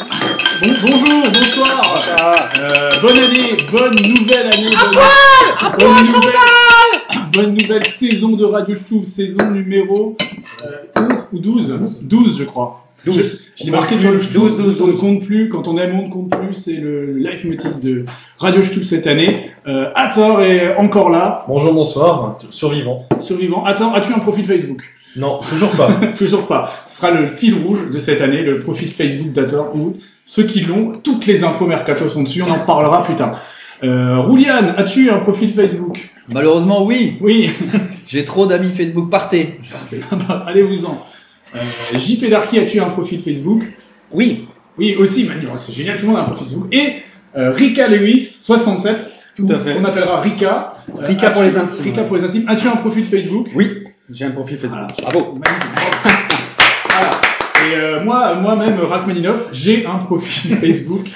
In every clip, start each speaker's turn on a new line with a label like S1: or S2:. S1: Bon- bonjour, bonsoir. Euh, bonne année, bonne nouvelle année. Bonne, bonne nouvelle, bonne nouvelle saison de Radio Stouff, saison numéro euh, 11 ou 12 12, je crois.
S2: 12.
S1: Je l'ai marqué sur le
S2: 12,
S1: 12,
S2: 12,
S1: 12, on ne compte plus. Quand on aime, on ne compte plus. C'est le life motif de Radio Stouff cette année. Euh, Hathor est encore là,
S2: Bonjour, bonsoir, t- survivant.
S1: survivant. Hathor, as-tu un profil Facebook
S2: Non, toujours pas.
S1: Toujours pas. Ce sera le fil rouge de cette année, le profil Facebook d'Ator où ceux qui l'ont, toutes les infos mercato sont dessus, on en parlera plus tard. Euh, Rouliane, as-tu un profil Facebook
S3: Malheureusement, oui.
S1: Oui, ah bah,
S3: J'ai trop d'amis Facebook. Partez.
S1: allez-vous-en. Euh, JP Darky, as-tu un profil Facebook
S3: Oui.
S1: Oui, aussi, Manu, oh, c'est génial, tout le monde a un profil Facebook. Et euh, Rika Lewis, 67,
S4: Tout à fait.
S1: on appellera Rika. Euh,
S4: Rika pour
S1: as-tu-
S4: les intimes.
S1: Rika pour les intimes. As-tu un profil Facebook
S4: Oui, j'ai un profil Facebook.
S3: Bravo.
S1: Magnifique. Voilà. Et euh, moi, moi-même, Rachmaninoff, j'ai un profil Facebook.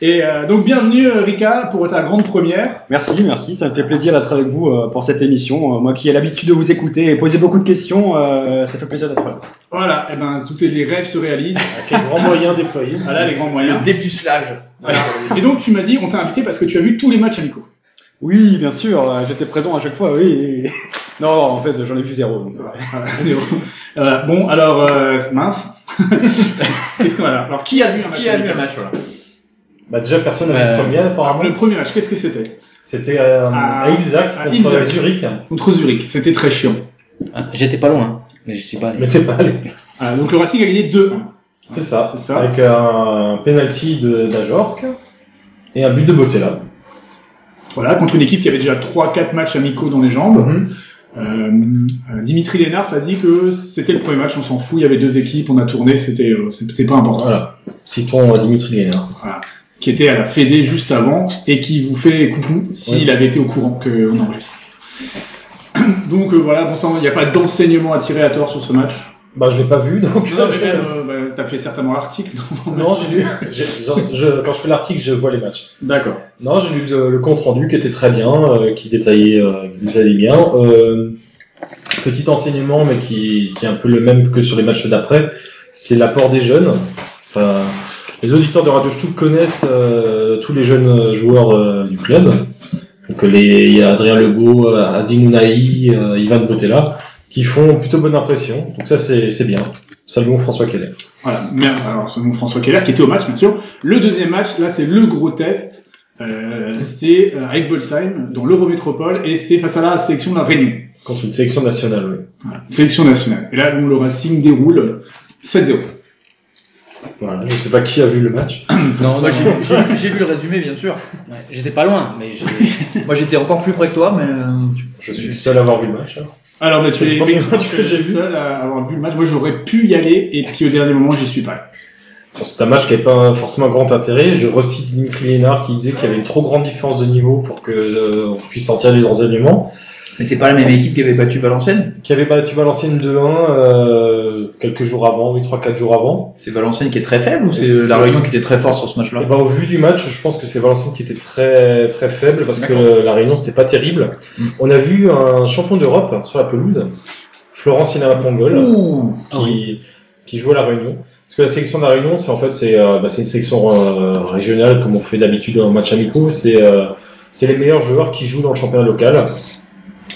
S1: Et euh, donc, bienvenue, euh, Rika, pour ta grande première.
S4: Merci, merci. Ça me fait plaisir d'être avec vous euh, pour cette émission. Euh, moi qui ai l'habitude de vous écouter et poser beaucoup de questions, euh, ça fait plaisir d'être là.
S1: Voilà, et ben, tous les rêves se réalisent.
S2: Quel grand moyen déployé.
S1: Voilà les grands moyens.
S3: dépucelage.
S1: Voilà. Et donc, tu m'as dit, on t'a invité parce que tu as vu tous les matchs amicaux.
S4: Oui, bien sûr, euh, j'étais présent à chaque fois, oui. oui. non, en fait, j'en ai vu zéro. donc.
S1: Voilà, zéro. Euh, bon, alors, euh, mince. qu'est-ce qu'on a là Alors, qui a vu un match
S3: Qui a vu
S1: amical
S3: un match voilà.
S2: Bah, déjà, personne n'a vu
S3: Ouais.
S2: le premier,
S1: Alors,
S2: apparemment.
S1: le premier match, qu'est-ce que c'était
S2: C'était euh,
S1: Ah,
S2: à Ilzac
S1: à
S2: contre
S1: Ilzac.
S2: Zurich.
S1: Contre Zurich, c'était très chiant.
S5: Ah, J'étais pas loin, mais je sais pas. allé.
S2: Mais t'es pas allé.
S1: Voilà, donc, le Racing a gagné 2-1.
S2: C'est ça.
S1: C'est ça.
S2: Avec un penalty de- d'Ajorc et un but de Botella.
S1: Voilà, contre une équipe qui avait déjà 3-4 matchs amicaux dans les jambes.
S3: Mhm.
S1: Euh, euh, Dimitri Lénard a dit que c'était le premier match, on s'en fout, il y avait deux équipes, on a tourné, c'était euh, c'était pas important.
S2: Voilà. Citons euh, Dimitri Lénard.
S1: Qui était à la Fédé juste avant et qui vous fait coucou s'il avait été au courant qu'on enregistre. Donc euh, voilà, bon sang, il n'y a pas d'enseignement à tirer à tort sur ce match.
S2: Bah, je l'ai pas vu, donc.
S1: Non, mais même, euh, bah, t'as fait certainement l'article. non
S2: Non, j'ai lu. j'ai- je- je- quand je fais l'article, je vois les matchs.
S1: D'accord.
S2: Non, j'ai lu le, compte rendu qui était très bien, euh, qui détaillait, euh, qui détaillait bien. Euh, petit enseignement, mais qui, qui est un peu le même que sur les matchs d'après, c'est l'apport des jeunes. Enfin, les auditeurs de Radio Stoup connaissent euh, tous les jeunes joueurs euh, du club. Donc euh, les, il y a Adrien Legault, euh, Asdi Nounaï, euh, Ivan Botella, qui font plutôt bonne impression. Donc ça, c'est c'est bien. Saluons François Keller.
S1: Voilà, merde, alors selon François Keller, qui était au match, bien sûr. Le deuxième match, là, c'est le gros test. Euh, c'est euh, avec Bolsheim, dans l'Eurométropole, et c'est face à la sélection de la Réunion.
S2: Contre une sélection nationale, oui.
S1: Sélection nationale. Et là, où le Racing déroule 7-0.
S2: Voilà, je ne sais pas qui a vu le match.
S3: Non,
S5: non,
S3: moi, j'ai, j'ai vu, j'ai vu le résumé, bien sûr.
S5: Ouais, J'étais pas loin, mais j'ai-
S3: Moi, j'étais encore plus près que toi, mais euh,
S2: Je suis le seul à avoir vu le match. hein. alors.
S1: Alors, mais tu
S2: C'est
S1: es
S2: le premier
S1: effectivement
S2: match que j'ai vu.
S1: seul à avoir vu le match. Moi, j'aurais pu y aller, et puis au dernier moment, j'y suis pas.
S2: Bon, C'est un match qui n'avait pas forcément grand intérêt. Je recite Dimitri Lénard qui disait qu'il y avait une trop grande différence de niveau pour que euh, on puisse sortir les enseignements.
S3: mais c'est pas la même équipe qui avait battu Valenciennes.
S2: Qui avait battu Valenciennes 2-1 euh, quelques jours avant, oui, 3-4 jours avant.
S3: C'est Valenciennes qui est très faible ou c'est la Réunion qui était très forte sur ce match-là
S2: Et ben, au vu du match, je pense que c'est Valenciennes qui était très très faible parce que la Réunion c'était pas terrible.
S3: Mm.
S2: On a vu un champion d'Europe sur la pelouse, Florence Inarapongol.
S3: Ouh. Ah
S2: qui, qui joue à la Réunion. Parce que la sélection de la Réunion, c'est en fait c'est euh, bah, c'est une sélection euh, régionale comme on fait d'habitude en match amicaux. C'est euh, c'est les meilleurs joueurs qui jouent dans le championnat local.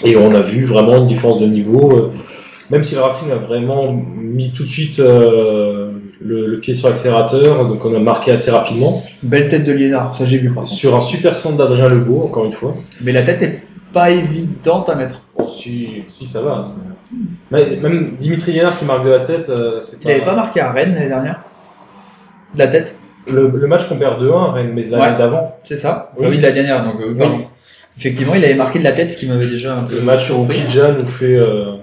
S2: Et on a vu vraiment une différence de niveau. euh, Même si le Racing a vraiment mis tout de suite euh, le, le pied sur l'accélérateur, donc on a marqué assez rapidement
S3: Belle tête de Liénard, ça j'ai vu par contre.
S2: sur un super centre d'Adrien Legault, encore une fois.
S3: Mais la tête est pas évidente à mettre.
S2: Bon, si, si ça va. hein, c'est- Mais- Même Dimitri Lénard qui marque de la tête, euh, c'est
S3: Il avait pas marqué à Rennes l'année dernière De la tête,
S2: Le, le match qu'on perd 2-1, Rennes, mais l'année
S3: Ouais.
S2: d'avant.
S3: c'est ça
S2: Oui.
S3: Ah oui, de la dernière, donc euh,
S2: Oui.
S3: pardon. Effectivement, il avait marqué de la tête, ce qui m'avait déjà un peu
S2: Le match où
S3: surpris.
S2: Kidja nous fait. euh,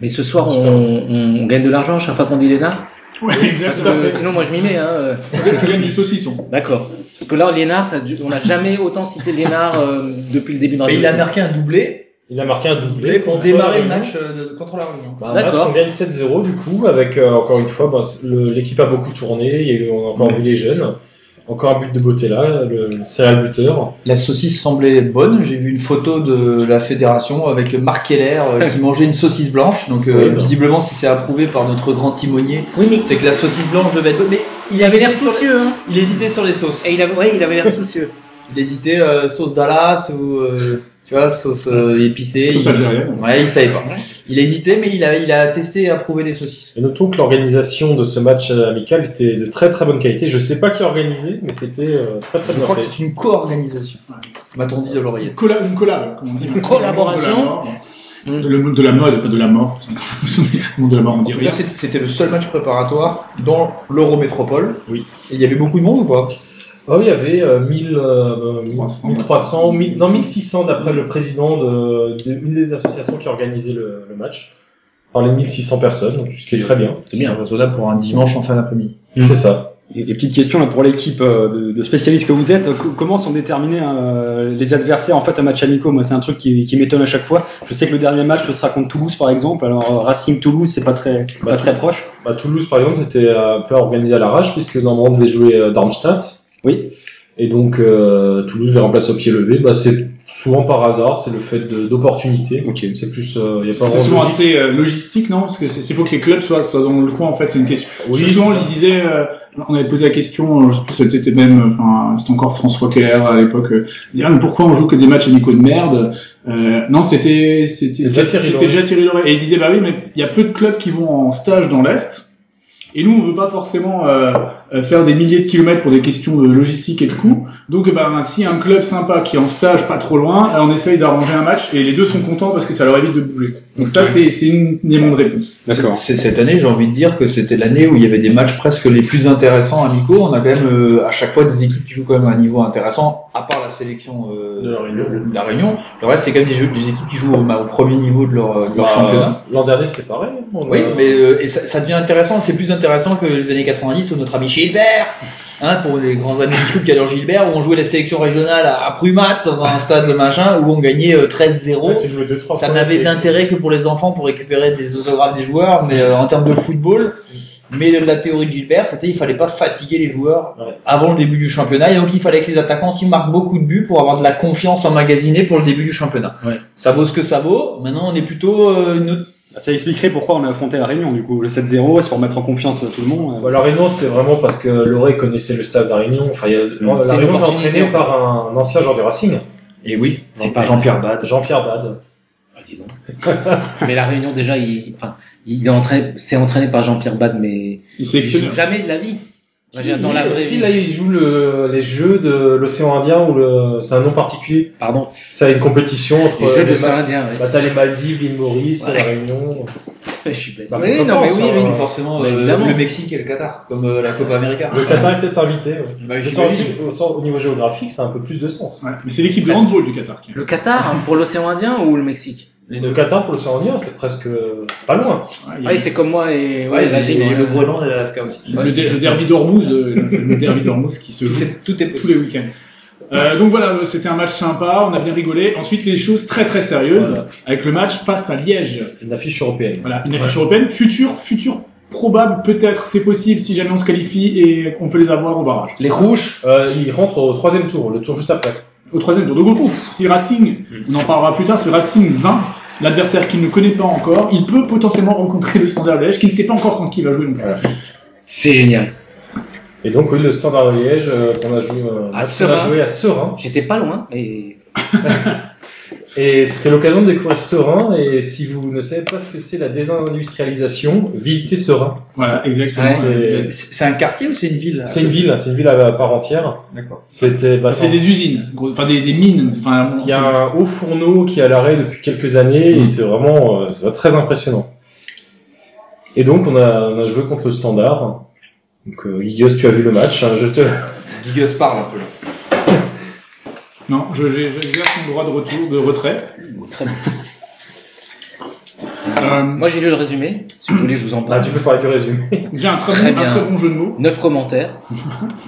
S5: mais ce soir, on, on- on gagne de l'argent à chaque fois qu'on dit Lénard.
S1: Oui,
S5: Parce que sinon, moi, je m'y mets. Hein. euh.
S1: Tu gagnes du saucisson.
S5: D'accord. Parce que là, Lénard, ça, a dû- on n'a jamais autant cité Lénard euh, depuis le début de la
S3: Mais il a
S5: Réunion.
S3: marqué un doublé
S2: Il a marqué un doublé
S3: pour
S2: contre
S3: démarrer
S2: la
S3: le
S2: Réunion.
S3: match euh, de- contre la Réunion.
S2: Bah, un match
S5: D'accord.
S2: qu'on gagne 7-0 du coup, avec euh, encore une fois, bah, le- l'équipe a beaucoup tourné, il y a eu, on a encore vu les jeunes. Encore un but de beauté là, le serial buteur.
S6: La saucisse semblait bonne. J'ai vu une photo de la fédération avec Marc Keller euh, qui mangeait une saucisse blanche. Donc, euh,
S2: Oui, bah.
S6: visiblement, si c'est approuvé par notre grand timonier,
S5: Oui, mais
S6: c'est que la saucisse blanche devait être bonne. Mais
S5: il avait l'air soucieux, hein.
S6: il hésitait sur les sauces.
S5: Et il avait, ouais, il avait l'air soucieux.
S6: Il hésitait euh, sauce Dallas ou euh, tu vois sauce euh, épicée.
S1: Sauce
S6: Il-
S1: algérienne.
S6: Ouais, il savait pas. Il hésitait, mais il a, il a testé et approuvé les saucisses.
S2: Et notons que l'organisation de ce match euh, amical était de très très bonne qualité. Je sais pas qui a organisé, mais c'était euh, très très
S6: Je
S2: bien
S6: crois que
S2: fait.
S6: c'est une co-organisation. M'a-t-on dit de
S1: Une
S6: l'oreillette
S1: colla- une collab, comme on dit. maintenant.
S5: Collaboration.
S1: De la mort.
S7: Mm.
S1: De, le- de la mode, pas de la mort. Le monde de la mort, on dit
S6: En tout
S1: rien.
S6: cas, c'était c'était le seul match préparatoire dans l'Eurométropole.
S2: Oui.
S6: Et il y avait beaucoup de monde ou pas
S2: Ah oui, il y avait euh, 1000, euh,
S1: 300.
S2: 1300, 1000, non 1600 d'après le président de, de- une des associations qui a organisé le, le match. Il Parlait de 1600 personnes, donc, ce qui est très bien.
S7: C'est bien, raisonnable pour un dimanche en fin d'après-midi.
S6: Mm.
S2: C'est ça.
S4: Et, et petite question là pour l'équipe euh, de, de spécialistes que vous êtes, co- comment sont déterminés euh, les adversaires en fait à match amicaux Moi, c'est un truc qui, qui m'étonne à chaque fois. Je sais que le dernier match ce sera contre Toulouse par exemple. Alors euh, Racing Toulouse, c'est pas très
S2: Bah,
S4: pas très proche.
S2: Bah, Toulouse, par exemple, c'était euh, un peu organisé à l'arrache, puisque normalement, on devait jouer euh, Darmstadt.
S4: Oui.
S2: Et donc, euh, Toulouse les remplace au pied levé. Bah, c'est souvent par hasard, c'est le fait de- d'opportunité.
S4: Ok.
S2: C'est plus, euh, il y a pas
S1: C'est
S2: vraiment
S1: souvent
S2: de-
S1: assez euh, logistique, non Parce que c'est c'est faut que les clubs soient, soient dans le coin, en fait, c'est une question.
S2: Oui,
S1: souvent,
S2: c'est ça.
S1: on disait, euh, on avait posé la question, euh, je- c'était même, enfin, c'était encore François Keller à l'époque, euh, il disait, ah, mais pourquoi on joue que des matchs amicaux de merde Euh, Non, c'était c'était
S2: C'était déjà Thierry
S1: c'était
S2: Loret.
S1: déjà Thierry Loret. Et il disait, bah oui, mais il y a peu de clubs qui vont en stage dans l'Est. Et nous, on veut pas forcément euh, euh, faire des milliers de kilomètres pour des questions de logistique et de coûts. Donc, ben, si un club sympa qui est en stage pas trop loin, euh, on essaye d'arranger un match et les deux sont contents parce que ça leur évite de bouger. Donc ça, c'est c'est une une aimant de réponse.
S4: D'accord.
S6: C'est- Cette année, j'ai envie de dire que c'était l'année où il y avait des matchs presque les plus intéressants amicaux. On a quand même euh, à chaque fois des équipes qui jouent quand même à un niveau intéressant, à part la sélection euh,
S2: De La Réunion.
S6: de La Réunion. Le reste, c'est quand même des, jeux- des équipes qui jouent au, au premier niveau de leur, euh, de leur
S2: Bah,
S6: championnat.
S2: L'an dernier, c'était pareil. On
S6: Oui,
S2: a-
S6: mais euh, et ça, ça devient intéressant. C'est plus intéressant que les années 90 où notre ami Gilbert, hein, pour les grands amis du club qui adorent Gilbert, où on jouait la sélection régionale à, à Prumat dans un stade de machin où on gagnait euh, 13-0.
S2: Ouais, Ah, tu jouais deux, trois
S6: Ça
S2: fois la
S6: n'avait
S2: sélection.
S6: d'intérêt que pour les enfants pour récupérer des autographes des joueurs, mais euh, en termes de football. Mais la théorie de Gilbert, c'était il fallait pas fatiguer les joueurs
S2: Ouais.
S6: avant le début du championnat, et donc il fallait que les attaquants s'y marquent beaucoup de buts pour avoir de la confiance emmagasinée pour le début du championnat.
S7: Ouais.
S6: Ça vaut ce que ça vaut. Maintenant, on est plutôt euh, une autre
S4: Ça expliquerait pourquoi on a affronté la Réunion du coup le 7-0, c'est pour mettre en confiance euh, tout le monde. euh.
S2: Bah, la Réunion, c'était vraiment parce que Loré connaissait le staff de la Réunion. Enfin, il y a-
S6: C'est
S2: La
S6: une
S2: Réunion était
S6: opportunité,
S2: entraînée
S6: en fait.
S2: par un ancien joueur du Racing,
S6: Et Eh oui,
S2: c'est
S6: c'est
S2: pas
S6: pas Jean-Pierre Bad.
S2: Jean-Pierre Bade.
S7: Ah, dis donc.
S5: mais la réunion, déjà, il, enfin, il est entraîné, c'est entraîné par Jean-Pierre Bad, mais
S1: Il
S5: il joue
S1: sélectionne.
S5: jamais de la vie. Moi, j'ai-
S2: Si,
S5: dans la vraie
S2: si,
S5: vie.
S2: là, il joue le- les jeux de l'océan Indien ou le... c'est un nom particulier.
S5: Pardon.
S2: C'est une compétition entre
S5: Les jeux de
S2: les Ma-
S5: ça indien. ouais.
S2: bah, t'as les Maldives, l'île Maurice,
S5: Ouais.
S2: la Réunion.
S5: Je suis bête.
S2: Bah, pourquoi pas, ça, euh,
S6: forcément
S5: bah,
S6: euh,
S5: évidemment.
S6: le Mexique et le Qatar, comme euh, la Copa América.
S2: Le Qatar est peut-être invité. ouais.
S6: Bah,
S2: Mais
S6: j'imagine.
S2: sur- au, sur- au niveau géographique, ça a un peu plus de sens.
S1: Ouais. Mais c'est l'équipe de handball du Qatar. qui-
S5: Le Qatar hein, pour l'océan Indien ou le Mexique
S2: Le Qatar pour l'océan Indien, c'est presque, c'est pas loin.
S1: Ouais, il y a-
S5: Ouais, c'est comme moi et
S6: Ouais,
S5: ouais,
S6: vas-y,
S5: l'Asie,
S6: mais
S5: ouais.
S6: le Groenland et l'Alaska aussi.
S1: le, der- le derby d'Ormuz, euh, le derby d'Ormuz qui se joue
S6: Tout est
S1: tous les week-ends. Euh, donc voilà, c'était un match sympa, on a bien rigolé. Ensuite, les choses très très sérieuses
S2: Voilà.
S1: avec le match face à Liège.
S2: Une affiche européenne.
S1: Voilà, une affiche européenne, future, future, probable, peut-être, c'est possible si jamais on se qualifie et on peut les avoir au barrage.
S6: Les rouges.
S2: Euh, il rentre au troisième tour, le tour juste après.
S1: Au troisième tour. Donc ouf, si Racing, on en parlera plus tard, si Racing 20, l'adversaire qu'il ne connaît pas encore, il peut potentiellement rencontrer le Standard Liège qui ne sait pas encore quand il va jouer non plus.
S5: C'est génial.
S2: Et donc, oui, le Standard de Liège, euh, qu'on a joué, euh,
S5: À
S2: qu'on a
S5: Serein.
S2: joué à Serein.
S5: J'étais pas loin et
S2: Et c'était l'occasion de découvrir Serein. Et si vous ne savez pas ce que c'est la désindustrialisation, visitez Serein.
S1: Voilà, exactement.
S6: Ouais,
S2: c'est-
S1: C'est-
S6: C'est c'est un quartier ou c'est une ville là
S2: C'est une ville, hein, c'est une ville à part entière.
S6: D'accord.
S2: C'était, bah,
S1: Ah, c'est
S2: c'est-
S1: des usines, gros, enfin des, des mines. Enfin,
S2: il y a un haut fourneau qui est à l'arrêt depuis quelques années et c'est vraiment, euh, c'est vraiment très impressionnant. Et donc on a, on a joué contre le Standard. Donc euh, Guillaume, tu as vu le match, hein, je te.
S6: Gigas parle un peu là.
S1: Non, je- je- j'exerce mon droit de retour, de retrait.
S5: très bien.
S1: Euh,
S5: Moi j'ai lu le résumé. Si vous voulez, je vous en
S2: Ah,
S5: parle.
S2: tu peux parler du résumé.
S1: j'ai un très,
S5: Très
S1: bon, un
S5: bien.
S1: très bon jeu de mots.
S5: Neuf commentaires,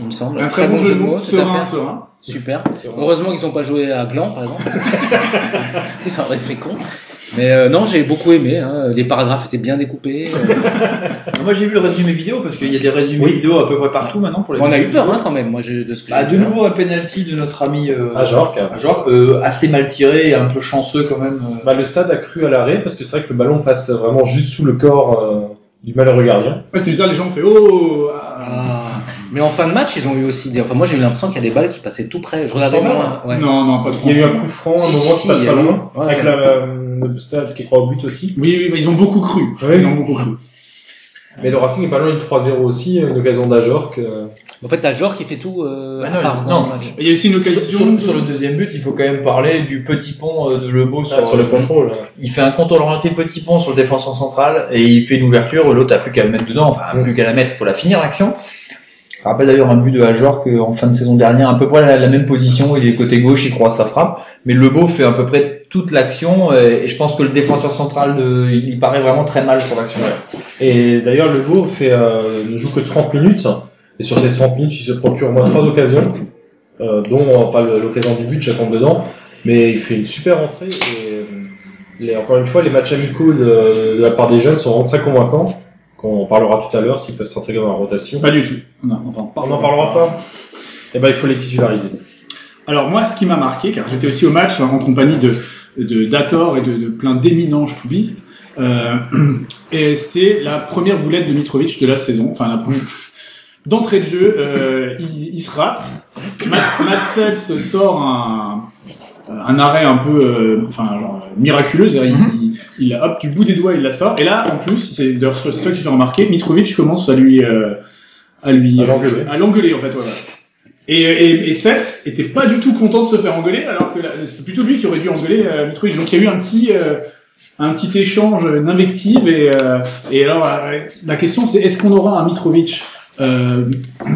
S5: il me semble.
S1: Un très, bon, jeu de mots,
S5: tout à
S1: serein,
S5: fait.
S1: serein.
S5: Super. Heureusement qu'ils n'ont pas joué à Gland, par exemple. ça aurait fait con. Mais euh, non, j'ai beaucoup aimé. hein. Les paragraphes étaient bien découpés. Euh,
S6: Moi j'ai vu le résumé vidéo parce qu'il y a des résumés
S2: Oui.
S6: vidéo à peu près partout maintenant pour les.
S5: on a
S6: matchs.
S5: eu peur hein, quand même. Moi, j'ai- de ce que
S6: Bah, de
S5: j'ai vu, hein.
S6: nouveau un penalty de notre ami euh,
S2: À Jorque.
S6: Ajorque, euh, assez mal tiré, et un peu chanceux quand même. euh.
S2: Bah, le stade a cru à l'arrêt parce que c'est vrai que le ballon passe vraiment juste sous le corps euh, du malheureux gardien.
S1: Ouais, c'était bizarre, les gens ont fait Oh ah.
S5: Ah. Mais en fin de match, ils ont eu aussi des. Enfin, moi, j'ai eu l'impression qu'il y a des balles qui passaient tout près. Je regardais
S2: Standard.
S5: loin. Ah, Ouais.
S1: Non, non, pas trop.
S2: Il y a eu un coup franc,
S5: Si,
S2: un
S5: si,
S2: moment
S5: si,
S2: qui passe
S5: il y a
S2: pas
S5: eu-
S2: loin,
S5: ouais,
S2: avec
S5: ouais.
S2: la, euh, le stade qui croit au but aussi.
S1: Oui, oui, mais ils ont beaucoup cru.
S2: Ouais.
S1: Ils ont beaucoup cru.
S2: Mais le Racing est pas loin du 3-0 aussi, une occasion d'Ajorque. euh,
S5: En fait, t'as Jor qui fait tout. euh,
S6: Bah
S5: à
S6: non,
S5: part
S6: non,
S5: dans le
S6: non.
S5: match.
S1: Il y a aussi une occasion.
S6: Sur, sur le deuxième but, il faut quand même parler du petit pont euh, de Lebeau sur,
S2: ah, sur le contrôle.
S6: Il fait un contrôle orienté petit pont sur le défenseur central et il fait une ouverture. L'autre a plus qu'à le mettre dedans, enfin
S2: Mm.
S6: plus qu'à la mettre, faut la finir l'action. Je rappelle d'ailleurs un but de Ajorque euh, en fin de saison dernière, à peu près la, la même position. Il est côté gauche, il croise sa frappe, mais Lebeau fait à peu près toute l'action et, et je pense que le défenseur central, de- il paraît vraiment très mal sur l'action.
S2: Et d'ailleurs, le Beau fait, euh, ne joue que 30 minutes. Et sur ces 30 minutes, il se procure au moins trois occasions, euh, dont euh, enfin, le- l'occasion du but, je la compte dedans. Mais il fait une super entrée. Et euh, les- encore une fois, les matchs amicaux de, de la part des jeunes sont vraiment très convaincants. qu'on parlera tout à l'heure s'ils peuvent s'intégrer dans la rotation.
S1: Pas du tout. Non, enfin,
S2: On n'en parlera pas. Et ben, il faut les titulariser.
S1: Alors moi, ce qui m'a marqué, car j'étais aussi au match hein, en compagnie de de d'Ator et de, de plein d'éminents choubistes, euh, et c'est la première boulette de Mitrovic de la saison. Enfin, la première. D'entrée de jeu, euh, il, il se rate. Mats- Matsels se sort un, un arrêt un peu, euh, enfin, genre, euh, miraculeux. C'est-à-dire, Il, il, il la- hop, du bout des doigts, il la sort. Et là, en plus, c'est d'ailleurs c'est ça que j'ai remarqué, Mitrovic commence à lui, euh, à lui, euh,
S2: À l'engueuler.
S1: à l'engueuler en fait. Voilà. Et, et, et Sels était pas du tout content de se faire engueuler, alors que la- c'est plutôt lui qui aurait dû engueuler euh, Mitrovic. Donc il y a eu un petit, euh, un petit échange, une invective. Et, euh, et alors euh, la question c'est est-ce qu'on aura un Mitrovic euh,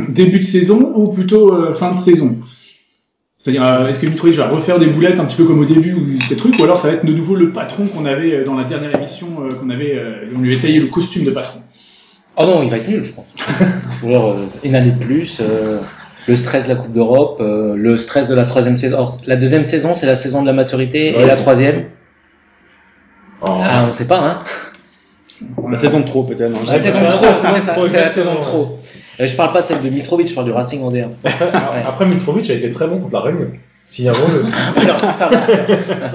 S1: début de saison ou plutôt euh, fin de saison C'est-à-dire euh, est-ce que Mitrovic va refaire des boulettes un petit peu comme au début ou ces trucs, ou alors ça va être de nouveau le patron qu'on avait euh, dans la dernière émission euh, qu'on avait, euh, on lui avait taillé le costume de patron.
S5: Oh non, il va être nul, je pense. Genre, euh, une année de plus, euh, le stress de la Coupe d'Europe, euh, le stress de la troisième saison. Or, la deuxième saison, c'est la saison de la maturité,
S2: Ouais,
S5: et la
S2: c'est-
S5: troisième,
S6: Oh.
S5: ah, on sait pas, hein.
S4: La saison de trop, peut-être. hein. non, je
S5: La
S4: sais
S5: saison
S4: pas.
S5: de trop, ouais, c'est
S2: Trop,
S5: c'est la
S2: exactement,
S5: saison de trop. Euh, Je parle pas de celle de Mitrovic, je parle du Racing hein. en D1. Ouais.
S2: Après, Mitrovic a été très bon contre la Réunion. Signalons le.
S5: Alors, ça va.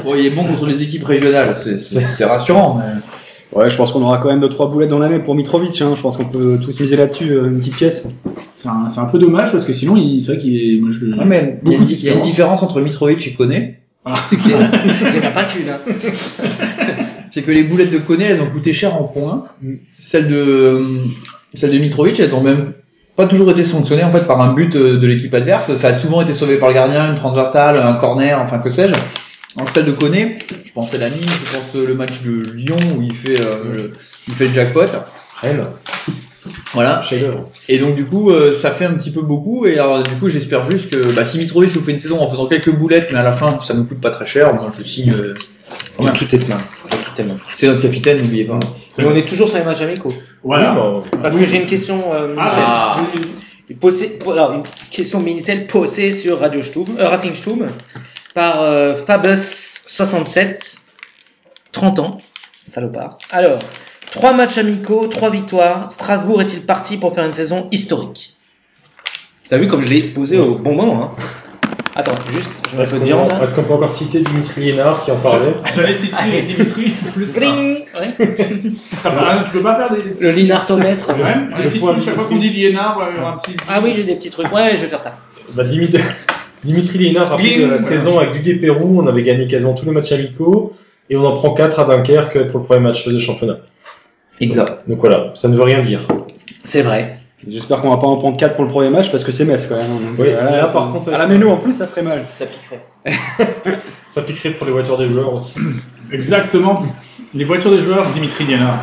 S6: Bon, il est bon contre les équipes régionales, c'est- c'est c'est rassurant. mais-
S4: Ouais, je pense qu'on aura quand même deux trois boulettes dans l'année pour Mitrovic. hein. Je pense qu'on peut tous miser là-dessus, euh, une petite pièce.
S1: C'est un, c'est un peu dommage parce que sinon il- c'est vrai qu'il est. moi, je le-
S6: Ouais, mais il y, a
S1: Beaucoup
S6: une-
S1: de
S6: il y a une
S1: différence.
S6: différence entre Mitrovic et Koné.
S1: Ah.
S6: C'est qu'il y a-
S5: Il y en a pas qu'une, hein.
S6: c'est que les boulettes de Koné, elles ont coûté cher en points. Celles de, euh, celles de Mitrovic, elles ont même pas toujours été sanctionnées en fait par un but euh, de l'équipe adverse. Ça a souvent été sauvé par le gardien, une transversale, un corner, enfin que sais-je. Alors que celle de Koné, je pense à la mine, je pense euh, le match de Lyon où il fait, euh, le- il fait le jackpot.
S2: Rennes,
S6: Voilà.
S2: chef-d'œuvre.
S6: Et donc du coup, euh, ça fait un petit peu beaucoup. Et alors, du coup, j'espère juste que bah, si Mitrovic vous fait une saison en faisant quelques boulettes, mais à la fin, ça ne coûte pas très cher. Moi, je signe. euh,
S5: De toutes tes mains. De toutes tes mains.
S6: c'est notre capitaine, n'oubliez pas.
S5: Mais on est toujours sur les matchs amicaux.
S1: Voilà.
S2: Oui, bah,
S5: Parce que j'ai une question. euh,
S1: Ah,
S6: Ah.
S1: oui, oui,
S5: Posé, po- alors, une question Minitel posée sur Radio Stum, euh, Racing Stum par euh, Fabus67, 30 ans, salopard. Alors, trois matchs amicaux, trois victoires. Strasbourg est-il parti pour faire une saison historique T'as vu comme je l'ai posé au bon moment. Hein Attends, juste, je me
S2: Est-ce
S5: peux
S2: qu'on
S5: dire. là.
S2: est-ce qu'on peut encore citer Dimitri Lénard qui en parlait
S1: Ah. J'allais citer Dimitri plus un.
S5: Bling Ouais.
S1: T'as pas- Tu peux pas faire des. des-
S5: Le linartomètre.
S1: Ouais, un
S2: le
S1: petit
S2: point
S1: truc, chaque fois qu'on dit Liénard, il y aura un petit.
S5: Ah oui, j'ai des petits trucs. Ouais, je vais faire ça.
S2: Bah, Dimitri, Dimitri Lénard, rappelez
S1: Gling,
S2: la
S1: voilà.
S2: saison avec Duguay Pérou, on avait gagné quasiment tous les matchs amicaux et on en prend 4 à Dunkerque pour le premier match de championnat.
S6: Exact.
S2: Donc voilà, ça ne veut rien dire.
S5: C'est vrai.
S4: J'espère qu'on va pas en prendre 4 pour le premier match parce que c'est Metz quand même. hein. Donc,
S2: Oui,
S4: voilà,
S2: là,
S4: ça-
S2: par contre,
S4: à la méno en plus, ça ferait mal.
S5: Ça piquerait.
S2: Ça piquerait pour les voitures des joueurs aussi.
S1: Exactement. Les voitures des joueurs, Dimitri Liénard.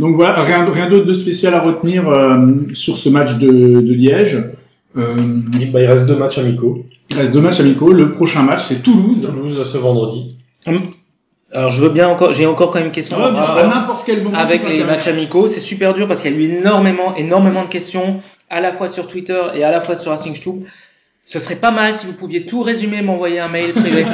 S1: Donc voilà, rien, rien d'autre de spécial à retenir euh, sur ce match de, de Liège. Euh,
S2: Et bah, il reste deux matchs amicaux.
S1: il reste deux matchs amicaux. Le prochain match, c'est Toulouse.
S2: Toulouse euh, ce vendredi.
S5: Alors, je veux bien encore. J'ai encore quand même une question.
S1: Ah, mais
S5: Ah,
S1: à n'importe quel moment.
S5: avec
S1: tu
S5: les
S1: peux
S5: matchs amicaux. C'est super dur parce qu'il y a eu énormément, énormément de questions, à la fois sur Twitter et à la fois sur Racing Stube. Ce serait pas mal si vous pouviez tout résumer, m'envoyer un mail privé.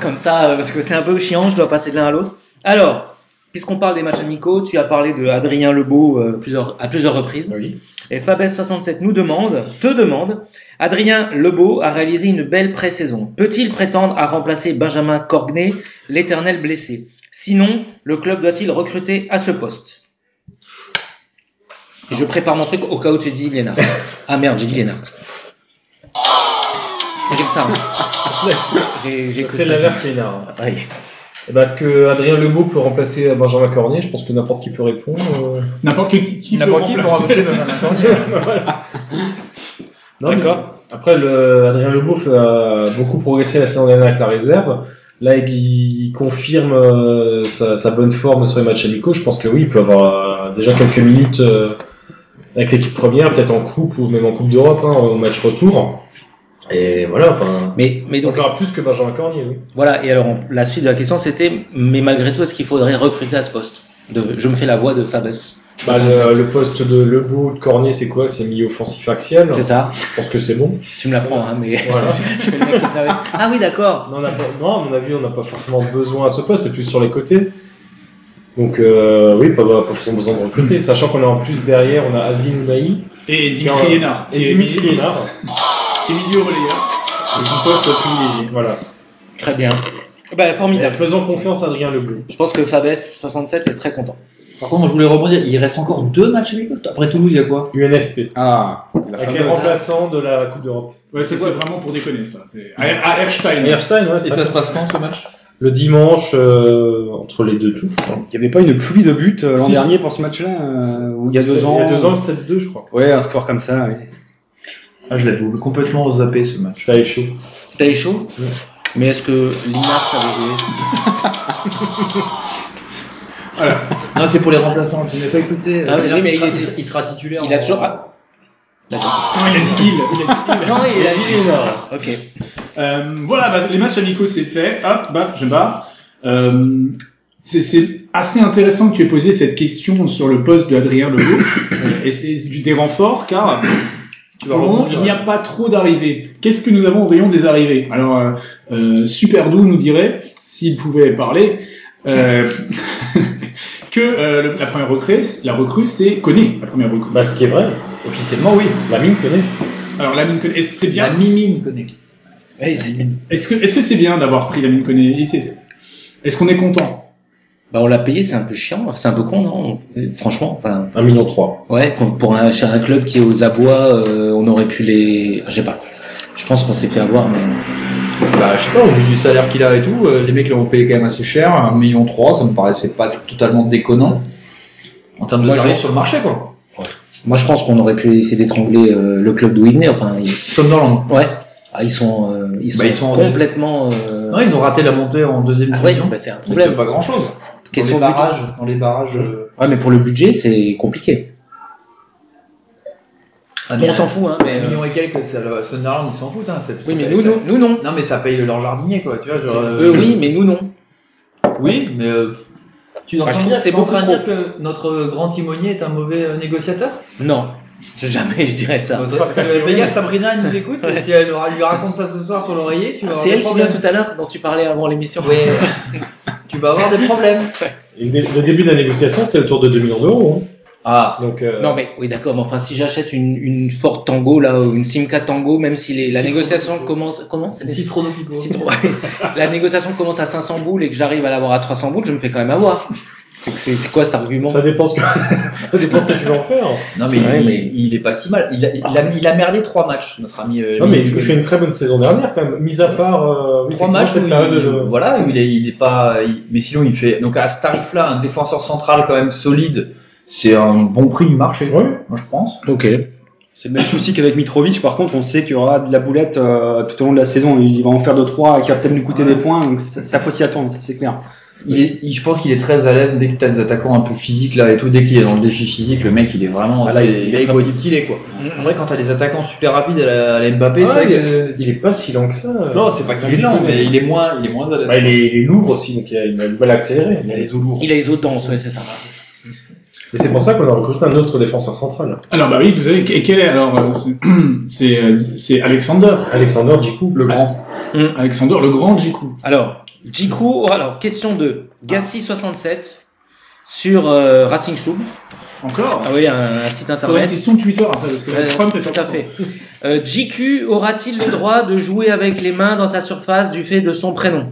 S5: Comme ça, euh, parce que c'est un peu chiant, je dois passer de l'un à l'autre. Alors, puisqu'on parle des matchs amicaux, tu as parlé de Adrien Lebeau euh, plusieurs, à plusieurs reprises.
S2: Oui.
S5: Et Fabes67 nous demande, te demande, Adrien Lebeau a réalisé une belle pré-saison. Peut-il prétendre à remplacer Benjamin Corgnet, l'éternel blessé Sinon, le club doit-il recruter à ce poste Et je prépare mon truc au cas où tu dis Lénard. Ah merde, j'ai dit Lénard. J'ai que ça. hein. J'ai j'ai que
S2: C'est
S5: ça.
S2: la verte Lénard.
S5: Aïe.
S2: Eh ben, Est-ce que Adrien Lebeau peut remplacer euh, Benjamin Cornet Je pense que n'importe qui peut répondre. euh.
S1: N'importe qui, qui peut
S6: N'importe qui peut
S1: remplacer.
S6: remplacer Benjamin Cordier.
S2: Non, mais
S5: D'accord.
S2: c'est- Après, le, Adrien Lebeau fait, a beaucoup progressé la saison dernière avec la réserve. Là, il, il confirme euh, sa, sa bonne forme sur les matchs amicaux. Je pense que oui, il peut avoir euh, déjà quelques minutes euh, avec l'équipe première, peut-être en coupe ou même en Coupe d'Europe hein, au match retour. Et voilà, enfin.
S5: Mais, mais
S2: Il en
S5: donc,
S2: fera plus que Benjamin Cornier, oui.
S5: voilà. Et alors, on- la suite de la question, c'était, mais malgré tout, est-ce qu'il faudrait recruter à ce poste De- Je me fais la voix de Fabes.
S2: Bah, le, le poste de Lebeau ou de Cornier, c'est quoi C'est milieu offensif axial.
S5: C'est ça.
S2: Je pense que c'est bon.
S5: Tu me la prends, hein, mais.
S2: Voilà.
S5: Je fais le mec qui savait. ah oui, d'accord.
S2: Non, on a pas- non, à mon avis, on n'a pas forcément besoin à ce poste, c'est plus sur les côtés. Donc, euh, oui, pas, pas forcément besoin de recruter. Sachant qu'on a en plus derrière, on a Asli Ounahi
S1: Et
S2: Car-
S1: Dimitri Hénard.
S2: et
S1: qui est-
S2: Dimitri Lénard.
S1: qui est milieu relayeur.
S2: Donc, un poste privilégié. Voilà.
S5: Très bien.
S6: Eh ben,
S5: Bah,
S2: Mais
S5: formidable.
S2: faisons confiance à Adrien Lebleu.
S5: Je pense que Fabes67 est très content.
S6: Par contre, je voulais rebondir. Il reste encore deux matchs amicaux. Après Toulouse, il y a quoi
S2: UNFP.
S4: Ah, la
S2: Avec les
S4: fameuse-
S2: remplaçants de la Coupe d'Europe.
S1: Ouais, ça, c'est vraiment pour déconner, ça. C'est à, à Erstein.
S2: Erstein, ouais,
S6: Et ça se passe quand ce match
S2: le dimanche, euh, entre les deux tours.
S4: Il n'y avait pas une pluie de buts euh, l'an
S2: Si.
S4: dernier pour ce match-là,
S2: C'est-
S4: euh, ou il y a deux ans
S2: Il y a deux ans, 7-2, je crois.
S4: Ouais, un score comme ça, ouais.
S6: Ah, je l'avais complètement zappé ce match.
S2: J'étais chaud.
S5: C'était chaud Mais est-ce que Linard savait jouer
S6: Non, c'est pour les remplaçants. Tu n'avais pas écouté.
S5: Ah oui,
S6: Là,
S5: oui, mais
S6: sera-
S5: il
S6: se-
S5: était-
S6: sera titulaire.
S5: Il a
S6: en- Ah,
S5: toujours. Ah,
S1: Non, il a dit il. il a dit il.
S5: Non, il a dit Linard. Ok.
S1: Euh, voilà, bah, les matchs amicaux c'est fait. Hop, bah, je barre. Euh, c'est- c'est assez intéressant que tu aies posé cette question sur le poste de Adrien Legault euh, et c'est du- des renforts car pour le moment, il n'y a pas trop d'arrivées. Qu'est-ce que nous avons au rayon des arrivées Alors, euh, euh, Superdou nous dirait, s'il pouvait parler, euh, que euh, le- la première recrue, la recrue c'est Koné, la première recrue.
S2: Bah, ce qui est vrai.
S6: Officiellement, oui.
S2: La mine connaît.
S1: Alors, Lamine Koné, est-ce que c'est
S6: La
S1: bien
S6: mimine connaît.
S1: Est-ce que est-ce que c'est bien d'avoir pris Lamine Koné Et c'est- Est-ce qu'on est content
S5: Bah, on l'a payé, c'est un peu chiant, c'est un peu con, non Euh, Franchement, enfin,
S2: 1,3 million. trois.
S5: ouais, pour- pour un, chez un club qui est aux abois, euh, on aurait pu les. enfin, Je sais pas. Je pense qu'on s'est fait avoir, mais.
S6: Bah, je sais pas, au vu du salaire qu'il a et tout, euh, les mecs l'ont payé quand même assez cher, 1,3 million, ça me paraissait pas totalement déconnant. En termes de
S5: Moi,
S6: tarif
S5: je-
S6: sur le marché, quoi.
S5: Moi, je pense qu'on aurait pu essayer d'étrangler euh, le club de Whitney. Enfin, ils-
S6: Somnolent.
S5: ouais, Ah, ils sont, euh, ils sont,
S6: Bah, ils sont en-
S5: complètement. euh,
S6: Non, ils ont raté la montée en deuxième
S5: ah ouais,
S6: division.
S5: bah, c'est un
S6: Donc, euh,
S5: problème.
S6: pas grand chose. Dans
S5: Question
S6: les
S5: de
S6: barrages, dans les barrages. euh,
S5: Ouais, mais pour le budget, c'est compliqué.
S6: un
S5: Bon, on
S6: million-
S5: s'en fout, hein, mais.
S6: un
S5: euh,
S6: million et quelques, ça, le Sunderland, ils s'en foutent. Hein, c'est-
S5: Oui,
S6: ça
S5: mais
S6: paye-
S5: nous,
S6: ça-
S5: nous, nous, non.
S6: Non, mais ça paye leur jardinier, quoi. Tu vois, genre, euh,
S5: Eux, oui, mais nous, non.
S6: Oui, mais euh, tu es en
S5: Ah,
S6: train de
S5: je trouve que
S6: dire,
S5: c'est
S6: t'es en train de dire
S5: beaucoup
S6: que notre euh, grand timonier est un mauvais euh, négociateur
S5: Non. Jamais je dirais ça.
S6: Parce que fais gaffe, Sabrina elle nous écoute, et si elle aura- lui raconte ça ce soir sur l'oreiller, tu vas avoir
S5: C'est
S6: des
S5: elle qui vient
S6: problèmes.
S5: tout à l'heure dont tu parlais avant l'émission.
S6: Ouais. tu vas avoir des problèmes.
S2: Et le dé- le début de la négociation, c'était autour de 2 millions d'euros.
S6: Ah,
S2: hein. Donc, euh,
S5: Non mais oui d'accord mais enfin si j'achète une, une Ford Tango là ou une Simca Tango même si les- la
S6: Citroën.
S5: négociation commence comment c'est des-
S6: c'est trop pipo.
S5: Citroën. la négociation commence à 500 boules et que j'arrive à l'avoir à 300 boules je me fais quand même avoir c'est que c'est c'est quoi cet argument
S2: Ça dépend ce que, ça dépend ce que tu veux en faire.
S6: Non, mais,
S5: Ouais,
S6: il,
S5: mais-
S6: il est pas si mal. Il a, il a, il a merdé trois matchs, notre ami. euh,
S2: Non, mais
S6: Mimi
S2: il
S6: Koné.
S2: fait une très bonne saison dernière quand même. Mis à part euh, oui,
S6: trois
S2: effectivement,
S6: matchs où
S2: cette
S6: il,
S2: période de-
S6: voilà où il est il est pas il- mais sinon il fait donc à ce tarif là un défenseur central quand même solide c'est un bon prix du marché
S2: Ouais.
S6: moi je pense
S4: Ok. C'est le même souci qu'avec Mitrovic, par contre, on sait qu'il y aura de la boulette euh, tout au long de la saison. Il va en faire 2-3 et qui va peut-être nous coûter des
S6: Ouais.
S4: points, donc ça, ça faut s'y attendre, ça, c'est clair.
S6: il est, il- je pense qu'il est très à l'aise dès que t'as des attaquants un peu physiques là et tout dès qu'il est dans le défi physique le mec il est vraiment
S2: Ah, là,
S6: c'est-
S2: il est
S6: il est
S2: très-
S6: quoi du petit lait quoi en vrai quand t'as des attaquants super rapides à la, à la Mbappé
S2: Ouais,
S6: c'est vrai
S2: Ah, il,
S6: que
S2: est, il est pas si lent que ça.
S6: non c'est pas qu'il est lent mais il est moins il est moins à l'aise
S2: Bah, il, est, il est lourd aussi, donc il a il a du mal à accélérer.
S6: il a les os lourds
S5: Il a les autres danses ouais c'est ça
S2: Et c'est pour ça qu'on a recruté un autre défenseur central,
S1: Alors, bah oui, vous savez, et quel est alors euh, C'est euh, c'est Alexander.
S2: Alexander Djikou.
S1: Le grand.
S5: Hmm.
S1: Alexander, le grand, du coup.
S5: Alors, Jiku, alors, question 2. Gassi67 sur euh, Racing Club.
S1: Encore
S5: Ah oui, un, un site
S1: Faudrait une
S5: internet.
S1: question de Twitter après, parce que
S5: Euh,
S1: Trump est
S5: tout à fait. Euh, JQ aura-t-il le droit de jouer avec les mains dans sa surface du fait de son prénom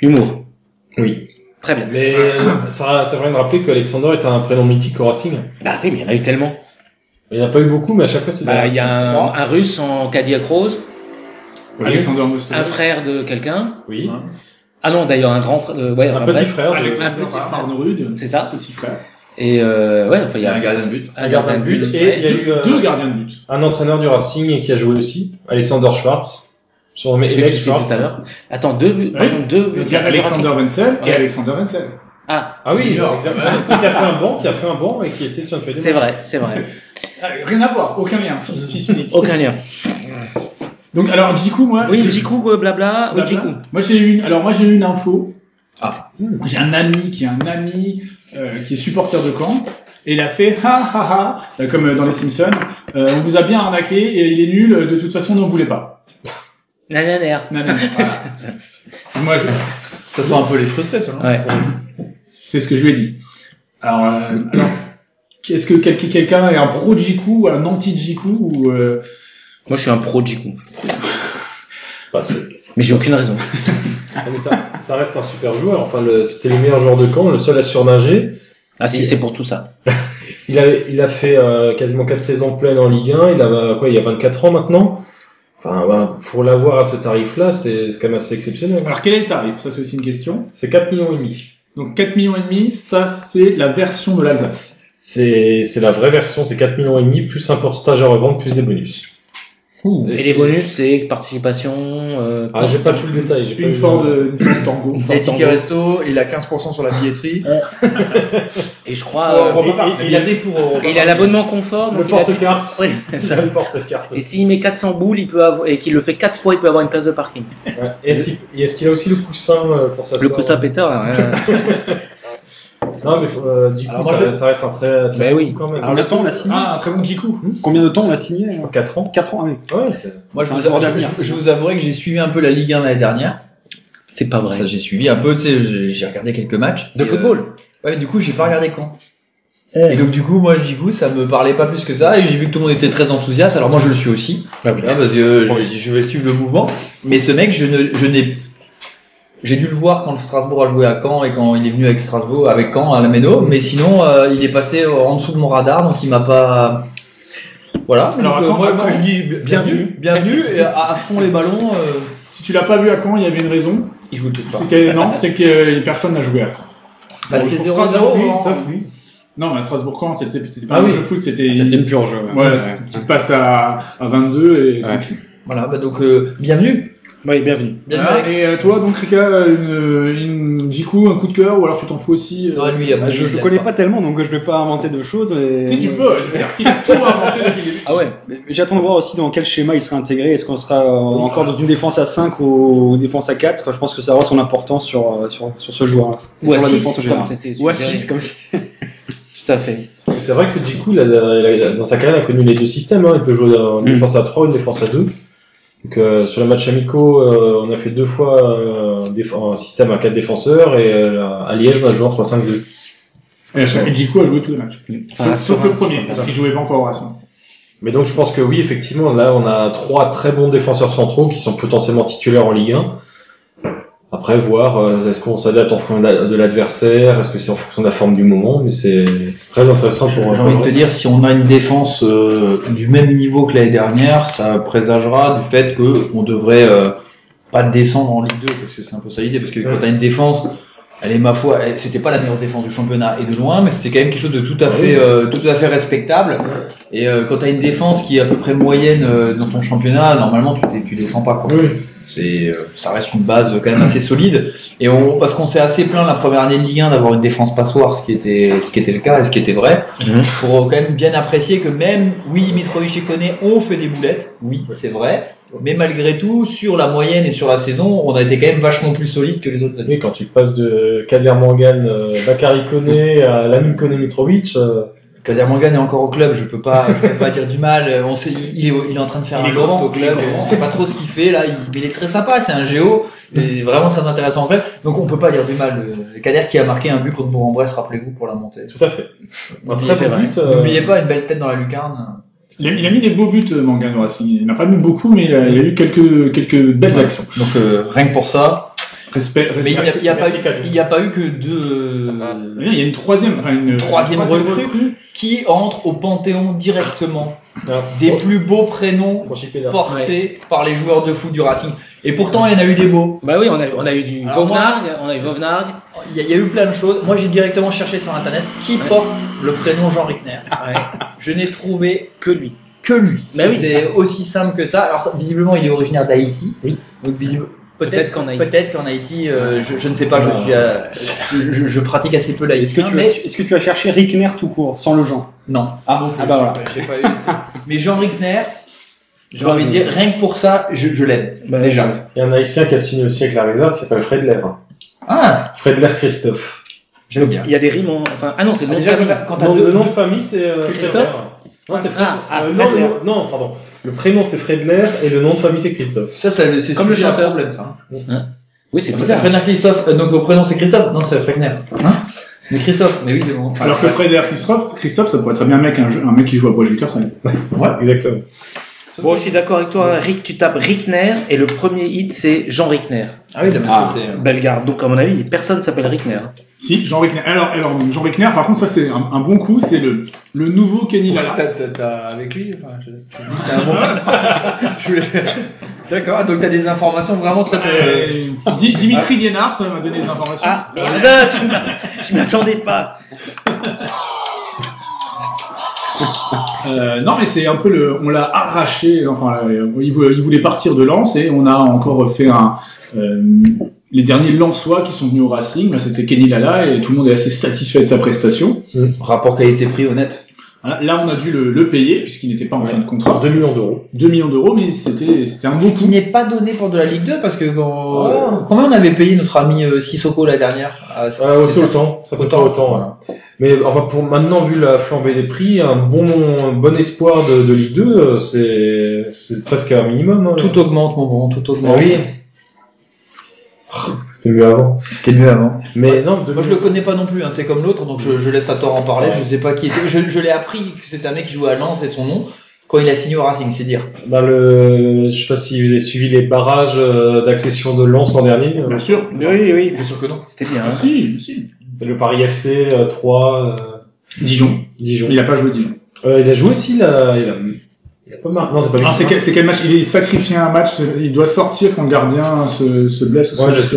S5: Humour.
S2: Oui.
S5: Très bien.
S2: Mais euh, ça, ça vient de rappeler qu'Alexander est un prénom mythique au Racing.
S5: Bah oui, mais il y en a eu tellement.
S2: Il n'y en a pas eu beaucoup, mais à chaque fois c'est
S5: Bah,
S2: des-
S5: il y a un, un russe en Cadillac Rose,
S2: Oui.
S1: Alexander
S5: un
S1: Mostov.
S5: frère de quelqu'un.
S2: Oui.
S5: Ah non, d'ailleurs, un grand frère. euh, ouais,
S2: Un
S5: enfin,
S2: petit
S5: bref.
S2: frère. de-
S1: Alexander
S5: Un petit frère.
S1: Arnaud Rude.
S5: C'est ça.
S1: Petit frère.
S5: Et euh, ouais, enfin, il y a un,
S6: gardien de but.
S2: Un gardien de but. Et
S5: ouais.
S2: il y a eu euh,
S1: Deux gardiens de but.
S2: un entraîneur du Racing qui a joué aussi, Alexander Schwartz. Son nom est
S5: Celui que
S2: Alex
S5: tu citais tout
S2: Schwartz.
S5: à l'heure. Attends, deux buts.
S1: Oui.
S5: pardon, deux buts.
S1: Donc, il y a Alexander Wenzel et
S5: Ouais.
S1: Alexander Wenzel.
S5: Ah,
S2: Ah oui,
S6: Junior.
S2: exactement. qui a fait un banc, qui a fait un banc et qui était sur une feuille de
S5: c'est
S2: match.
S5: vrai, c'est vrai.
S1: Ah, Rien à voir, aucun lien, fils, fils unique.
S5: Aucun lien.
S1: Donc alors du coup moi,
S5: Oui,
S1: j'ai-
S5: petit coup, euh, blabla. Oui,
S1: Blabla.
S5: petit coup.
S1: moi j'ai une, alors moi j'ai une info.
S6: Ah.
S1: J'ai un ami qui est un ami euh, qui est supporter de Caen et il a fait ha ha ha euh, comme euh, dans les Simpsons. euh, on vous a bien arnaqué et il est nul. euh, De toute façon, n'en voulait pas.
S5: Nananer.
S1: Non, non, non, voilà. moi je,
S6: Ça sent un peu les frustrés, ça.
S5: Ouais.
S1: c'est ce que je lui ai dit. Alors, euh, alors est-ce que quel- quelqu'un est un pro Jiku ou un anti Jiku ou euh,
S5: Moi, je suis un pro de Jiku.
S2: Bah, c'est-
S5: Mais j'ai aucune raison.
S2: Ah, mais ça, ça reste un super joueur. Enfin, le- c'était le meilleur joueur de camp, le seul à surnager.
S5: Ah si, c'est pour tout ça.
S2: Il a, il a fait euh, quasiment 4 saisons pleines en Ligue 1. Il a euh, quoi Il y a 24 ans maintenant. Enfin, bah, pour l'avoir à ce tarif-là, c'est c'est quand même assez exceptionnel.
S1: alors quel est le tarif Ça c'est aussi une question.
S2: C'est 4 millions et demi.
S1: Donc 4 millions et demi, ça c'est la version de l'Alsace.
S2: C'est c'est la vraie version. C'est 4 millions et demi plus un pourcentage à revendre plus des bonus.
S1: Euh,
S5: Et
S2: c'est-
S5: les bonus, c'est participation. euh,
S2: Ah, j'ai pas tout le détail. j'ai pas
S1: Une
S2: eu-
S1: Ford, une Ford Tango.
S6: euh, Les tickets resto, il a 15% sur la billetterie.
S5: Et je crois. euh,
S6: Oh, Europa Park.
S2: et- et-
S6: il y avait pour Europa
S5: il a
S6: Park.
S5: l'abonnement confort.
S2: Le
S5: donc il a-
S2: porte-carte.
S5: Oui, c'est ça.
S2: Le porte-carte.
S5: Et s'il met 400 boules, il peut avoir, et qu'il le fait 4 fois, il peut avoir une place de parking.
S2: Ouais. Et Est-ce qu'il et est-ce qu'il a aussi le coussin euh, pour s'asseoir
S5: Le coup, ça pétard. hein.
S2: Non, mais faut, euh, du coup,
S6: Alors, moi,
S2: ça,
S6: je-
S2: ça reste un très, très
S5: Bah
S2: bon
S5: oui.
S2: quand même.
S4: Alors, le temps, on l'a signé.
S1: Ah, un très bon Jiku.
S4: Combien de temps on l'a signé euh,
S2: 4 ans.
S4: 4 ans, oui.
S2: Ah Ouais, c'est-
S6: Moi, je
S4: C'est un
S6: vous,
S4: joueur
S6: je-
S4: d'avenir,
S6: je-
S4: c'est
S6: je vous avouerai que j'ai suivi un peu la Ligue 1 l'année dernière.
S5: C'est pas vrai.
S6: Ça, j'ai suivi un peu, tu sais, j'ai- j'ai regardé quelques matchs.
S5: De
S6: Et,
S5: football.
S6: euh, ouais, mais du coup, j'ai pas regardé quand.
S5: Eh.
S6: Et donc, du coup, moi, du coup, ça me parlait pas plus que ça. Et j'ai vu que tout le monde était très enthousiaste. Alors, moi, je le suis aussi.
S5: Ah
S6: Hein, parce que euh, je, je vais suivre le mouvement. Mais ce mec, je ne, je n'ai, j'ai dû le voir quand le Strasbourg a joué à Caen et quand il est venu avec Strasbourg, avec Caen à la Méno. Mais sinon, euh, il est passé en dessous de mon radar, donc il m'a pas. Voilà.
S1: Alors, à
S6: Donc, euh,
S1: Caen,
S6: moi,
S1: à
S6: moi,
S1: Caen.
S6: je dis bienvenue, bienvenue, et à, à fond les ballons. euh,
S1: Si tu l'as pas vu à Caen, il y avait une raison.
S6: il joue peut-être pas.
S1: C'est que, non, c'est que euh, personne n'a joué à Caen.
S6: Parce que
S1: Bon,
S6: Bah, c'est
S1: pour
S6: 0-0,
S1: Strasbourg,
S6: hein.
S1: sauf lui. Non, mais à Strasbourg-Caen, c'était c'était pas
S2: Ah
S1: un
S2: oui.
S1: jeu de foot, c'était.
S4: C'était une purge. ouais.
S1: Voilà,
S4: Ouais.
S1: c'était une petite passe à, à 22 et.
S4: Ouais.
S6: Voilà, bah donc euh, bienvenue. Ah,
S5: Oui, bienvenue.
S6: Bienvenue
S1: Voilà,
S6: Alex.
S1: et euh, toi, donc, Rika, une, une Jiku, un coup de cœur, ou alors tu t'en fous aussi euh,
S6: Non, lui, il a pas-
S4: Je
S6: il
S4: le
S6: l'a
S4: connais
S6: Bah, pas.
S4: pas tellement, donc je vais pas inventer de choses. et-
S1: Si tu peux, je veux dire qu'il a tout inventé depuis le début.
S5: Ah ouais.
S4: Mais J'attends de voir aussi dans quel schéma il sera intégré. Est-ce qu'on sera euh, encore dans une défense à 5 ou une défense à 4 Je pense que ça aura son importance sur, euh, sur, sur ce joueur-là.
S5: Ou à
S4: Sur la
S5: 6,
S4: défense en
S5: comme
S4: général.
S5: c'était.
S4: Ou à
S5: suggéré.
S4: 6, comme ça.
S5: Tout à fait.
S2: Et C'est vrai que Djikou, il a- il a- il a- dans sa carrière, il a connu les deux systèmes. hein. Il peut jouer en
S4: Mm.
S2: défense à 3 une défense à 2. Donc, euh, sur le match amicaux, euh, on a fait deux fois euh, un déf- un système à 4 défenseurs et euh, à Liège, on a joué en 3-5-2.
S1: Et chaque- et Jiku a joué tous les matchs. sauf sauf
S5: Enfin, Ah, sur un-
S1: le premier, parce qu'il jouait pas encore au Racing.
S2: Mais donc, je pense que oui, effectivement, là, on a trois très bons défenseurs centraux qui sont potentiellement titulaires en Ligue 1. Après, voir, euh, est-ce qu'on s'adapte en fonction de la- de l'adversaire, est-ce que c'est en fonction de la forme du moment, mais c'est c'est très intéressant pour
S6: J'ai envie de te dire, si on a une défense euh, du même niveau que l'année dernière, ça présagera du fait que on devrait euh, pas descendre en Ligue 2, parce que c'est un peu ça l'idée, parce que quand
S2: Ouais.
S6: t'as une défense, elle est ma foi, elle- c'était pas la meilleure défense du championnat et de loin, mais c'était quand même quelque chose de tout à fait, euh, tout à fait respectable. Et euh, quand t'as une défense qui est à peu près moyenne euh, dans ton championnat, normalement tu, t'es- tu descends pas. Quoi.
S2: Oui.
S6: C'est, euh, ça reste une base quand même assez solide. Et on, parce qu'on s'est assez plaint la première année de Ligue 1 d'avoir une défense passoire, ce qui était, ce qui était le cas et ce qui était vrai,
S2: Mhm.
S6: pour euh, quand même bien apprécier que même, oui, Mitrovic et Koné ont fait des boulettes, oui, c'est vrai, mais malgré tout, sur la moyenne et sur la saison, on a été quand même vachement plus solide que les autres années.
S2: Oui, quand tu passes de Kader Mangan, euh, Bakary Koné à Lamine Koné Mitrovic, euh,
S6: Kader Mangan est encore au club, je peux pas, je peux pas dire du mal. euh, On sait, il est, au- il est en train de faire
S5: Il
S6: un
S5: est
S6: loft
S5: grand,
S6: au club.
S5: il est grand.
S6: On sait pas trop ce qu'il fait là. Il, mais il est très sympa, c'est un géo, il est vraiment très intéressant en club. Donc on peut pas dire du mal. euh, Kader qui a marqué un but contre Bourg-en-Bresse, rappelez-vous pour la montée.
S2: tout à fait. Un
S6: N'oubliez
S2: très bon
S6: pas-
S2: but. euh,
S6: N'oubliez pas une belle tête dans la lucarne.
S1: Il a, il a mis des beaux buts, euh, Mangano Racing. Il n'a pas mis beaucoup, mais il a, il a eu quelques, quelques belles actions.
S6: Donc euh, rien que pour ça.
S1: Respect,
S6: Mais
S1: respect.
S6: il n'y a, il y a pas
S2: merci,
S6: eu-
S2: Kader.
S6: il y a pas eu que deux.
S5: Ah,
S1: Il y a une troisième, enfin une
S6: Troisième recrue. qui entre au Panthéon directement
S2: ah,
S6: des
S2: Fran-
S6: plus beaux prénoms
S2: Franchi Pénard.
S6: portés par les joueurs de foot du Racing. Et pourtant, il y en a eu des beaux.
S5: Bah oui, on a, on a eu du
S6: Alors moi-
S5: Vauvenargue, on a eu Vauvenargue.
S6: Il y, a- il y a eu plein de choses. Moi, j'ai directement cherché sur Internet qui
S5: Ouais.
S6: porte le prénom Jean Rickner.
S5: Ouais.
S6: Je n'ai trouvé
S5: Que lui.
S6: que lui.
S5: Bah
S6: C'est-
S5: oui.
S6: C'est aussi simple que ça. Alors, visiblement, il est originaire d'Haïti.
S2: Oui.
S6: Donc, visible-
S5: Peut-être qu'en Haïti.
S6: Peut-être qu'en Haïti, euh, je, je ne sais pas, je,
S2: Ah.
S6: suis, euh, je, je- je pratique assez peu l'haïtien.
S4: Est-ce que, tu
S6: mais-
S4: as, est-ce que tu as cherché Rickner tout court, sans le genre
S6: Non.
S4: Ah, ah bah voilà.
S6: J'ai pas eu ça. Mais Jean Rickner, j'ai
S4: Ouais,
S6: envie de
S4: je-
S6: dire, rien que pour ça, je, je l'aime.
S5: Bah
S6: déjà.
S2: Il y a un haïtien qui a signé aussi avec la réserve qui s'appelle Fred Lèvre.
S6: Ah,
S2: Fred Lèvre Christophe.
S6: j'aime bien.
S5: Il y a des rimes en... Enfin, ah non, c'est le
S6: Ah,
S5: nom de
S6: déjà, quand
S5: famille.
S6: t'as- quand t'as
S2: Non,
S6: deux
S2: le nom de famille, c'est euh, Fred
S5: Christophe
S2: Lèvre. Non, c'est Fred.
S5: Ah, ah,
S2: euh,
S5: Fred
S2: non, le
S5: Lèvre.
S2: nom- non, pardon. Le prénom, c'est Fred Lèvre et le nom de famille, c'est Christophe.
S6: Ça, ça c'est
S5: Comme le
S6: sujet à
S5: chanteur.
S6: problème, ça.
S5: Oui, c'est bizarre.
S6: Fredner Christophe, euh, donc le prénom c'est Christophe Non, c'est Fredner. Hein mais Christophe, mais oui, c'est bon. Enfin,
S1: Alors que Fred Air Christophe, Christophe, ça pourrait être très bien un mec, un, jeu- un mec qui joue à Bois ça.
S2: Exactement.
S5: Bon, je suis d'accord avec toi. hein. Rick, tu tapes Rickner et le premier hit, c'est Jean Rickner.
S6: Ah oui, là, mais
S4: Ah.
S6: ça, c'est.
S5: Bellegarde. Donc, à mon avis, personne s'appelle Rickner. hein.
S1: Si, Jean Rickner. Alors, alors Jean Rickner, par contre, ça c'est un, un bon coup, c'est le, le nouveau Kenny Lala.
S6: T'as- t'as- euh, t'as avec lui enfin, je, je dis que c'est un bon. Je voulais- D'accord, ah, donc t'as des informations vraiment très.
S1: Euh, Di-
S6: ah.
S1: Dimitri Liénard, ça m'a donné des informations.
S5: Ah, merde, tu m'as- je m'attendais pas.
S1: Euh, non, mais c'est un peu le. On l'a arraché. Enfin, euh, il, voulait, il voulait partir de Lens et on a encore fait un. euh, les derniers Lensois qui sont venus au Racing, bah, c'était Kenny Lala et tout le monde est assez satisfait de sa prestation.
S6: Rapport qualité-prix honnête.
S1: Voilà, Là, on a dû le, le payer puisqu'il n'était pas en fin de contrat.
S2: 2 millions d'euros.
S1: 2 millions d'euros, mais c'était c'était un beau
S6: Ce qui
S1: coup.
S6: n'est pas donné pour de la Ligue 2 parce que quand... combien on avait payé notre ami euh, Sissoko la dernière Ah, c'est-
S2: Euh, aussi
S6: c'est-
S2: autant, ça coûte pas autant. voilà. Mais enfin, pour maintenant, vu la flambée des prix, un bon, un bon espoir de, de Ligue 2, euh, c'est, c'est presque un minimum. hein.
S6: Tout augmente, mon bon, tout
S2: Ah
S6: augmente.
S2: oui. C'était mieux avant.
S6: C'était mieux avant.
S2: Mais non, de
S6: Moi je le connais pas non plus, hein, c'est comme l'autre, donc je, je laisse à tort en parler. Je sais pas qui était. Je, je l'ai appris que c'était un mec qui jouait à Lens et son nom quand il a signé au Racing, c'est dire.
S2: dans bah, le, je sais pas si vous avez suivi les barrages euh, d'accession de Lens l'an dernier. euh,
S1: Bien sûr.
S5: Oui, oui.
S6: Bien sûr que non.
S5: C'était bien.
S1: Ah,
S5: hein.
S1: si, si.
S2: Le Paris FC, euh, 3, euh,
S1: Dijon.
S2: Dijon.
S1: Il n'a pas joué Dijon.
S2: Euh, il a joué aussi, il a, il a, il a pas marqué. Non, c'est pas lui.
S1: Ah,
S2: qui
S1: c'est
S2: marque.
S1: quel, c'est quel match Il est sacrifié à un match. Il doit sortir quand le gardien se, se blesse. ou
S2: Ouais,
S1: se
S2: je sais.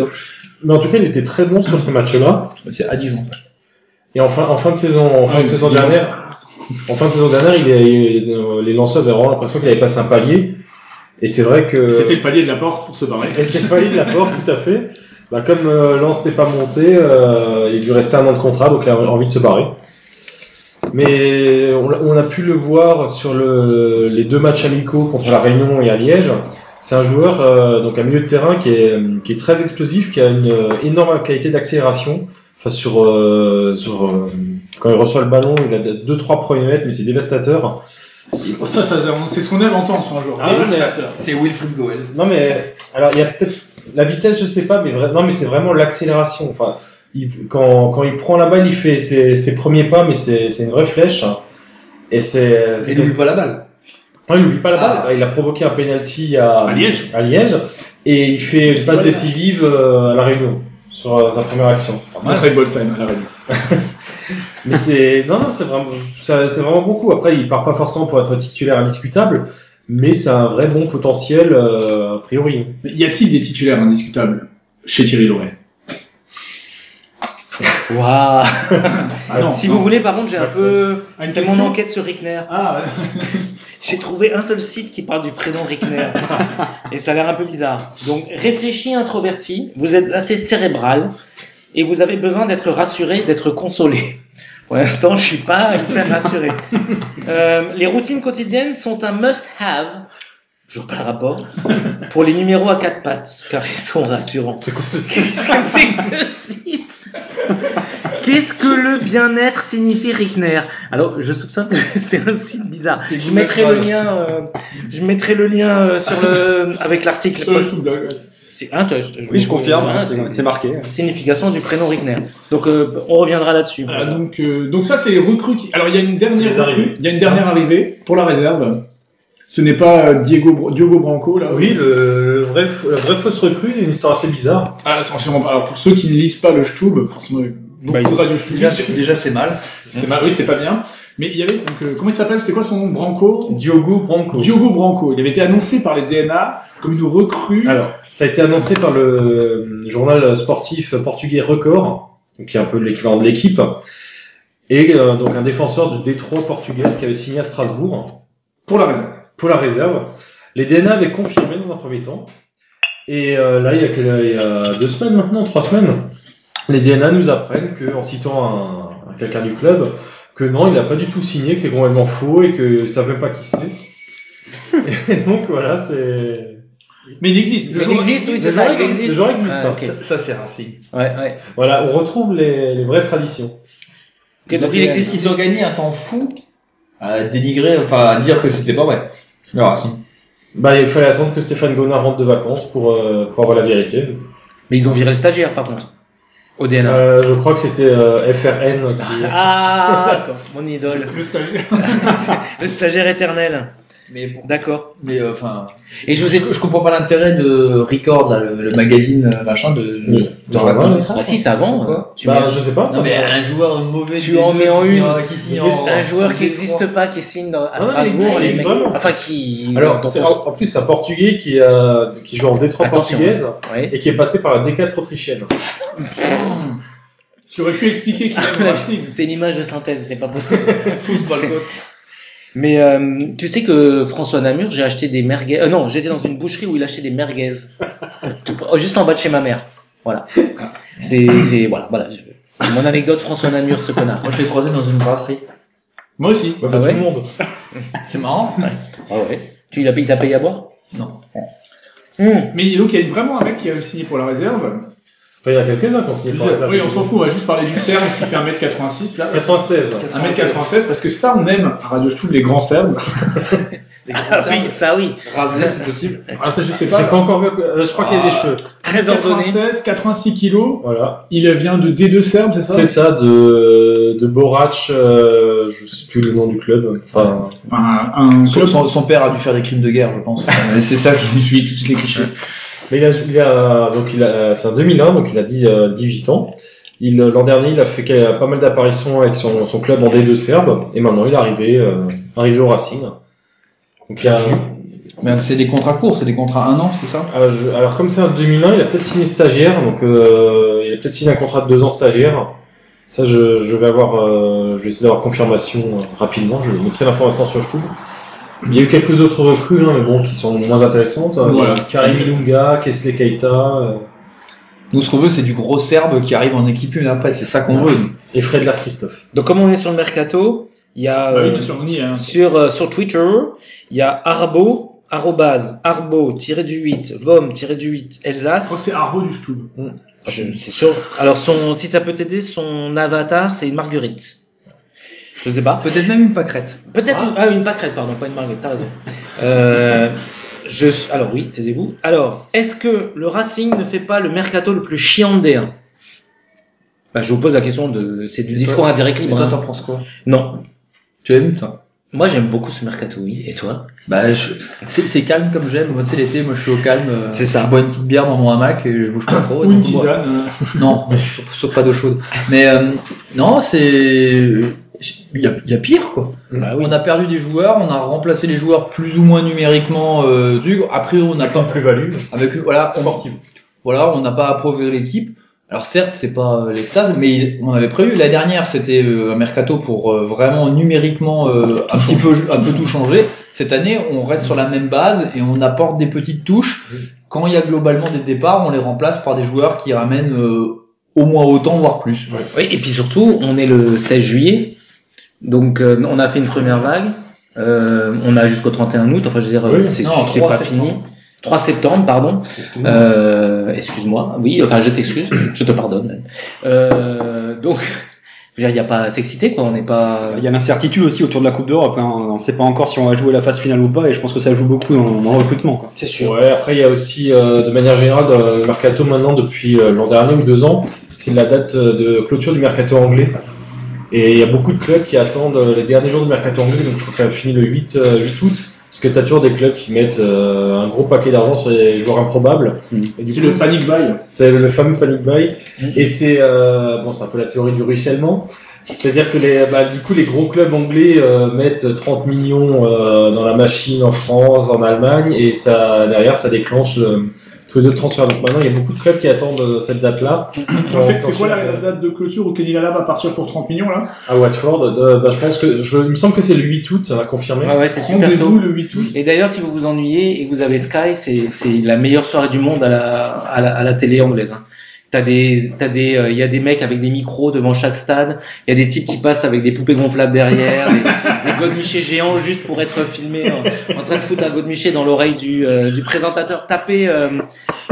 S2: Mais en tout cas, il était très bon sur ces matchs-là.
S6: Bah, C'est à Dijon.
S2: Et en fin, en fin de saison, en fin
S1: Ouais,
S2: de saison
S1: Ah, il-
S2: dernière, en fin de saison dernière, il est, il- euh, les lanceurs avaient vraiment l'impression qu'il avait passé un palier. Et c'est vrai que
S1: C'était le palier de la porte pour se barrer.
S2: Et c'était le palier de la porte, tout à fait. Bah, comme euh, Lens n'est pas monté, euh, il lui restait un an de contrat, donc il a envie de se barrer. Mais on, l'a- on a pu le voir sur le, les deux matchs amicaux contre la Réunion et à Liège. C'est un joueur, euh, donc un milieu de terrain qui est, qui est très explosif, qui a une euh, énorme qualité d'accélération. Enfin, sur, euh, sur, euh, quand il reçoit le ballon, il a deux trois premiers mètres, mais c'est dévastateur.
S1: Oh, Ça, ça, c'est ce qu'on aime entendre sur un joueur.
S2: Ah, mais-
S6: C'est Wilfried Goel.
S2: Non mais alors il y a peut-être la vitesse, je sais pas, mais vra- non mais c'est vraiment l'accélération. Enfin, il- quand, quand il prend la balle, il fait ses, ses premiers pas, mais c'est c'est une vraie flèche. hein. Et c'est c'est
S6: Il n'oublie pas la balle.
S2: non, il oublie pas la balle.
S6: Ah.
S2: Il a provoqué un penalty à,
S1: À Liège.
S2: à Liège, et il fait une passe décisive euh, à la Réunion sur euh, sa première action.
S1: Après Goldstein, à la radio.
S2: Mais c'est non, non, c'est vraiment ça- c'est vraiment beaucoup. Après, il part pas forcément pour être titulaire indiscutable, mais c'est un vrai bon potentiel euh, a priori.
S1: Mais y a-t-il des titulaires indiscutables chez Thierry Loret
S5: Waouh.
S1: Ah non.
S5: Si vous voulez, par contre, j'ai un
S2: Maxence.
S5: peu
S1: Ah, une
S5: fait
S1: question
S5: mon enquête sur Rickner.
S1: Ah,
S5: J'ai trouvé un seul site qui parle du prénom Rickner. et ça a l'air un peu bizarre. Donc, réfléchi, introverti, vous êtes assez cérébral et vous avez besoin d'être rassuré, d'être consolé. Pour l'instant, je suis pas hyper rassuré. Euh, les routines quotidiennes sont un must-have. Toujours pas le rapport. Pour les numéros à quatre pattes, car ils sont rassurants.
S2: C'est quoi ce
S5: Qu'est-ce que c'est que ce site Qu'est-ce que le bien-être signifie Rickner Alors, je soupçonne que c'est un site bizarre. Je mettrai le lien, euh, je mettrai le lien euh, sur le, avec l'article.
S1: Sur le Stoublog, ouais.
S5: C'est un touch.
S4: Oui, je confirme,
S5: Voilà,
S4: hein, c'est- c'est marqué.
S5: signification du prénom Rickner. Donc euh, on reviendra là-dessus.
S1: Voilà, donc, euh, donc ça, c'est les recrues. Qui... Alors, il y a une dernière
S2: C'est les
S1: recrue.
S2: arrivées.
S1: Il y a une dernière arrivée pour la réserve. Ce n'est pas euh, Diego, Br- Diogo Branco, là.
S2: Ah Oui, le, le vrai, f- la vraie fausse recrue, il y a une histoire assez bizarre.
S1: Ah, c'est sûrement pas. Alors, pour ceux qui ne lisent pas le Stub, forcément, beaucoup
S6: Bah, il-
S1: de radio Stub.
S6: Déjà, c'est- déjà, c'est mal.
S1: C'est mal- oui, c'est pas bien. Mais il y avait, donc, euh, comment il s'appelle C'est quoi son nom Branco
S2: Diogo Branco.
S1: Diogo Branco. Il avait été annoncé par les DNA comme une recrue.
S2: Alors, ça a été annoncé par le euh, journal sportif portugais Record, donc qui est un peu l'équivalent de l'équipe, et euh, donc un défenseur de Détroit portugaise qui avait signé à Strasbourg
S1: Pour la réserve.
S2: pour la réserve. Les DNA avaient confirmé dans un premier temps, et euh, là, il y, a, que- il y a deux semaines maintenant, trois semaines, les DNA nous apprennent que, en citant un, un quelqu'un du club, que non, il n'a pas du tout signé, que c'est complètement faux et que ne savent même pas qui c'est. Et donc voilà, c'est.
S1: Mais il existe.
S5: Il existe, oui, c'est ça. Il
S2: Le
S5: existe.
S2: genre existe.
S5: Ah,
S2: hein.
S5: ok.
S6: Ça, ça, c'est un signe.
S5: Ouais, ouais.
S2: Voilà, on retrouve les, les vraies traditions.
S5: Ok, donc il existe.
S6: Ils ont gagné un temps fou à dénigrer, enfin à dire que c'était pas vrai. Le Racing.
S2: Bah, il fallait attendre que Stéphane Gonard rentre de vacances pour, euh, pour avoir la vérité.
S5: Mais ils ont viré le stagiaire par contre. Au DNA.
S2: Euh, je crois que c'était euh, FRN qui.
S5: Ah, d'accord. mon idole.
S1: Le stagiaire.
S5: Le stagiaire éternel.
S6: Mais bon.
S5: D'accord.
S6: Mais euh, enfin. et je, vous ai- je comprends pas l'intérêt de Record, là, le, le magazine euh, machin de.
S2: Oui.
S6: de- de
S2: Je vois,
S6: raconter
S2: c'est
S6: ça.
S5: Ah si, c'est avant.
S6: Pourquoi
S5: euh, tu
S2: Bah,
S5: mets-
S2: je sais pas.
S6: Non,
S2: parce
S6: mais
S2: que-
S6: un joueur mauvais.
S5: Tu
S6: des
S5: en
S6: deux
S5: mets en
S6: qui
S5: une.
S6: signe- euh, Qui signe en-
S5: un joueur qui
S6: en Détroit.
S5: n'existe pas, qui signe dans, à
S2: Ah non, il existe,
S5: Strasbourg,
S2: il
S5: les
S2: existe
S5: mecs-
S2: vraiment.
S5: enfin qui.
S2: Alors,
S5: dont
S2: c'est
S5: on-
S2: en, en plus, c'est un portugais qui, euh, qui joue en Détroit
S5: Attention.
S2: portugaise
S5: Ouais.
S2: et qui est passé par la D4 autrichienne.
S1: Tu aurais pu expliquer qu'il aime le Racing.
S5: C'est une image de synthèse, c'est pas possible. C'est- Mais euh, tu sais que François Namur, j'ai acheté des merguez. euh, non, j'étais dans une boucherie où il achetait des merguez. Tout pr- juste en bas de chez ma mère. Voilà. C'est c'est- voilà, voilà. je- C'est mon anecdote François Namur, ce connard.
S6: Moi, je l'ai croisé dans une brasserie.
S1: Moi aussi.
S2: Ouais, bah,
S5: Ah ouais
S2: Tout le monde.
S6: C'est marrant.
S5: Ah ouais. Tu l'as payé, t'as payé à boire
S6: Non.
S5: Hum.
S1: Mais donc, il y a vraiment un mec qui a signé pour la réserve.
S2: Enfin, il y en a quelques-uns qui ont signé par
S1: Oui, on s'en fout. On va juste parler du Serbe qui fait 1m86 là.
S2: 96.
S1: Ah, 1m96 parce que ça on aime à Radio Stouff les grands serbes.
S5: Ah oui, ça oui.
S6: Rasé, c'est possible.
S1: Alors Ah, ça je sais
S2: J'ai pas
S1: pas.
S2: encore vu. euh, Je crois qu'il y a des cheveux.
S1: Ah,
S5: Très ordonné.
S1: 96, 86 kilos.
S2: Voilà.
S1: Il vient de D2 serbe, c'est ça
S2: C'est ça, de, de Borac, euh, je sais plus le nom du club. Enfin,
S1: Un, un
S6: Son,
S1: club.
S6: son- son père a dû faire des crimes de guerre, je pense. Mais c'est ça qui suit tous les clichés.
S2: mais il a, il a- donc il a, c'est un 2001, donc il a 10, euh, 18 ans. Il, euh, l'an dernier, il a fait quel- pas mal d'apparitions avec son, son club en D2 serbe, et maintenant il est arrivé, euh, arrivé au Racing. Donc il y a-
S6: Mais c'est des contrats courts, c'est des contrats un an, c'est ça
S2: ah, je- alors comme c'est un 2001, il a peut-être signé stagiaire, donc euh, il a peut-être signé un contrat de deux ans stagiaire. Ça, je, je vais avoir, euh, je vais essayer d'avoir confirmation euh, rapidement. Je mettrai l'information sur YouTube. Il y a eu quelques autres recrues, hein, mais bon, qui sont moins intéressantes.
S1: Voilà.
S2: Euh, Karim Ilunga, Kesley Keita euh,
S6: Nous, ce qu'on veut, c'est du gros serbe qui arrive en équipe une après. C'est ça qu'on veut. nous.
S2: et Fred La Christophe.
S5: Donc comme on est sur le mercato, il y a
S1: Ah oui,
S5: euh,
S1: bien sûr, on y est, hein.
S5: sur euh, sur Twitter, il y a Arbo arrobase arbo du 8 vom du 8
S1: Je crois que
S5: Alsace.
S1: c'est Arbo du Stub.
S5: Ah, Je c'est sûr. Alors son, si ça peut t'aider, son avatar c'est une marguerite. Je sais pas.
S6: Peut-être même une pâquerette.
S5: Peut-être une, ah, une pâquerette, pardon, pas une marguerite. T'as raison. Euh, je, suis- alors oui, taisez-vous. Alors, est-ce que le Racing ne fait pas le mercato le plus chiant de D1 bah, je vous pose la question de, c'est du
S6: Et
S5: discours
S6: toi-
S5: indirect
S6: Et
S5: libre.
S6: toi,
S5: hein.
S6: t'en penses quoi
S5: Non.
S6: Tu aimes, toi
S5: Moi, j'aime beaucoup ce mercato, oui. Et toi?
S6: Bah, je- c'est c'est calme comme j'aime. Moi, Tu sais, l'été, moi, je suis au calme. euh,
S5: C'est ça.
S6: Je bois une petite bière dans mon hamac et je bouge pas trop.
S1: Ou une
S6: Donc, moi-
S1: tisane. euh.
S6: Non, surtout pas d'eau chaude. Mais euh, non, c'est. Il y, a- il y a pire quoi. On a perdu des joueurs, on a remplacé les joueurs plus ou moins numériquement. Euh, du- a priori, on n'a
S2: D'accord,
S6: pas.
S2: plus value
S6: Avec, voilà, on,
S2: sportive.
S6: voilà, on n'a pas approuvé l'équipe. Alors certes, c'est pas euh, l'extase, mais il- on avait prévu la dernière, c'était euh, un mercato pour euh, vraiment numériquement euh, un petit peu un peu tout changer. Cette année, on reste sur la même base et on apporte des petites touches. Quand il y a globalement des départs, on les remplace par des joueurs qui ramènent euh, au moins autant, voire plus.
S5: Oui, et puis surtout, on est le 16 juillet, donc euh, on a fait une première vague, euh, on a jusqu'au 31 août, enfin je veux dire, euh,
S2: Oui.
S5: c'est
S6: Non,
S5: c'est
S6: 3
S5: pas
S6: septembre.
S5: fini. 3 septembre, pardon. Euh, Excuse-moi, oui, enfin je t'excuse, je te pardonne. Euh, donc, je veux dire, il n'y a pas à s'exciter, quoi, on n'est pas...
S4: Il y a l'incertitude aussi autour de la Coupe d'Europe. hein. On ne sait pas encore si on va jouer la phase finale ou pas, et je pense que ça joue beaucoup dans, dans le recrutement. quoi.
S5: C'est sûr.
S2: Ouais, après, il y a aussi, euh, de manière générale, dans le mercato maintenant, depuis euh, l'an dernier ou deux ans, c'est la date euh, de clôture du mercato anglais. Et il y a beaucoup de clubs qui attendent euh, les derniers jours du mercato anglais, donc je crois que ça finit le 8, euh, 8 août. Parce que tu as toujours des clubs qui mettent euh, un gros paquet d'argent sur les joueurs improbables.
S5: Mmh.
S4: Mhm.
S2: Et du
S1: C'est
S2: coup,
S1: le panic buy.
S2: C'est le fameux panic buy.
S1: Mm-hmm.
S2: Et c'est euh, bon, c'est un peu la théorie du ruissellement. C'est-à-dire que les, bah, du coup, les gros clubs anglais euh, mettent 30 millions euh, dans la machine en France, en Allemagne, et ça, derrière, ça déclenche euh, tous les autres transferts. Donc maintenant, il y a beaucoup de clubs qui attendent euh, cette date-là. euh,
S1: On sait que c'est quoi la, la date de clôture où Kenny Lala va partir pour 30 millions là
S2: À Watford, euh, bah, je pense que, je, il me semble que c'est le 8 août, à confirmer.
S1: Ah.
S5: Ouais, ouais, c'est super tôt.
S1: Rendez-vous le 8 août.
S5: Et d'ailleurs, si vous vous ennuyez et que vous avez Sky, c'est c'est la meilleure soirée du monde à la, à la, à la télé anglaise. hein. T'as des, t'as des, euh, il y a des mecs avec des micros devant chaque stade. Il y a des types qui passent avec des poupées gonflables derrière, des, des godemichés géants juste pour être filmés en, en train de foutre un godemiché dans l'oreille du, euh, du présentateur. Tapez euh,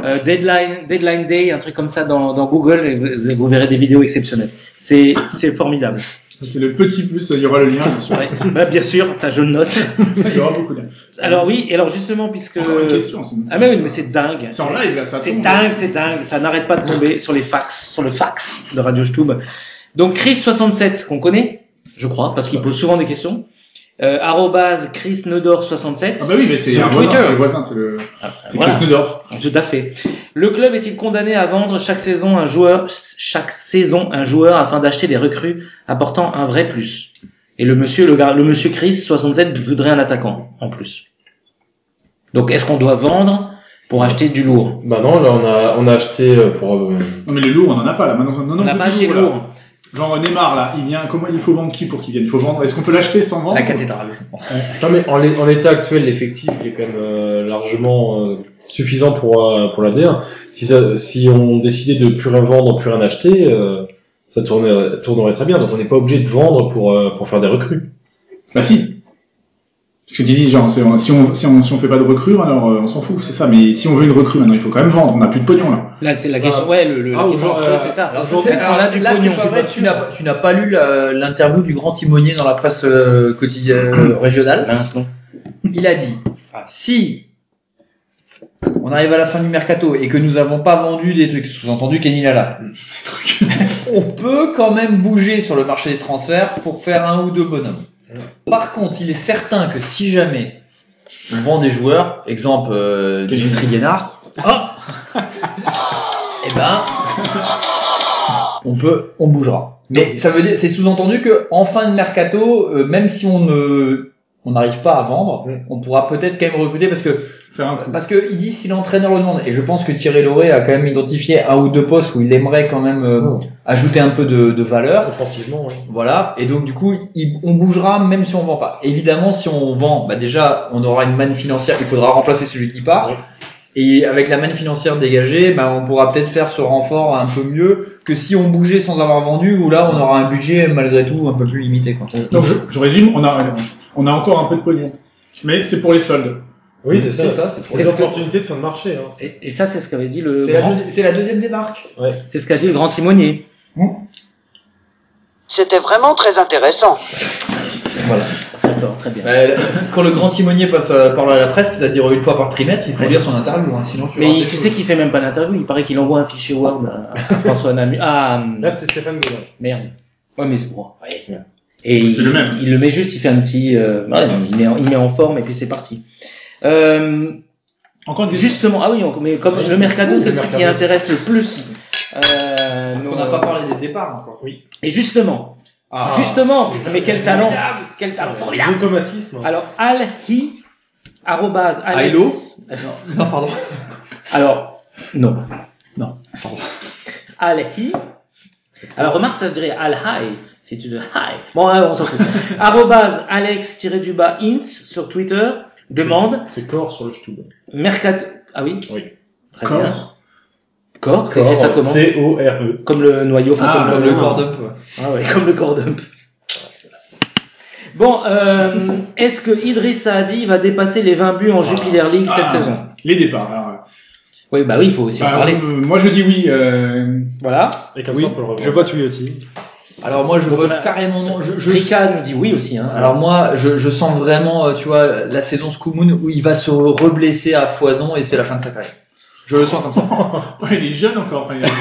S5: euh, deadline, deadline day, un truc comme ça dans, dans Google, et vous, vous verrez des vidéos exceptionnelles. C'est, c'est formidable.
S1: C'est le petit plus, il y aura le lien bien sûr.
S5: Ouais. Bah, bien sûr, t'as, je le note.
S1: Il y aura beaucoup de
S5: Alors oui, et alors justement puisque
S1: Encore une question. c'est-
S5: ah mais oui, mais c'est dingue.
S1: C'est en live là, ça
S5: C'est
S1: tombe.
S5: dingue, c'est dingue. Ça n'arrête pas de tomber sur les fax, sur le fax de Radio Stube. Donc Chris67 qu'on connaît, je crois, parce qu'il pose souvent des questions. Euh, arrobase chrisnodor67.
S1: Ah bah oui, mais c'est
S5: Sur
S1: un voisin,
S5: Twitter.
S1: c'est le voisin, c'est le. C'est
S5: Voilà.
S1: Chris Nudorf.
S5: Tout à fait. Le club est-il condamné à vendre chaque saison un joueur, chaque saison un joueur afin d'acheter des recrues apportant un vrai plus Et le monsieur, le, gar- le monsieur Chris 67 voudrait un attaquant en plus. Donc est-ce qu'on doit vendre pour acheter du lourd
S2: Bah non, là, on a, on a acheté euh, pour. euh,
S1: Non mais les lourds, on en a pas là. Maintenant, non, non,
S5: On n'a
S1: plus
S5: pas
S1: de
S5: acheté
S1: lourds, là.
S5: lourd.
S1: Genre Neymar là, il vient. Comment il faut vendre qui pour qu'il vienne Il faut vendre. Est-ce qu'on peut l'acheter sans vendre
S8: La cathédrale. je pense.
S2: Non, mais en, l'é- en l'état actuel, l'effectif il est quand même euh, largement euh, suffisant pour, euh, pour la D1. Si, ça- si on décidait de plus rien vendre, plus rien acheter, euh, ça tournerait, tournerait très bien. Donc on n'est pas obligé de vendre pour, euh, pour faire des recrues.
S1: Bah si. Parce que tu dis genre, c'est- si on, si, on, si on fait pas de recrue, alors euh, on s'en fout, c'est ça. Mais si on veut une recrue, maintenant il faut quand même vendre. On a plus de pognon là.
S5: Là, c'est la question. ouais, le, le
S2: Ah,
S5: la question
S2: aujourd'hui,
S5: creuse,
S2: euh,
S5: c'est ça.
S6: alors,
S5: Est-ce
S6: c'est-
S5: qu'on a
S6: alors,
S5: du
S6: ah, là,
S5: pognon
S6: c'est pas vrai, tu n'as tu n'as pas lu la- l'interview du grand timonier dans la presse euh, quotidienne euh, régionale.
S5: Mince, non.
S6: Il a dit si on arrive à la fin du mercato et que nous n'avons pas vendu des trucs, sous-entendu Kenny Lala, on peut quand même bouger sur le marché des transferts pour faire un ou deux bonhommes. Par contre, il est certain que si jamais on vend des joueurs, exemple euh, Dimitri Guénard, eh ben on peut, on bougera. Mais ça veut dire, c'est sous-entendu que en fin de mercato, euh, même si on ne, on n'arrive pas à vendre, on pourra peut-être quand même recruter parce que,
S1: Faire un coup.
S6: parce que il dit si l'entraîneur le demande. Et je pense que Thierry Lauré a quand même identifié un ou deux postes où il aimerait quand même euh,
S2: Oh.
S6: ajouter un peu de, de valeur.
S2: Offensivement, oui.
S6: Voilà. Et donc du coup, il- on bougera même si on vend pas. Évidemment, si on vend, bah déjà, on aura une manne financière. Il faudra remplacer celui qui part.
S2: Oui.
S6: Et avec la manne financière dégagée, bah, on pourra peut-être faire ce renfort un peu mieux que si on bougeait sans avoir vendu. Où là, on aura un budget malgré tout un peu plus limité. Quoi.
S2: Euh,
S1: Donc je, je résume, on a, on a encore un peu de pognon. Mais c'est pour les soldes.
S2: Oui, c'est ça. c'est
S5: les
S2: des opportunités de fin de marché. Hein.
S5: Et, et ça, c'est ce qu'avait dit le
S6: C'est la,
S5: grand-
S6: deuxi- c'est la deuxième démarque.
S5: c'est ce qu'a dit le grand timonier.
S9: C'était vraiment très intéressant.
S5: D'accord, très bien.
S6: Bah, quand le grand timonier passe euh, parle à la presse, c'est-à-dire une fois par trimestre, il faut lire son interview. hein, sinon, tu
S5: Mais
S6: rates
S5: il-
S6: des
S5: tu
S6: choses.
S5: sais qu'il fait même pas d'interview. Il paraît qu'il envoie un fichier Word à, à François Namu. Ah
S2: Là, c'était Stéphane Godin.
S5: merde. Ouais, mais c'est bon. ouais. Et il,
S1: C'est le même.
S5: il le met juste, il fait un petit, euh, ouais, il, met en, il met en forme et puis c'est parti. Euh,
S1: Encore une question.
S5: justement, ah oui, on- mais comme le mercato, c'est le truc qui intéresse le plus. Euh,
S6: Parce
S5: nos-
S6: qu'on n'a pas parlé des départs encore. Ah Oui.
S5: Et justement,
S6: Ah.
S5: Justement, mais quel talent, quel talent formidable.
S2: L'automatisme.
S5: Alors Al-Hi, arrobase Alex. Euh,
S6: Ailo Non, pardon.
S5: Alors, non. Non. Al-Hi.
S10: Alors remarque, ça se dirait Al-High. C'est une high.
S5: Bon, hein, on s'en fout. Arrobase Alex-du-bas Int sur Twitter demande
S2: C'est corps sur le stube.
S5: Mercato. Ah oui
S2: Oui.
S10: Très
S1: Corps.
S10: bien. Corps, t'écris ça comment
S2: C-O-R-E.
S10: Comme le noyau, enfin,
S4: Ah,
S10: comme, comme
S4: non.
S10: le corps de...
S5: Ah ouais, comme le cordon. Bon, euh, est-ce que Idriss Saadi va dépasser les 20 buts en Jupiler League cette
S1: Ah,
S5: saison
S1: Les départs. alors, euh.
S10: Oui, bah oui, il faut aussi
S1: bah,
S10: en parler.
S1: euh, moi, je dis oui. euh,
S5: Voilà.
S2: Et comme
S4: Oui,
S2: ça, on peut le revoir.
S4: je vote lui aussi.
S6: Alors moi je
S5: Donc,
S6: vote
S5: on a-
S6: carrément non. Je, je-
S5: Rika nous dit oui aussi. Hein.
S6: Alors moi je, je sens vraiment euh, tu vois la saison Scoumoun où il va se reblesser à foison et c'est la fin de sa carrière. Je le sens comme ça.
S1: ouais, il est jeune encore. enfin, il est- enfin,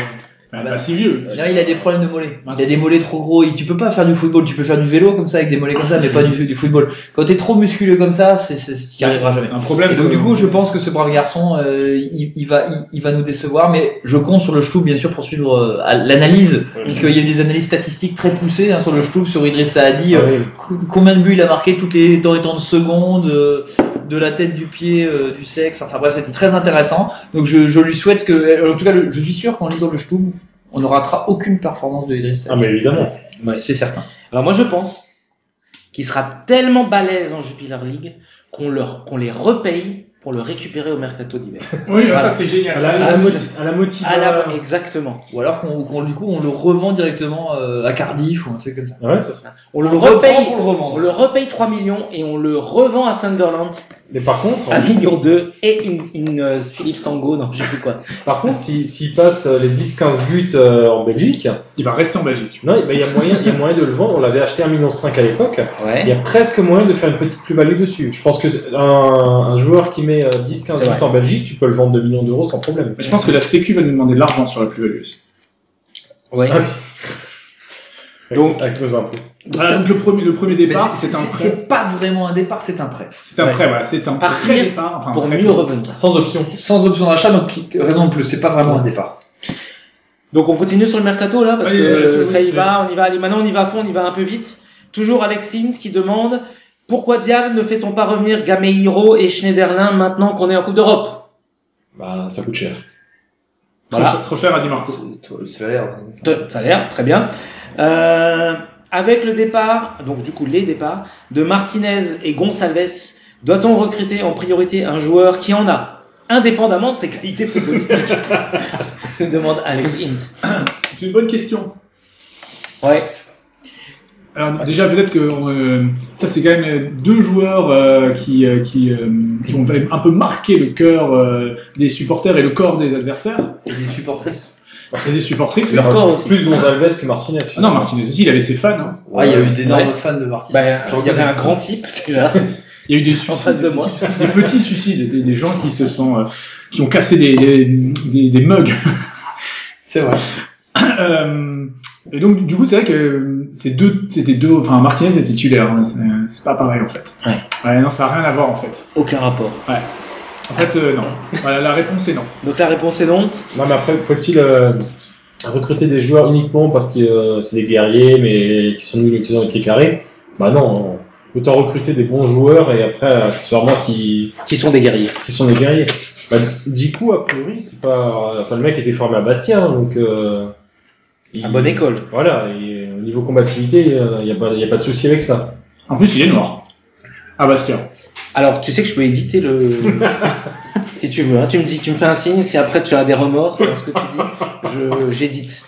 S1: pas si vieux.
S6: Là il a des problèmes de mollets. Il a des mollets trop gros. Et tu peux pas faire du football. Tu peux faire du vélo comme ça avec des mollets comme ça mais pas du, du football. Quand t'es trop musculeux comme ça c'est c'est tu y arriveras jamais.
S1: C'est un problème.
S6: Et donc
S2: Euh,
S1: que-
S6: du coup, je pense que ce brave garçon, euh, il, il va, il, il va nous décevoir, mais je compte sur le Stub bien sûr pour suivre euh, à l'analyse, puisqu'il y a eu des analyses statistiques très poussées hein, sur le Stub, sur Idriss
S2: Ah
S6: Saadi, euh, co- combien de buts il a marqué toutes les temps et temps de secondes, euh, de la tête, du pied, euh, du sexe, enfin bref, c'était très intéressant. Donc je, je lui souhaite que, euh, en tout cas, le- je suis sûr qu'en lisant le Stub, on ne ratera aucune performance de Idriss
S2: Ah,
S6: Saadi.
S2: mais évidemment.
S6: C'est certain.
S5: Alors bah, moi je pense qu'il sera tellement balèze en Jupiler League qu'on leur qu'on les repaye pour le récupérer au mercato d'hiver.
S1: Oui, ça, c'est génial.
S2: À la, à la, moti- à la euh, motiva-
S5: À la- Exactement.
S6: Ou alors qu'on, qu'on- du coup, on le revend directement euh, à Cardiff ou un truc comme ça.
S2: Ouais, ça serait-
S5: On le
S6: On le
S5: repaye.
S6: reprend pour le revendre.
S5: On le repaye 3 millions et on le revend à Sunderland
S2: Mais par contre,
S5: à million 2 et une, une euh, Philips Tango, non, je sais plus quoi.
S2: par contre, s'il s'il passe euh, les 10-15 buts euh, en Belgique,
S1: Il va rester en Belgique.
S2: non, il bah, il y a moyen, il y a moyen de le vendre. On l'avait acheté 1,5 million à l'époque. Il y
S6: Ouais.
S2: a presque moyen de faire une petite plus-value dessus. Je pense que c'est un, un joueur qui met euh, 10-15
S6: C'est
S2: buts en Belgique, tu peux le vendre 2 millions d'euros sans problème.
S1: Mais je pense que la Sécu va nous demander de l'argent sur la plus-value aussi.
S6: Ouais.
S2: Ah oui. Donc, avec nos impôts.
S1: Voilà, donc le premier, le premier
S6: Mais
S1: départ,
S6: c'est-
S1: Bah, c'est un
S6: c'est-
S1: prêt.
S6: c'est pas vraiment un départ, c'est un prêt.
S1: C'est un
S2: ouais.
S1: prêt, voilà. C'est un
S5: Partir
S1: prêt départ. Enfin, un
S5: Pour
S1: prêt.
S5: mieux revenir.
S2: Sans option.
S6: Sans option d'achat, donc euh, raison de plus, c'est pas vraiment un départ.
S5: Donc on continue sur le mercato là parce
S1: Oui,
S5: que
S1: euh,
S5: euh,
S1: oui,
S5: ça y
S1: oui.
S5: va, on y va. Allez, maintenant on y va à fond, on y va un peu vite. Toujours Alex Hint qui demande pourquoi diable ne fait-on pas revenir Gameiro et Schneiderlin maintenant qu'on est en Coupe d'Europe
S2: Bah, ça coûte cher.
S1: Trop, cher- trop cher à Di Marco.
S5: De- Ça a l'air très bien. Euh, avec le départ, donc du coup les départs de Martinez et Gonçalves, doit-on recruter en priorité un joueur qui en a, indépendamment de ses qualités footballistiques Nous demande Alex Hint.
S1: C'est une bonne question.
S5: Ouais.
S1: Alors déjà peut-être que euh, ça c'est quand même euh, deux joueurs euh, qui euh, qui, euh, qui ont un peu marqué le cœur euh, des supporters et le corps des adversaires
S6: Et des supportrices.
S1: et des supportrices.
S2: Leur
S5: corps
S2: plus- Plus Gonzalez que Martinez.
S1: Ah non
S2: finalement.
S1: Martinez aussi il avait ses fans. hein.
S6: Ah, il y a eu d'énormes
S5: Ouais.
S6: fans de Martinez.
S5: Bah, il y avait un grand type déjà
S1: Il y a eu des
S5: en
S1: suicides,
S5: face de moi.
S1: des petits suicides, des, des gens qui se sont euh, qui ont cassé des des, des, des mugs.
S6: C'est vrai.
S1: Euh, et donc du coup c'est vrai que euh, ces deux c'était deux enfin Martinez est titulaire hein, c'est c'est pas pareil en fait.
S5: Ouais.
S1: Ouais non ça a rien à voir en fait.
S5: Aucun rapport.
S1: En fait euh, non. Voilà la réponse est non.
S5: Donc la réponse est non.
S2: Non, mais après, faut-il euh, recruter des joueurs uniquement parce que euh, c'est des guerriers, mais qui sont nuls et qui ont les pieds carrés Bah non, autant recruter des bons joueurs et après, accessoirement, si,
S10: Qui sont des guerriers.
S2: qui sont des guerriers. Bah, du coup, a priori, c'est pas. Enfin, le mec était formé à Bastia, hein, donc. Euh, il-
S5: À bonne école.
S2: Voilà, et au niveau combativité, il n'y a, pas- y a pas de souci avec ça.
S1: En plus il est noir. Ah Bastia.
S5: Alors tu sais que je peux éditer le. si tu veux, hein. tu me dis, tu me fais un signe. Si après tu as des remords dans ce que tu dis, je j'édite.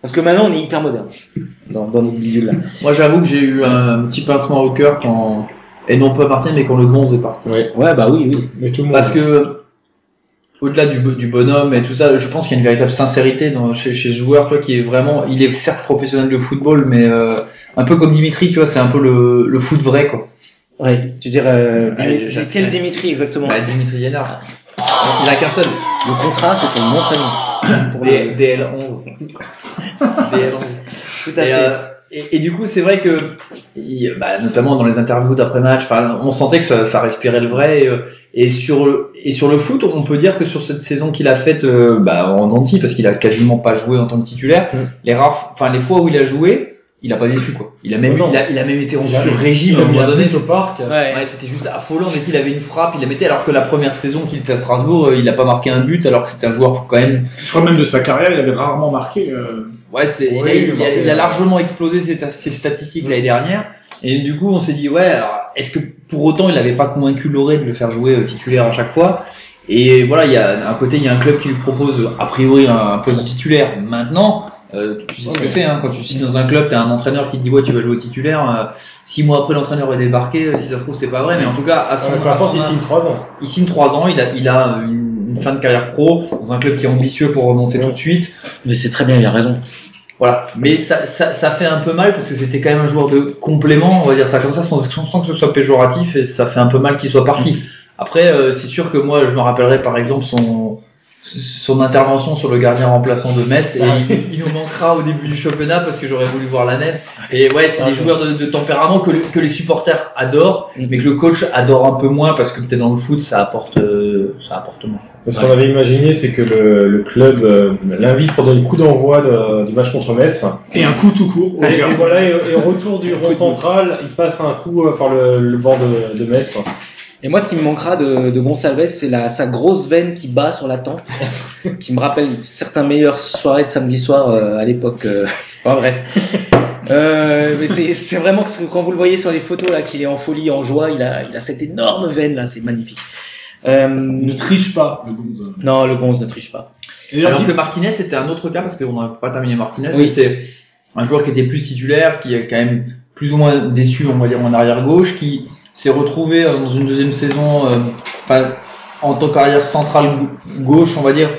S5: Parce que maintenant on est hyper moderne. Dans, dans notre milieu là.
S6: Moi, j'avoue que j'ai eu un petit pincement au cœur quand, et non pas Martinez, mais quand le Gonz est parti.
S5: Ouais bah oui oui.
S2: Mais tout le monde.
S6: Parce que, au-delà du, bo- du bonhomme et tout ça, je pense qu'il y a une véritable sincérité dans, chez, chez ce joueur, toi, qui est vraiment, il est certes professionnel de football, mais euh, un peu comme Dimitri, tu vois, c'est un peu le, le foot vrai, quoi.
S5: Ouais. Tu dirais euh, Dimi-
S6: Allez, j'ai-
S5: quel Dimitri exactement
S6: Bah, Dimitri Yanard. Il a qu'un seul.
S5: Le contrat c'est ton nom de famille. Pour le-
S6: D- DL11. DL11.
S5: Tout à
S6: Et,
S5: fait.
S6: euh, et- et du coup, c'est vrai que, il- bah, notamment dans les interviews d'après-match, 'fin, on sentait que ça, ça respirait le vrai. Et, euh, et sur le, et sur le foot, on peut dire que sur cette saison qu'il a faite
S2: Mm.
S6: euh, bah, en denti, parce qu'il a quasiment pas joué en tant que titulaire, les rares, enfin les fois où il a joué, il a pas déçu quoi. Il a même,
S2: Non.
S6: il a, il a même été en
S2: Il a-
S6: sur-régime
S2: il
S6: à
S2: a
S6: un
S2: mis
S6: moment
S2: un
S6: donné.
S2: but au parc.
S5: Ouais.
S6: Ouais, c'était juste affolant dès qu'il avait une frappe, il la mettait alors que la première saison qu'il était à Strasbourg, euh, il n'a pas marqué un but alors que c'était un joueur quand même.
S1: Je crois même de sa carrière, il avait rarement marqué. euh,
S6: Ouais, c'était- il, a,
S2: Oui, il
S6: eu-
S2: a
S6: il a-
S2: marqué,
S6: il a
S2: ouais.
S6: largement explosé ses, ta- ses statistiques l'année dernière et du coup on s'est dit ouais, alors est-ce que pour autant il n'avait pas convaincu Loré de le faire jouer euh, titulaire à chaque fois Et voilà, il y a d'un côté il y a un club qui lui propose euh, a priori un, un poste de titulaire maintenant. euh, tu sais ce que c'est, hein, quand tu signes dans un club, t'as un entraîneur qui te dit ouais tu vas jouer au titulaire. euh, six mois après l'entraîneur va débarquer. euh, Si ça se trouve c'est pas vrai, mais en tout cas à son,
S2: Ouais, Ah, Peu
S6: à son
S2: importe, il hein. signe 3 ans.
S6: il signe 3 ans, il a, il a euh, une, une fin de carrière pro dans un club qui est ambitieux pour remonter tout de suite.
S10: Mais c'est très bien, il a raison.
S6: Voilà. Mais ça, ça, ça fait un peu mal parce que c'était quand même un joueur de complément, on va dire ça comme ça, sans, sans que ce soit péjoratif et ça fait un peu mal qu'il soit
S10: Mm.
S6: parti. Après, euh, c'est sûr que moi, je me rappellerai par exemple son, son intervention sur le gardien remplaçant de Metz et il, il nous manquera au début du championnat parce que j'aurais voulu voir la même. Et ouais,
S10: Ah
S6: c'est des joueurs de, de tempérament que, le- que les supporters adorent, mais que le coach adore un peu moins parce que peut-être dans le foot, ça apporte, euh, ça apporte moins.
S2: Ce qu'on avait imaginé, c'est que le, le club euh, l'invite pour donner le coup d'envoi de- du match contre Metz.
S1: Et un coup tout court. au
S2: Et,
S1: cœur.
S2: et voilà, et, euh, et au retour du rond central, il passe un coup euh, par le, le banc de, de Metz.
S10: Et moi, ce qui me manquera de, de Gonsalves, c'est la, sa grosse veine qui bat sur la tempe, qui me rappelle certains meilleures soirées de samedi soir euh, à l'époque. euh, Enfin bref. Euh, mais c'est- c'est vraiment que ce- quand vous le voyez sur les photos là, qu'il est en folie, en joie, il a, il a cette énorme veine là, c'est magnifique.
S1: Il
S10: Euh,
S1: ne triche pas, le euh. Gonzo.
S10: non, le Gonz ne triche pas.
S1: Et d'ailleurs,
S6: Alors
S1: il-
S6: que Martinez, c'était un autre cas parce qu'on n'a pas terminé Martinez.
S10: Oui.
S6: mais c'est un joueur qui était plus titulaire, qui est quand même plus ou moins déçu, on va dire, en arrière gauche, qui s'est retrouvé euh, dans une deuxième saison, euh, enfin, en tant qu'arrière central gau- gauche, on va dire,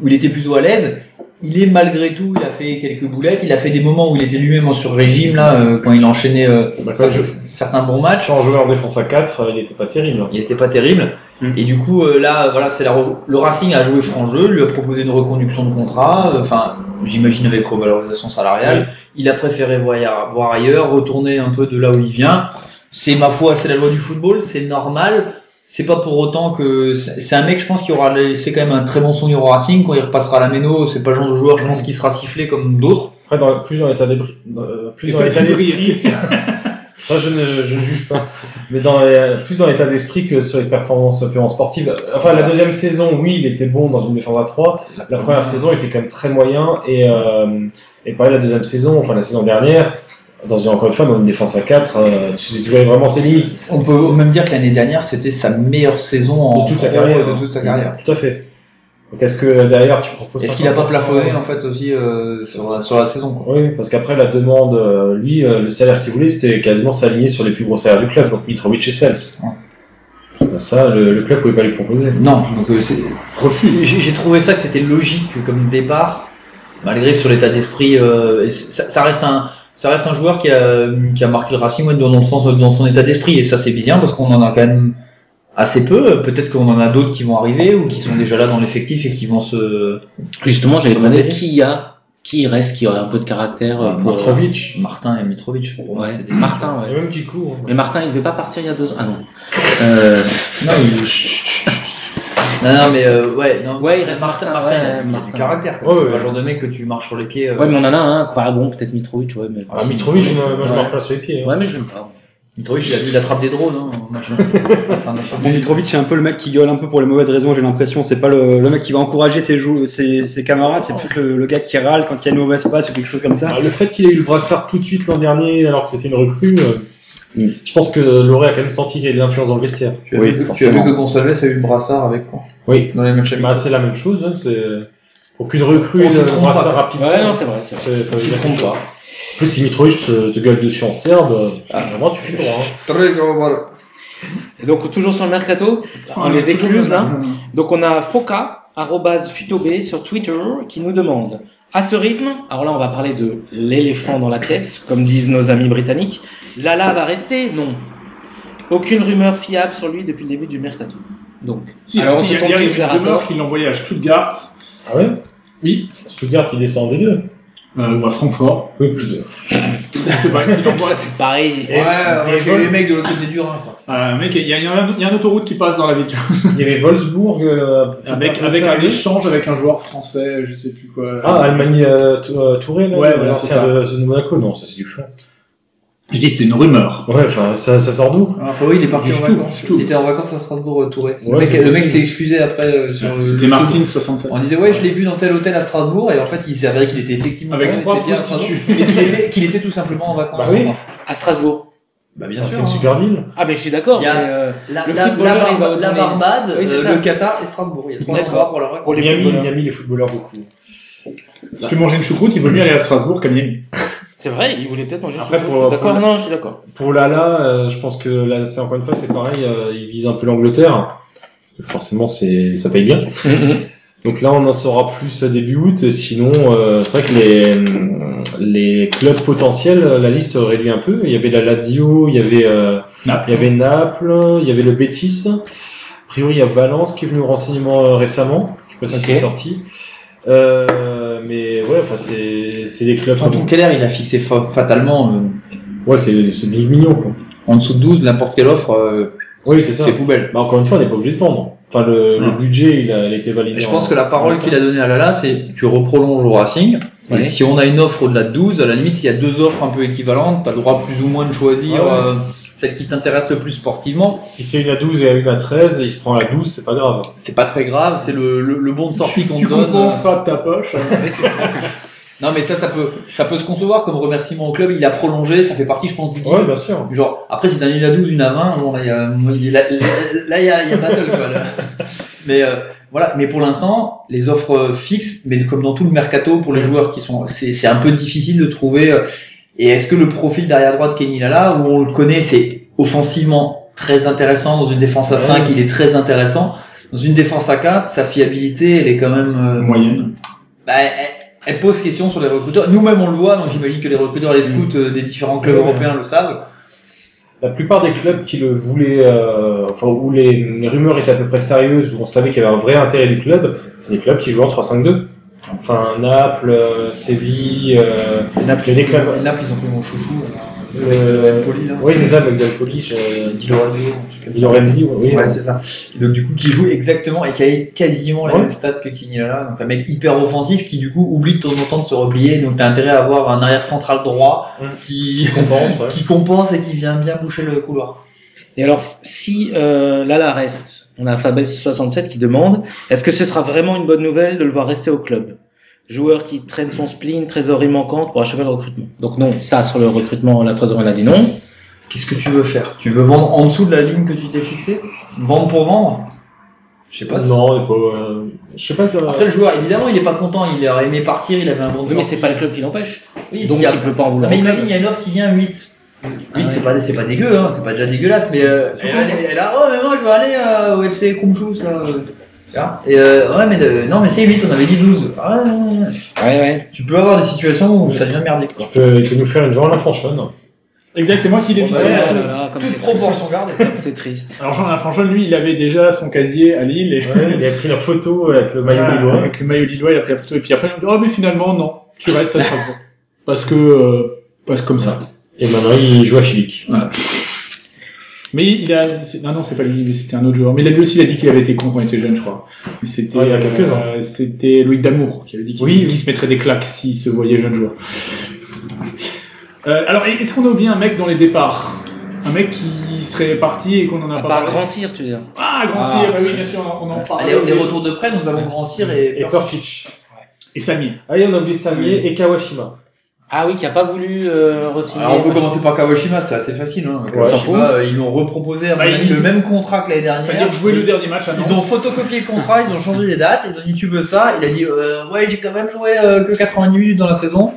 S6: où il était plus à l'aise. Il est malgré tout, il a fait quelques boulettes, il a fait des moments où il était lui-même en sur-régime, là, euh, quand il enchaînait euh,
S2: Bah, ça, je-
S6: certains bons matchs.
S2: En joueur défense à 4, euh, il n'était pas terrible.
S6: Il n'était pas terrible.
S10: Mm.
S6: Et du coup, euh, là, voilà, c'est la re- le Racing a joué franc jeu, lui a proposé une reconduction de contrat, euh, enfin, j'imagine avec revalorisation
S2: Mm.
S6: salariale. Il a préféré voir, voir ailleurs, retourner un peu de là où il vient. C'est ma foi, c'est la loi du football, c'est normal. C'est pas pour autant que c'est c'est un mec, je pense, qui aura laissé quand même un très bon souvenir au Racing quand il repassera à la méno. C'est pas le genre de joueur, je pense, qui sera sifflé comme d'autres.
S2: Après, dans, plus dans l'état d'esprit. euh, plus dans
S1: État
S2: l'état
S1: d'esprit.
S2: d'esprit. Ça, je ne, je ne juge pas. Mais dans les- plus dans l'état d'esprit que sur les performances purement sportives. Enfin, la deuxième saison, oui, il était bon dans une défense à 3. La première saison, il était quand même très moyen. Et, euh, et pareil, la deuxième saison, enfin la saison dernière, dans une, encore une fois, dans une défense à 4, tu, tu voyais vraiment ses limites.
S6: On peut même dire que l'année dernière, c'était sa meilleure saison en
S2: De toute sa
S6: pro,
S2: carrière. hein.
S6: de toute sa carrière.
S2: Tout à fait. Donc, est-ce que derrière, tu proposes
S6: Est-ce qu'il a pas
S2: 50%?
S6: plafonné hein en fait aussi euh, sur, la, sur la saison quoi
S2: Oui, parce qu'après la demande, euh, lui, euh, le salaire qu'il voulait, c'était quasiment s'aligner sur les plus gros salaires du club, donc Mitrovic et Sels. Ben Ça, le, le club pouvait pas lui proposer.
S6: Non, donc euh, c'est- J'ai j'ai trouvé ça que c'était logique comme départ, malgré que sur l'état d'esprit, euh, et c- ça, ça reste un ça reste un joueur qui a qui a marqué le Racing ouais, dans le sens dans son état d'esprit et ça c'est bien parce qu'on en a quand même assez peu. Peut-être qu'on en a d'autres qui vont arriver ou qui sont déjà là dans l'effectif et qui vont se
S10: Justement, j'avais
S6: Sur
S10: demandé
S6: le
S10: qui y a, qui y reste, qui aurait un peu de caractère.
S6: Ah,
S10: euh, pour- euh,
S2: Mitrovic.
S6: Martin et Mitrovic. Pour moi,
S10: Ouais.
S6: c'est des-
S10: Martin, ouais.
S2: Et même Djikou. hein.
S10: Mais Martin, il devait pas partir il y a deux ans. Ah non. Euh,
S6: Non, il- non, non, mais euh, ouais, non,
S10: Ouais, il reste
S6: Martin,
S10: Martin,
S6: Martin, il a-
S10: ouais,
S6: il a
S10: Martin.
S6: du caractère. quoi.
S2: Ouais,
S6: c'est
S2: ouais.
S6: pas le genre de mec que tu marches sur les pieds. euh,
S10: ouais, mais on en a un, hein. Bah, bon, peut-être Mitrovic, ouais, mais.
S2: Ah, Mitrovic, moi, moi, je
S10: Ouais.
S2: me replace sur les pieds. hein.
S10: Ouais, mais je l'aime pas.
S6: Mitrovic, il, a- il attrape des drones, hein, en machin. C'est un attrapant.
S4: Bon, Mitrovic, c'est un peu le mec qui gueule un peu pour les mauvaises raisons, j'ai l'impression. C'est pas le, le mec qui va encourager ses, jou- ses, ses camarades, c'est plus le, le gars qui râle quand il y a une mauvaise passe ou quelque chose comme ça.
S2: Ah, Le fait qu'il ait eu le brassard tout de suite l'an dernier, alors que c'était une recrue, euh, je pense que Loré a quand même senti qu'il y avait de l'influence dans le vestiaire.
S6: Tu as
S4: Oui,
S6: vu que- tu as vu
S4: forcément.
S6: que Gonsalves a eu le brassard avec quoi
S2: Oui.
S6: Dans les matchs amicaux.
S2: Bah, c'est la même chose. Hein, c'est... Aucune recrue,
S6: On se
S2: ne
S6: trompe
S2: brassard
S6: pas.
S2: rapidement.
S10: Ouais, non, c'est vrai, c'est vrai.
S2: C'est- ça veut
S6: Tu
S2: dire
S6: te trompes
S2: que- En plus, si Mitrovic te, te gueule dessus en serbe, euh,
S6: Ah.
S2: vraiment, tu fais droit. hein.
S6: Très grand, voilà.
S10: Et donc, toujours sur le mercato, on les écluse là. hein. Donc, on a Foca, arrobase futobé sur Twitter, qui nous demande à ce rythme, alors là, on va parler de l'éléphant dans la pièce, comme disent nos amis britanniques. Lala va rester Non. Aucune rumeur fiable sur lui depuis le début du mercato. Donc,
S1: si,
S10: alors on
S1: si,
S10: se tourne
S1: hier, il y
S10: vers
S1: a une
S10: Ator.
S1: rumeur qu'il l'envoyait à Stuttgart,
S2: Ah ouais
S1: Oui.
S2: Stuttgart, il descend en D2.
S1: euh, ou à Francfort.
S2: Oui, plus de.
S1: Bah, il envoie-
S10: C'est pareil.
S3: Ouais, ouais, chez
S1: bon.
S3: les mecs de l'autre côté du Rhin, quoi.
S1: Euh, mec, il y a, il y a un- il y a une autoroute qui passe dans la ville.
S2: Il y avait Wolfsburg euh,
S1: avec
S2: un
S1: avec
S2: peu ça,
S1: un échange avec un joueur français, je sais plus quoi.
S2: Ah, Allemagne euh, Tou- euh, Touré, là,
S1: Ouais,
S2: le-
S1: voilà, c'est
S2: l'ancien
S1: ça.
S2: de, de Monaco, non, ça c'est du flan.
S1: Je dis, c'est une rumeur.
S2: Ouais, enfin, ça, ça sort d'où
S3: Ah, oui, il est parti
S1: Du
S3: en
S1: Stub,
S3: vacances.
S1: Stub.
S3: Il était en vacances à Strasbourg, euh, Touré.
S2: Ouais,
S3: le mec,
S2: c'est
S3: le mec
S2: possible.
S3: s'est excusé après euh, sur le-
S1: C'était
S3: le
S1: Martine 67.
S3: On disait ouais, je l'ai vu dans tel hôtel à Strasbourg et en fait il s'est avéré qu'il était effectivement
S1: Avec
S3: il
S1: trois
S3: était bien à
S1: prostituées.
S3: Strasbourg, et qu'il était, qu'il était tout simplement en vacances.
S2: Bah oui.
S10: À Strasbourg.
S2: Bah bien c'est
S3: sûr,
S2: une
S3: hein.
S2: super ville.
S10: Ah, mais je suis d'accord.
S3: Il y a-
S10: mais, euh,
S3: La,
S10: Le
S3: la-
S10: footballeur,
S3: la Bar-
S10: il va au
S3: la
S10: tournée.
S3: Barbade,
S10: Oui, c'est
S3: euh,
S10: ça.
S3: le Qatar et Strasbourg. Il y a trois
S10: D'accord.
S3: endroits pour leur
S10: Pour les
S2: Miami,
S10: footballeurs.
S2: Miami, les footballeurs beaucoup.
S1: Si tu manges une choucroute, il vaut mieux aller à Strasbourg qu'à Miami.
S10: C'est vrai, il voulait peut-être manger
S2: Après,
S10: son
S2: pour-
S10: truc. D'accord,
S2: pour-
S10: non, je suis d'accord.
S2: Pour Lala, euh, je pense que là, c'est encore une fois, c'est pareil, euh, il vise un peu l'Angleterre. Forcément, c'est ça paye bien. Donc là, on en saura plus à début août. Sinon, euh, c'est vrai que les, les clubs potentiels, la liste réduit un peu. Il y avait la Lazio, il y avait, euh,
S1: Naples.
S2: il y avait Naples, il y avait le Betis. A priori, il y a Valence qui est venu au renseignement euh, récemment. Je sais pas si
S10: Ok.
S2: c'est sorti. Euh, mais ouais, enfin, c'est c'est des clubs.
S6: Anton Keller, il a fixé fa- fatalement euh,
S2: Ouais, c'est c'est 12 millions. Quoi.
S6: en dessous de 12 n'importe quelle offre. euh,
S2: Oui, c'est ça.
S6: C'est poubelle.
S2: Bah, encore une fois, on n'est pas obligé de vendre. Enfin, le, le
S1: Non.
S2: budget, il a, il a été validé.
S6: Je
S2: en-
S6: pense que la parole qu'il a donnée à Lala, c'est tu reprolonges au Racing.
S10: Ouais.
S6: Et si on a une offre au-delà de 12, à la limite, s'il y a deux offres un peu équivalentes, t'as le droit plus ou moins de choisir
S2: Ouais, ouais.
S6: euh, celle qui t'intéresse le plus sportivement.
S2: Si c'est une à 12 et une à 13, il se prend la 12, c'est pas grave.
S6: C'est pas très grave, c'est le, le, le bon de sortie qu'on
S1: Tu
S6: te donne. euh.
S1: compenseras de ta poche.
S6: Non, mais ça, ça peut, ça peut se concevoir comme remerciement au club. Il a prolongé, ça fait partie, je pense, du deal.
S2: Ouais, bien sûr.
S6: Genre, après, si t'as une à 12, une à 20, bon, là, il y a, il y a- là, il y a, il y a battle, quoi, là. Mais, euh, voilà. Mais pour l'instant, les offres euh, fixes, mais comme dans tout le mercato, pour les joueurs qui sont, c'est, c'est un peu difficile de trouver. euh, Et est-ce que le profil derrière droit de Kenny Lala, où on le connaît, c'est offensivement très intéressant, dans une défense à
S2: Ouais.
S6: 5, il est très intéressant. Dans une défense à 4, sa fiabilité, elle est quand même, euh,
S1: Moyenne.
S6: bah, elle, elle pose question sur les recruteurs. Nous-mêmes, on le voit, donc j'imagine que les recruteurs, les scouts euh, des différents clubs
S2: Mm. Ouais, ouais.
S6: européens le savent.
S2: La plupart des clubs qui le voulaient, euh, enfin, où les, les rumeurs étaient à peu près sérieuses, où on savait qu'il y avait un vrai intérêt du club, c'est des clubs qui jouent en 3-5-2. Enfin, Naples, euh, Séville, euh,
S6: Naples,
S2: Il y a des clubs.
S6: Naples, ils ont pris mon chouchou. euh,
S2: le-
S6: Empoli, là.
S2: Euh, Oui, c'est ça, avec Dalpoli, euh,
S6: Di Lorenzo, un truc comme ça.
S2: Di Lorenzi, oui.
S6: Ouais, c'est ça. Donc, du coup, qui joue exactement et qui a quasiment les
S2: Ouais.
S6: mêmes stats que Kinyala. Donc, un mec hyper offensif qui, du coup, oublie de temps en temps de se replier. Donc, t'as intérêt à avoir un arrière central droit
S2: Mm.
S6: qui,
S2: on pense, ouais.
S6: qui compense et qui vient bien boucher le couloir.
S5: Et alors, si euh, Lala reste, on a Fabès67 qui demande est-ce que ce sera vraiment une bonne nouvelle de le voir rester au club Joueur qui traîne son spleen, trésorerie manquante pour achever le recrutement. Donc, non, ça, sur le recrutement, la trésorerie, elle a dit non.
S6: Qu'est-ce que tu veux faire Tu veux vendre en dessous de la ligne que tu t'es fixée Vendre pour vendre Je sais pas. si-
S2: Non, on est pas, euh, je sais pas si. euh,
S6: Après, le joueur, évidemment, il est pas content. Il aurait aimé partir. Il avait un bon
S5: Oui, mais c'est pas le club qui l'empêche.
S6: Oui,
S5: Donc,
S6: s'il y a-
S5: il peut pas en vouloir.
S6: Mais imagine, il y a une offre qui vient à 8. 8,
S5: Ah ouais.
S6: c'est pas, c'est pas dégueu, hein, c'est pas déjà dégueulasse, mais euh, elle, elle- elle a, oh, mais moi je veux aller euh, au FC Krumchus, là. euh, tu vois. Et euh, ouais, mais de- non, mais c'est 8, on avait dit 12. Ah, ouais, ouais, ouais.
S5: Ouais, ouais.
S6: Tu peux avoir des situations où ça devient merdique, quoi.
S2: Tu peux, tu peux nous faire une journée à Fanchon.
S1: Exact, c'est moi qui l'ai
S5: Oh,
S1: vu.
S5: bah,
S1: ça.
S5: là, là, là, comme c'est
S6: Toute proportion gardée.
S5: triste. Comme c'est triste.
S1: Alors Jean Lafranchon, lui, il avait déjà son casier à Lille et
S2: Ouais, il a pris la photo euh, avec le maillot
S1: Voilà,
S2: des lois.
S1: avec le maillot lillois, il a pris la photo et puis après il a dit oh mais finalement non, tu restes à Strasbourg parce que euh, parce que comme ça.
S2: Et maintenant, il joue à Chilic.
S1: Mais il a c'est- non non c'est pas lui, mais c'était un autre joueur. Mais il a- lui aussi il a dit qu'il avait été con quand il était jeune, je crois. Mais C'était
S2: Ouais, il y a quelques ans.
S1: euh, C'était Louis Damour qui avait dit qu'il
S2: Oui, oui.
S1: qu'il se mettrait des claques s'il se voyait jeune joueur. Euh, alors est-ce qu'on a oublié un mec dans les départs, un mec qui serait parti et qu'on en a
S5: À
S1: pas
S5: part
S1: parlé.
S5: Grand Cyr, tu veux dire.
S1: Ah Grand
S6: Ah.
S1: Cyr, bah oui bien sûr on en- on en parle.
S6: Allez, les retours de près, nous avons Grand Cyr et,
S2: Et Persic.
S1: Et Samy.
S2: Ah oui, on a oublié Samier et Kawashima.
S5: Ah oui, qui a pas voulu euh, re-signer.
S6: Alors on peut commencer par Kawashima, c'est assez facile. Hein. Kawashima, euh, ils lui ont reproposé à mon
S1: Bah,
S6: avis,
S1: il-
S6: le même contrat que l'année dernière.
S1: C'est-à-dire jouer le dernier match à Nantes.
S6: Ils ont photocopié le contrat, ils ont changé les dates, ils ont dit tu veux ça, il a dit euh, ouais j'ai quand même joué euh, que 90 minutes dans la saison.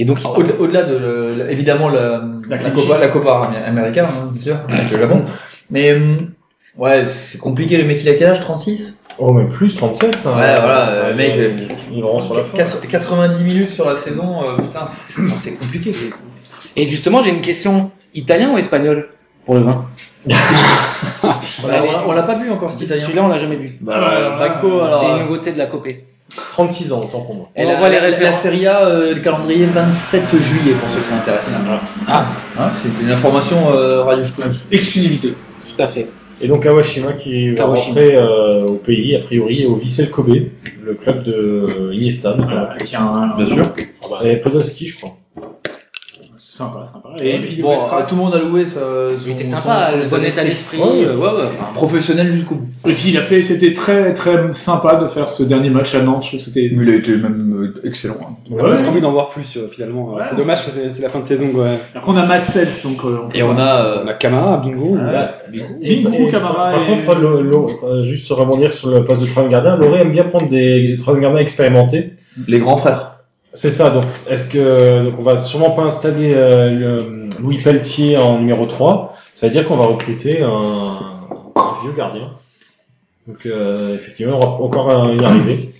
S5: Et donc, il-
S6: Au- Au-delà de le- le- évidemment la, la,
S1: clean
S6: Copa,
S1: sheet.
S6: la Copa amé- américaine, hein, bien sûr, avec le Japon. Mais hum, ouais c'est compliqué le mec il a quel âge 36
S2: Oh, mais plus 37. ça.
S6: Ouais, voilà, euh,
S2: Ouais,
S6: mec,
S2: il- Il rend sur la fin.
S6: Quatre- 90 minutes sur la saison, euh, putain c'est c'est- c'est compliqué.
S5: Et justement, j'ai une question italien ou espagnol pour le vin
S6: Bah, On l'a- on l'a- on l'a pas vu encore cet italien.
S5: Celui-là, on l'a jamais bu.
S1: Ah, bah,
S6: euh, Bacco
S5: C'est une
S6: alors.
S5: nouveauté de la copée.
S2: 36 ans, autant pour moi.
S3: On
S5: Elle
S3: voit
S5: a-
S3: les
S5: la- la
S3: références. Serie A, euh, le calendrier 27 juillet pour ceux que ça intéresse.
S6: Ah, hein, c'est une information euh, radio Schtroumpf.
S1: Exclusivité.
S5: Tout à fait.
S2: Et donc Kawashima qui va
S5: Kawashima.
S2: rentrer euh, au pays, a priori, au Vissel Kobe, le club de euh, Iniesta. notamment.
S1: Bien
S6: sûr.
S2: Et Podolski, je crois.
S1: Sympa, sympa. Et,
S6: Et,
S1: il
S6: bon,
S1: restera-
S6: euh, tout le monde a loué euh, ce.
S5: Il était sympa, le bon état d'esprit.
S2: Ouais,
S5: euh, ouais, ouais.
S6: Professionnel jusqu'au bout.
S1: et puis il a fait, c'était très très sympa de faire ce dernier match à Nantes. Je trouve que c'était.
S11: Il a été même euh, excellent. hein.
S1: Ouais.
S4: Parce qu'on a envie d'en voir plus euh, finalement.
S1: Ouais.
S4: C'est dommage que c'est c'est la fin de saison. Quoi.
S1: Après on a Matt Sells donc. euh, on peut-
S6: Et on a. euh,
S4: On a Camara, bingo.
S2: Bah,
S1: Et- Bingo,
S2: et-
S1: Camara
S2: Par
S1: et-
S2: contre, le- le- euh, juste rebondir sur le poste de troisième gardien, Loré aime bien prendre des troisième gardiens expérimentés.
S6: les grands frères.
S2: C'est ça, donc est-ce que donc on va sûrement pas installer euh, le- Louis Pelletier en numéro 3 Ça veut dire qu'on va recruter un, un vieux gardien. Donc euh, effectivement, on aura encore un- une arrivée.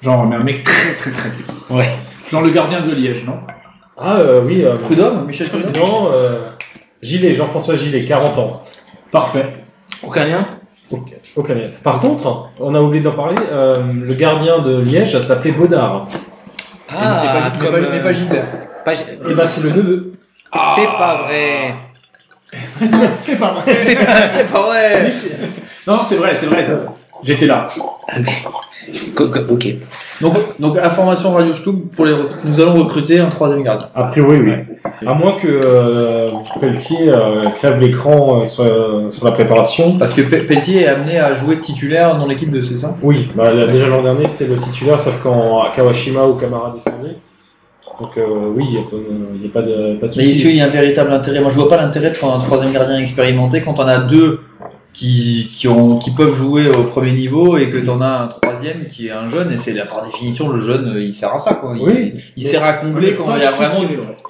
S1: Genre mais un mec très très très vieux.
S5: Ouais.
S1: Genre le gardien de Liège, non
S2: Ah euh, oui, euh,
S6: Prud'homme, Michel Prud'homme.
S2: non, euh, Gilet, Jean-François Gilet, 40 ans.
S1: Parfait.
S5: Aucun lien.
S2: Ok. Par contre, on a oublié d'en parler, euh, le gardien de Liège s'appelait Baudard.
S5: Ah,
S6: mais pas,
S5: comme,
S6: mais
S5: euh,
S6: pas Gilbert.
S5: pas Eh ben, G- Ah,
S2: Et bah c'est le neveu.
S5: C'est pas vrai.
S1: c'est pas vrai.
S5: C'est pas vrai.
S1: Non, c'est vrai, c'est vrai. ça. J'étais là.
S5: Co- co- Ok.
S6: Donc, donc information radio Stub pour les rec- nous allons recruter un troisième gardien.
S2: A priori, oui. À moins que euh, Pelletier euh, clave l'écran euh, sur, euh, sur la préparation.
S6: Parce que Pe- Pelletier est amené à jouer titulaire dans l'équipe de c'est ça
S2: Oui, bah, là, déjà l'an dernier c'était le titulaire, sauf quand Kawashima ou Kamara descendaient. Donc euh, oui, il n'y a, pas- il y a pas de, pas de
S3: Mais est-ce
S2: souci.
S3: qu'il y a un véritable intérêt Moi, je vois pas l'intérêt de prendre un troisième gardien expérimenté quand on a deux qui, qui, ont, qui peuvent jouer au premier niveau et que t'en as un troisième qui est un jeune et c'est la par définition le jeune euh, il sert à ça quoi. Il,
S2: Oui.
S3: il sert à combler quand il y a vraiment.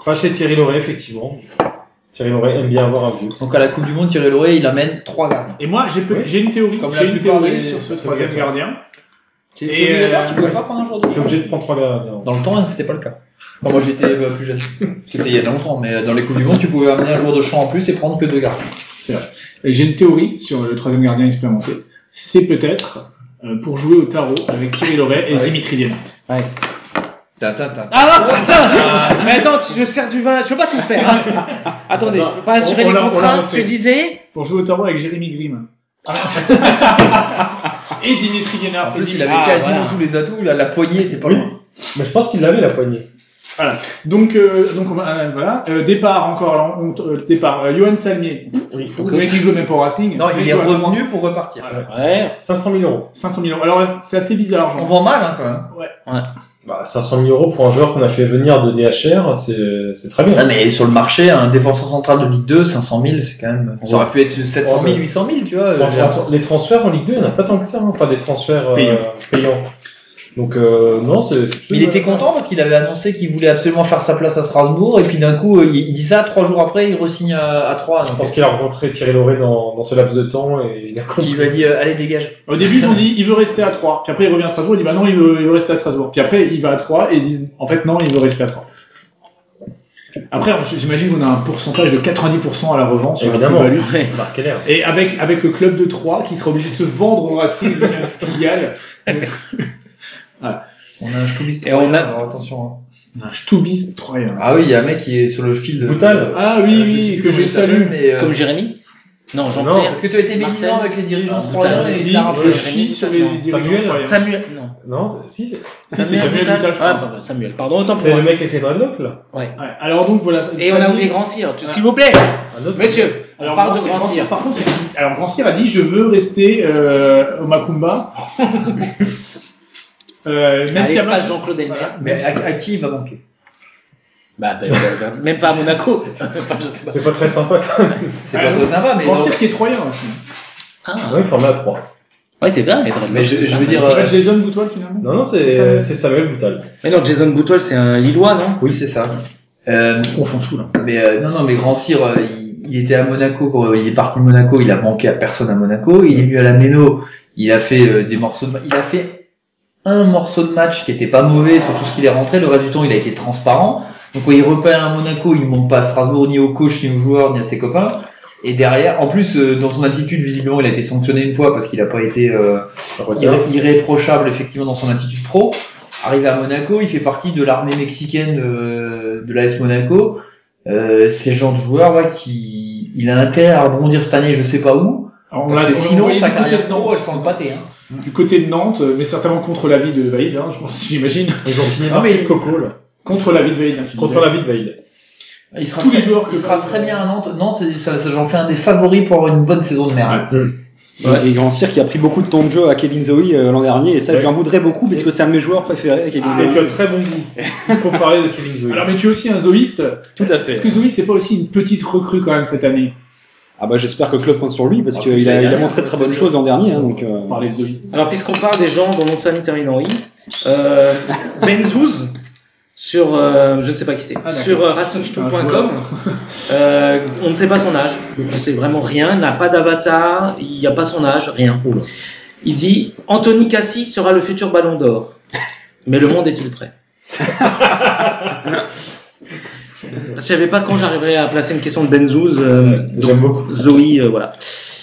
S2: Pas chez Thierry Loret, effectivement. Thierry Loret aime bien avoir un vieux.
S3: Donc à la Coupe du Monde, Thierry Loret il amène trois gardiens.
S1: Et moi, j'ai peut- j'ai une théorie,
S6: Comme la
S1: j'ai une
S6: plupart
S1: théorie
S6: des-
S1: sur ce
S6: des
S1: troisième
S6: obligatoires.
S1: gardien.
S6: C'est
S1: Et,
S6: c'est obligatoire,
S1: euh,
S6: tu pouvais
S1: ouais.
S6: pas prendre un joueur de
S2: Je suis obligé de prendre trois gardiens.
S6: Dans le temps, hein, c'était pas le cas. Quand moi j'étais euh, plus jeune. C'était il y a longtemps, mais euh, dans les Coupes du Monde, tu pouvais amener un joueur de champ en plus et prendre que deux gardiens.
S1: Et J'ai une théorie sur le troisième gardien expérimenté. C'est peut-être euh, pour jouer au tarot avec Thierry Loret et Dimitri Lénat.
S6: Tintin,
S5: Ah non, putain Mais attends, tu- je sers du vin, je peux pas tout faire. hein. Attendez, je peux pas
S1: on-
S5: assurer
S1: on
S5: les
S1: l'a- on l'a
S5: contraintes,
S1: refait.
S5: tu disais
S1: Pour jouer au tarot avec Jérémy Grimm. Ah, et Dimitri Lénat.
S6: En plus,
S1: Et
S6: il avait
S1: Dimitri- Ah,
S6: quasiment
S1: voilà.
S6: tous les atouts. La, la poignée était pas loin.
S2: Mais je pense qu'il l'avait la poignée.
S1: Donc, euh, donc on va- euh, voilà. Euh, départ encore, là, on- euh, départ. euh, Johan Salmier.
S2: Oui.
S1: Le mec qui joue même pour Racing.
S6: Non, il est
S1: joue à-
S6: revenu pour repartir.
S2: Ouais. 500 000 euros.
S1: 500 000 euros. Alors là, c'est assez bizarre,
S6: On
S1: genre.
S6: vend mal, hein, quand même.
S2: Bah, 500 000 euros pour un joueur qu'on a fait venir de DHR, c'est c'est très bien.
S6: Non, mais sur le marché, un défenseur central de Ligue 2, 500 000, c'est quand même. Ça aurait pu être 700 000, 800 000, tu vois. euh,
S2: En- en- les transferts en Ligue 2, il n'y en a pas tant que ça, hein. enfin des transferts euh,
S1: Payants.
S2: payants. Donc euh, non, c'est. c'est euh, plutôt-
S6: Il était content parce qu'il avait annoncé qu'il voulait absolument faire sa place à Strasbourg, et puis d'un coup, euh, il, il dit ça, trois jours après, il re-signe à, à 3.
S2: Je pense qu'il a rencontré Thierry Loret dans, dans ce laps de temps et il a compris.
S6: il lui a dit euh, allez, dégage.
S1: Au début, ils ont dit, il veut rester à 3. Puis après, il revient à Strasbourg. Il dit, bah non, il veut, il veut rester à Strasbourg. Puis après, il va à 3 et ils disent, en fait, non, il veut rester à 3. Après, on- j'imagine qu'on a un pourcentage de 90% à la revente. sur la
S2: Évidemment.
S1: plus-value.
S2: Marc Keller.
S1: Et avec, avec le club de 3 qui sera obligé de se vendre au Racing il y a une filiale.
S6: On a un Stubist.
S5: Et on a-
S6: Alors attention. hein.
S1: Un Stubis 3
S6: Ah oui, il y a un mec qui est sur le fil de.
S2: Boutal.
S1: Ah
S6: Euh,
S1: oui,
S6: je sais
S1: oui,
S6: plus
S1: que
S6: comment
S1: je
S6: il s'appelle,
S1: salue.
S6: mais, euh,
S5: Comme Jérémy Non,
S2: Non,
S5: Jean-Pierre.
S6: Parce que tu as été
S5: Marcel.
S6: médisant avec les dirigeants
S5: Ah,
S6: troyens et
S1: Oui,
S6: il t'a
S1: je
S6: rappelé.
S1: chie sur les dirigeants
S2: Samuel.
S1: troyens.
S5: Samuel. Non.
S2: Non, c'est- si, c'est
S1: Si, c'est Samuel
S5: Boutal.
S1: Boutal, je
S5: Ah,
S1: crois.
S5: bah, Samuel, pardon, autant pour
S2: c'est le
S5: moi.
S2: mec avec les dreadlocks là.
S1: Ouais, Alors donc, voilà.
S5: Et on a
S1: Samuel-
S5: oublié Grand Cyr, tu-
S1: Ah.
S5: s'il vous plaît
S2: Un autre,
S5: Monsieur, on
S1: Alors,
S5: parle
S1: Grand-Cyr-
S5: de Grand Cyr.
S1: Grand-Cyr, Par contre, c'est- alors Grand Cyr a dit je veux rester euh, au Macumba. euh, même
S5: Allez,
S1: s'il y a
S5: passe
S1: match-
S5: Jean-Claude Elmer.
S1: Voilà.
S6: Mais à, à qui il va manquer
S5: Bah, bah, bah, bah, même pas à Monaco. Enfin, je sais pas.
S2: c'est pas très sympa quand même.
S6: C'est
S1: Ah,
S6: pas
S1: non.
S6: très sympa, mais.
S1: Grand
S6: non.
S1: Cyr qui est Troyen aussi.
S5: Ah.
S2: Oui, formé à 3.
S5: Ouais, c'est bien, les Ah, Dreadlocks.
S6: Mais je- je veux dire,
S1: C'est
S6: euh,
S1: pas Jason Boutoil finalement
S2: Non, non, c'est c'est Samuel Boutal.
S5: Mais non, Jason Boutoil, c'est un Lillois, non
S6: Oui, c'est ça. Euh,
S1: On s'en fout là.
S6: mais euh, non, non, mais Grand Cyr, euh, il, il était à Monaco, quand il est parti de Monaco, il a manqué à personne à Monaco, il est venu à la Méno, il a fait euh, des morceaux de, ma- il a fait un morceau de match qui était pas mauvais sur tout ce qu'il est rentré, le reste du temps il a été transparent. Donc quand il repart à Monaco, il ne monte pas à Strasbourg ni au coach ni aux joueurs ni à ses copains. Et derrière, en plus, euh, dans son attitude, visiblement, il a été sanctionné une fois parce qu'il n'a pas été euh, irré- irréprochable, effectivement, dans son attitude pro. Arrivé à Monaco, il fait partie de l'armée mexicaine euh, de l'AS Monaco. Euh, c'est le genre de joueur ouais, qui il a intérêt à rebondir cette année, je sais pas où.
S1: Alors, on
S6: Parce
S1: l'a-
S6: que
S1: on l'a
S6: sinon,
S1: envoyé
S6: sa
S1: du côté
S6: carrière
S1: de
S6: pro,
S1: Nantes.
S6: elle sent le pâté. Hein.
S1: Du côté de Nantes, euh, mais certainement contre l'avis de Vaïd, hein, je pense, j'imagine.
S2: Ils ont signé
S6: Non, mais-
S2: Marcus Coco, là.
S1: Contre l'avis de Vaïd. hein, tu
S2: Ah Contre
S1: disais.
S2: la vie de Veil.
S6: Il sera,
S1: Tous
S6: très,
S1: les joueurs
S6: il
S1: que-
S6: sera très bien à Nantes. Nantes, ça- ça- j'en fais un des favoris pour avoir une bonne saison de merde.
S2: Hmm.
S4: Et Grand Cyr qui a pris beaucoup de temps de jeu à Kevin Zoe euh, l'an dernier, et ça,
S1: Ouais.
S4: je lui en voudrais beaucoup parce que c'est un de mes joueurs préférés, Kevin
S1: Ah,
S4: Zoe.
S1: mais tu as très
S2: bon goût. Il faut parler de Kevin Zoe.
S1: Alors, mais tu es aussi un zoïste.
S2: Tout à
S1: Est-ce que Zoï, c'est pas aussi une petite recrue quand même cette année
S4: Ah bah j'espère que Klopp compte sur lui parce
S6: En plus,
S4: qu'il a,
S6: l'année
S4: il a
S6: dernière,
S4: montré
S6: ça
S4: très
S6: fait
S4: bonnes
S6: bien.
S4: choses l'an dernier. hein, donc, euh,
S1: On parlait de Zoï.
S5: Alors, puisqu'on parle des gens dont nom de famille termine en I, euh, Benzouz, sur, euh, je ne sais pas qui c'est,
S1: Ah, d'accord. Ah,
S5: sur euh,
S1: Un
S5: racingstool.com,
S1: joueur.
S5: euh, on ne sait pas son âge, on ne sait vraiment rien, n'a pas d'avatar, il n'y a pas son âge, rien. Il dit Anthony Cassis sera le futur ballon d'or. Mais le monde est-il prêt Je savais pas quand j'arriverais à placer une question de Benzouz, euh,
S2: J'aime beaucoup.
S5: Zoé, euh, voilà.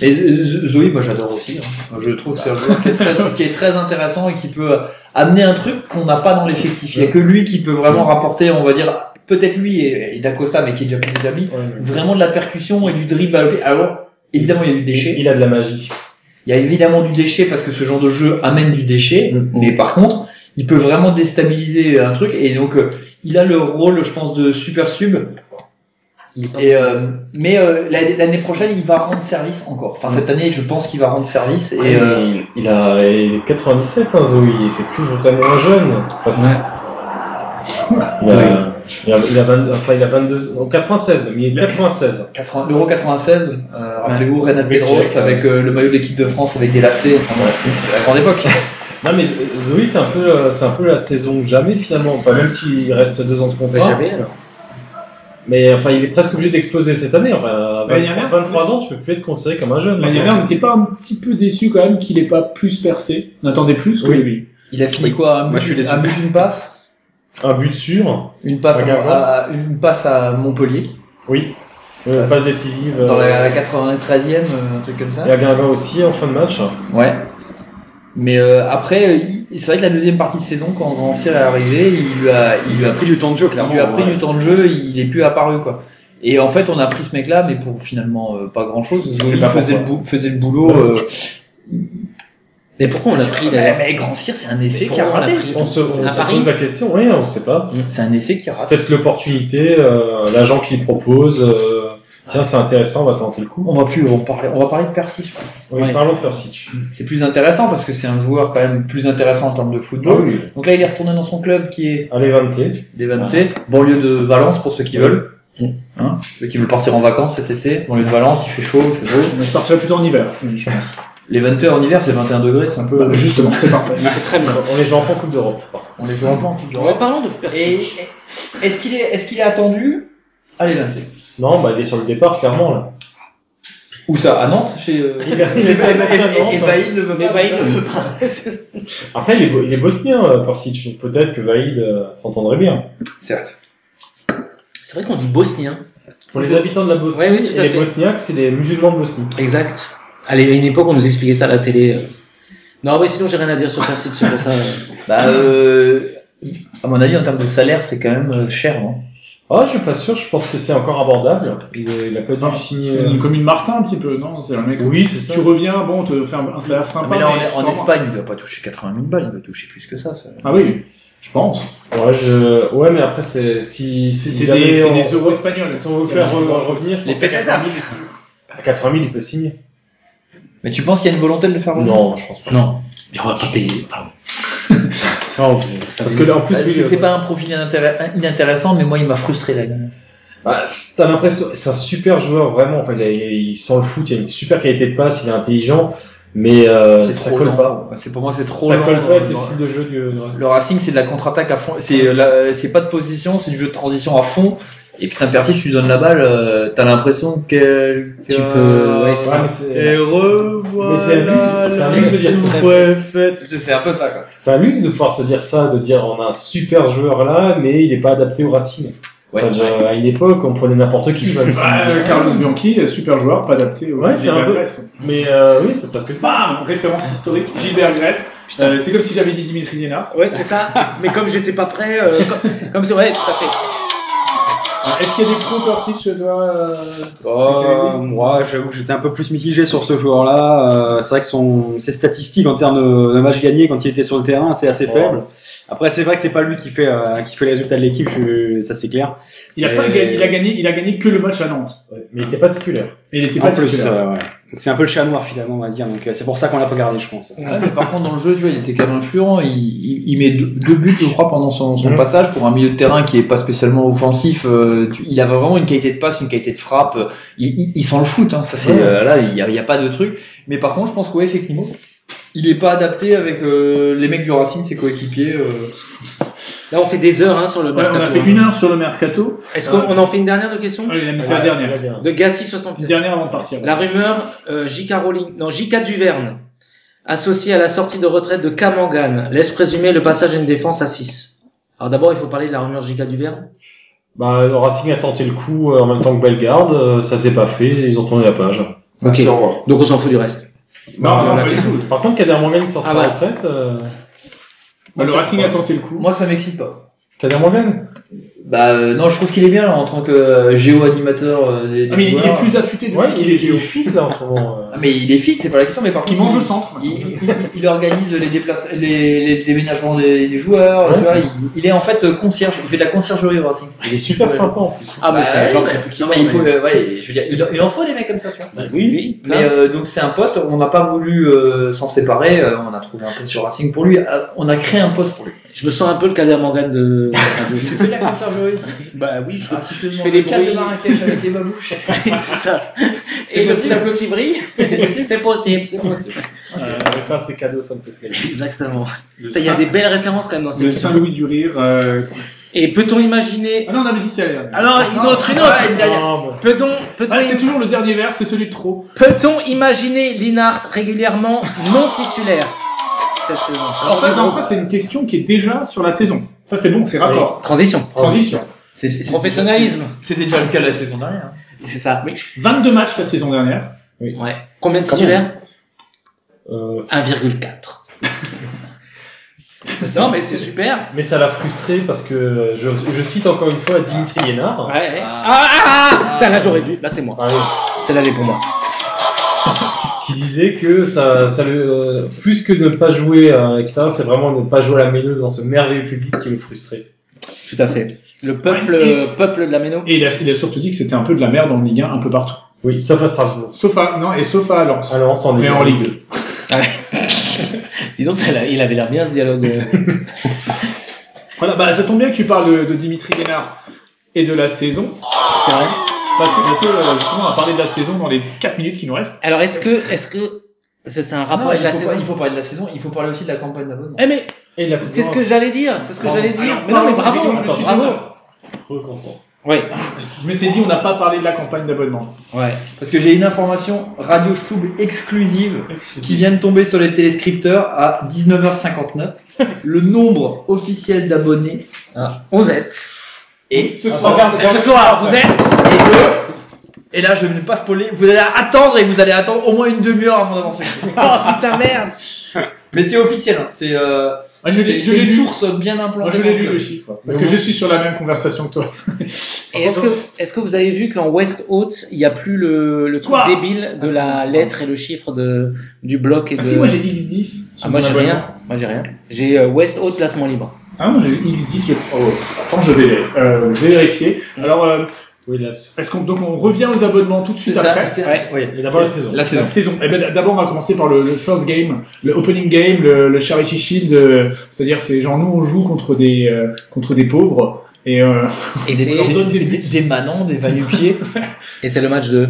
S6: Mais Z- Z- Zoé, moi j'adore aussi. hein. Je trouve que c'est un joueur qui est, très, qui est très intéressant et qui peut euh, amener un truc qu'on n'a pas dans l'effectif. Il n'y a que lui qui peut vraiment rapporter, on va dire, peut-être lui et, et Dacosta, mais qui est déjà plus établi, vraiment de la percussion et du dribble à l'opé- Alors, évidemment, il y a du déchet.
S2: Il a de la magie.
S6: Il y a évidemment du déchet parce que ce genre de jeu amène du déchet, mais par contre, il peut vraiment déstabiliser un truc et donc euh, il a le rôle, je pense, de super sub. Et euh, mais euh, l'année l'année prochaine, il va rendre service encore. Enfin, cette année, je pense qu'il va rendre service et
S2: Et
S6: euh,
S2: il a il est 97, hein, Zoé. C'est plus vraiment un jeune. Enfin, c'est- il, a, il, a, il, a 22, enfin, il a 22, non, 96 même. Il est 96.
S6: 80 l'Euro 96. euh, Rappelez-vous, Renan
S2: Avec
S6: Pedros
S2: Jack,
S6: avec euh, le maillot de l'équipe de France avec des lacets. Enfin, voilà, c'est- c'est la grande époque.
S2: Non, mais Zoé, c'est un peu, euh, c'est un peu la saison ou jamais finalement. Enfin, même s'il reste deux ans de contrat.
S5: Jamais, alors.
S2: Mais enfin, il est presque obligé d'exploser cette année. Enfin, à
S1: L'année
S2: 23,
S1: dernière,
S2: 23 ans, tu peux plus être considéré comme un jeune.
S1: L'année dernière, on n'était pas un petit peu déçu quand même qu'il n'ait pas plus percé. On attendait plus que
S2: Oui.
S1: lui.
S6: Il a fini quoi Un but,
S4: Moi, je suis déçu.
S6: un but, une passe,
S2: Un but sûr.
S6: une passe,
S2: Regarde.
S6: à, à- une passe à Montpellier.
S2: Oui. Euh, passe décisive.
S6: dans
S2: euh,
S6: la, la 93e, euh, un truc comme ça.
S2: Il y a Guingamp aussi en fin de match.
S6: Ouais. Mais euh, après, euh, il- c'est vrai que la deuxième partie de saison, quand Grand Cyr est arrivé, il lui a, il lui a pris du temps de jeu,
S4: clairement,
S6: Il lui a pris
S4: ouais.
S6: du temps de jeu, il est plus apparu, quoi. Et en fait, on a pris ce mec-là, mais pour finalement euh, pas grand-chose. Zoé
S2: pas
S6: faisait, le
S2: pourquoi.
S6: bou- faisait le boulot. euh,
S5: Mais pourquoi on l'a pris
S6: mais,
S5: d'ailleurs
S6: mais Grand Cyr, c'est un essai qui
S5: pourquoi
S6: a
S5: on l'a
S6: raté.
S5: pris
S2: On se, on
S5: À
S2: se
S5: Paris
S2: pose la question, oui, on sait pas.
S6: C'est un essai qui a
S2: C'est
S6: raté.
S2: peut-être l'opportunité, euh, l'agent qui le propose. euh, tiens, c'est intéressant, on va tenter le coup.
S6: On va plus, on parler, on va parler de Percy, je crois.
S2: Oui,
S5: Ouais.
S2: Parlons de Persic.
S6: C'est plus intéressant parce que c'est un joueur quand même plus intéressant en termes de football. Donc là, il est retourné dans son club qui est
S2: Allez, 20
S6: Levante, banlieue de Valence pour ceux qui veulent. Hein, ceux qui veulent partir en vacances cet été, banlieue de Valence, il fait chaud, il fait beau.
S1: On est parti plutôt en hiver.
S6: Levante en hiver, c'est 21 degrés, c'est un peu.
S1: Justement, c'est parfait.
S2: On les joue en Coupe d'Europe. par contre.
S6: On les joue en plan.
S5: Reparlons de
S6: Et
S5: Percy.
S6: et- est-ce qu'il est, est-ce qu'il est attendu à Levante
S2: Non, bah, il est sur le départ, clairement. Là.
S6: Où ça À Nantes chez. euh,
S2: Il est- il est pas à Nantes,
S6: Et
S2: hein.
S6: Baïd ne veut
S5: Mais
S6: pas.
S5: Baïd ne veut
S2: Après, il est, bo- il est bosnien, euh, Persic. donc Peut-être que Vaïd euh, s'entendrait bien.
S6: Certes.
S5: C'est vrai qu'on dit bosnien.
S2: Pour les habitants de la Bosnie,
S5: Ouais, oui, tout à
S2: et les
S5: fait.
S2: Bosniaques, c'est les musulmans de Bosnie.
S5: Exact. Allez, à une époque, on nous expliquait ça à la télé. euh. Non, mais sinon, j'ai rien à dire sur Percy, c'est pour ça. euh.
S6: Bah, euh, à mon avis, en termes de salaire, c'est quand même euh, cher. Hein.
S2: Ah, je suis pas sûr, je pense que c'est encore abordable. Il, euh, il a pas dû signer. euh,
S1: Une commune Martin, un petit peu, non C'est un mec.
S2: Oui, c'est ça.
S1: Tu reviens, bon, on te fait un un salaire sympa.
S6: Ah, mais là, on est-
S1: tu
S6: en,
S1: t'en vas.
S6: Espagne, il doit pas toucher 80 000 balles, il doit toucher plus que ça. ça.
S1: Ah oui, je pense.
S2: Ouais, je... ouais, mais après, c'est si. si
S1: C'était
S2: jamais
S1: des, c'est
S2: on-
S1: des euros espagnols.
S2: Si on veut faire euh, revenir, je pense qu'à 80 000, à 80 000, il peut signer.
S6: Mais tu penses qu'il y a une volonté de le faire revenir
S2: Non, je pense pas.
S6: Non.
S5: On va pas payer.
S2: Non, parce que là, en plus,
S6: Bah,
S2: lui,
S6: c'est
S2: euh,
S6: c'est pas un profil inintéré- inintéressant, mais moi il m'a frustré là.
S2: bah, c'est- t'as l'impression, c'est un super joueur vraiment. Enfin, il, a- il sent le foot, il a une super qualité de passe, il est intelligent, mais euh, ça
S6: trop
S2: colle
S6: lent.
S2: pas.
S6: Ouais, C'est pour moi c'est trop.
S2: ça
S6: lent.
S2: colle pas avec le
S6: Le-
S2: style de jeu du.
S6: Le Racing c'est de la contre-attaque à fond. C'est euh, la- c'est pas de position, c'est du jeu de transition à fond. Et putain Percy, tu lui donnes la balle, euh, t'as l'impression qu'elle.
S5: Tu peux- ouais, c'est
S2: Ouais, mais c'est
S6: Et revoilà
S2: Mais c'est un luxe, c'est un
S6: la
S2: luxe de dire ça.
S6: sous-préfète. C'est c'est un peu ça quoi.
S2: c'est un luxe de pouvoir se dire ça, de dire on a un super joueur là, mais il n'est pas adapté au Racing.
S6: Ouais,
S2: Enfin,
S6: c'est
S2: je- à une époque, on prenait n'importe qui. même si-
S1: Bah, euh, Carlos Bianchi, super joueur, pas adapté au
S2: Ouais,
S1: Gilbert
S2: c'est un peu-
S1: Gress.
S2: Mais euh, oui, c'est parce que ça.
S1: Bam Référence historique, Gilbert Gress. Euh, c'est comme si j'avais dit Dimitri Lénard.
S5: Ouais, c'est ça. Mais comme j'étais pas prêt, euh, comme- comme c'est ouais, tout à fait.
S1: Ah, Est-ce qu'il y a des pros Corsic chez toi euh,
S4: Euh,
S1: Michael Ellis
S4: moi, j'avoue que j'étais un peu plus mitigé sur ce joueur-là. Euh, c'est vrai que son, ses statistiques en termes de, de matchs gagnés quand il était sur le terrain, c'est assez faible. Après, c'est vrai que c'est pas lui qui fait, euh, qui fait les résultats de l'équipe, je- ça c'est clair.
S1: Il a pas
S6: Euh,
S4: Et-
S1: gagné, il a gagné, il a gagné que le match à Nantes.
S2: Ouais, Mais il était pas titulaire.
S1: Et il était
S4: En
S1: pas
S4: plus,
S1: titulaire.
S4: euh, ouais. Donc, c'est un peu le chat noir finalement, on va dire. Donc euh, c'est pour ça qu'on l'a pas gardé, je pense.
S6: Ouais, mais par contre, dans le jeu, tu vois, il était quand même influent. Il, il, il met deux, deux buts, je crois, pendant son, son
S2: Mhm.
S6: passage pour un milieu de terrain qui est pas spécialement offensif. euh, tu- il avait vraiment une qualité de passe, une qualité de frappe. euh, Il, il, il sent le foot. Hein, ça, c'est
S2: Ouais.
S6: euh, là, il y a, il y a pas de truc. Mais par contre, je pense qu'effectivement, effectivement, il est pas adapté avec euh, les mecs du Racing, ses coéquipiers. euh,
S5: Là, on fait des heures hein, sur le
S1: Ouais, on
S5: mercato.
S1: a fait
S5: hein.
S1: une heure sur le mercato.
S5: Est-ce qu'on en fait une dernière de question
S1: Ouais, Ah, il a mis sa dernière.
S5: De Gassi 67.
S1: Une dernière avant de partir.
S5: La rumeur euh, J.K. Rowling, non J.K. Duverne, associée à la sortie de retraite de Kamangan, laisse présumer le passage à une défense à 6. Alors d'abord, il faut parler de la rumeur J.K. Duverne.
S2: Bah, le Racing a tenté le coup euh, en même temps que Bellegarde, euh, ça s'est pas fait, ils ont tourné la page.
S5: Ok.
S2: Au revoir.
S5: Donc on s'en fout du reste.
S1: Non, non,
S2: Bah,
S1: pas du tout.
S2: Par contre, Kader Morgan qui sort de
S5: Ah
S2: sa
S5: ouais.
S2: retraite. euh,
S1: Bah, le Racing a tenté le coup.
S6: Moi, ça m'excite pas.
S2: Kader Morgan
S6: Bah euh, non, je trouve qu'il est bien là en tant que euh, géo-animateur. euh, des-
S1: Ah, mais il
S6: des
S1: est
S6: joueurs.
S1: plus affûté de
S2: Ouais,
S1: lui
S2: il
S1: qu'il
S2: est,
S1: est
S2: il
S1: Géo.
S2: est fit là en ce moment. euh.
S6: Ah, mais il est fit, c'est pas la question. Mais par
S1: Il
S6: contre,
S1: mange au centre.
S6: Il, il- il organise les, déplace les, les déménagements des, des joueurs, tu vois, il, il est en fait euh, concierge, il fait de la conciergerie au Racing.
S2: Il est super sympa en plus.
S5: Ah
S6: Bah, ouais,
S5: encore-
S6: mais- non, mais il faut, euh, ouais, je veux dire, il, en- il en faut des mecs comme ça, tu vois.
S5: oui, oui.
S6: Mais euh, donc c'est un poste, on n'a pas voulu euh, s'en séparer, euh, on a trouvé un poste sur Racing pour lui, euh, on a créé un poste pour lui.
S5: Je me sens un peu le Kader Mangan de.
S6: Tu fais de la conciergerie Bah oui, je, si je te demande les
S5: des
S6: quatre de
S5: bruits.
S6: Marrakech avec les babouches.
S5: c'est ça.
S6: C'est
S5: Et le
S6: possible.
S5: tableau qui brille. C'est possible. C'est possible.
S2: Euh, mais ça, c'est cadeau, ça me fait plaisir.
S5: Exactement. Putain, Il y a des belles références quand même dans cette
S1: Le
S5: équipe.
S1: Saint-Louis du rire. euh,
S5: Et peut-on imaginer
S1: Ah non, on avait dit ça. la dernière.
S5: Alors une autre, une autre.
S2: Ah, bon.
S5: Peut-on, peut-on,
S1: Ah, c'est toujours le dernier vers, c'est celui de trop.
S5: peut-on imaginer Linhart régulièrement non titulaire cette saison
S1: Alors, ça, non, ça, Ah, c'est une question qui est déjà sur la saison. Ça, c'est bon, c'est raccord.
S5: Transition.
S1: Transition.
S6: C'est- c'est-
S5: Professionnalisme.
S6: C'était déjà le cas la saison dernière.
S5: C'est ça.
S1: 22 matchs la saison dernière.
S5: Ouais. Combien de titulaires
S2: Euh,
S5: 1,4. non mais c'est super.
S2: mais ça l'a frustré parce que euh, je, je cite encore une fois Dimitri Yénard.
S5: Ouais. ouais. Ah, ah, ah, Putain, là j'aurais dû. Là c'est moi.
S2: Ah oui.
S5: C'est là elle est pour moi.
S2: qui disait que ça, ça le, euh, plus que ne pas jouer à l'extérieur, c'est vraiment ne pas jouer à la méno dans ce merveilleux public qui le frustrait.
S5: Tout à fait. Le peuple,
S1: Ouais,
S5: peuple de la Méno.
S1: Et il a, il a surtout dit que c'était un peu de la merde en Ligue 1 un peu partout.
S2: Oui, sauf à Strasbourg.
S1: Sauf à, non, et sauf à Lens.
S2: Alors, on s'en est.
S1: Mais en Ligue 2.
S5: Disons, il avait l'air bien ce dialogue.
S1: Voilà, bah, ça tombe bien que tu parles de, de Dimitri Guénard et de la saison.
S5: c'est vrai.
S1: Parce que, parce que, euh, justement, on va parler de la saison dans les 4 minutes qui nous restent.
S5: Alors est-ce que, est-ce que, ça, c'est un rapport
S6: Non,
S5: avec
S6: il,
S5: la
S6: faut
S5: saison
S6: pas- il faut parler de la saison, il faut parler aussi de la campagne d'abonnement.
S5: Eh mais
S2: Et la
S5: c'est ce que j'allais dire, c'est ce que
S2: Pardon.
S5: j'allais dire.
S1: Alors,
S5: mais non mais
S1: pardon,
S5: bravo,
S1: je me
S5: attends,
S1: suis
S5: bravo.
S1: dit,
S5: Ouais.
S1: Je m'étais dit, on n'a pas parlé de la campagne d'abonnement.
S5: Ouais.
S6: Parce que j'ai une information Radio Stub exclusive qui vient de tomber sur les téléscripteurs à 19h59. Le nombre officiel d'abonnés
S5: On êtes.
S6: est.
S1: Ce soir,
S5: Regarde, ce soir, vous êtes.
S6: Et, de- et là, je ne vais pas spoiler. Vous allez attendre et vous allez attendre au moins une demi-heure avant d'avancer.
S5: Oh putain merde.
S6: Mais c'est officiel. hein. C'est euh,
S1: Ah, je l'ai
S6: c'est-
S1: je
S6: c'est
S1: l'ai
S6: une
S1: lu.
S6: source bien
S1: Moi,
S6: implantée.
S1: je l'ai
S6: dans
S1: lu
S6: le
S1: le
S6: club.
S1: chiffre. Parce que je suis sur la même conversation que toi.
S5: Et est-ce que, est-ce que vous avez vu qu'en West Haute, il n'y a plus le, le truc
S1: Quoi
S5: débile de la lettre et le chiffre de, du bloc et de.
S1: Ah si, moi j'ai X10. sur
S5: Ah, moi,
S1: mon
S5: j'ai
S1: abonnement.
S5: rien. Moi j'ai rien. J'ai euh, West Haute placement libre.
S1: Ah moi j'ai X10, je crois. Oh, attends, je vais, euh, je vais vérifier. Alors, euh,
S2: Oui, là, c'est-
S1: est-ce qu'on donc on revient aux abonnements tout de
S6: C'est
S1: suite
S6: ça.
S1: après
S6: c'est-
S5: Ouais.
S6: oui.
S2: mais d'abord la saison.
S6: La saison.
S1: La saison. Eh ben, d- d'abord, on va commencer par le, le first game, le opening game, le, le charity shield. euh, C'est-à-dire, c'est genre nous on joue contre des euh, contre des pauvres et euh,
S5: Et
S6: Des,
S5: c'est,
S6: des, des- des manants, des vanupiers.
S5: et c'est le match de.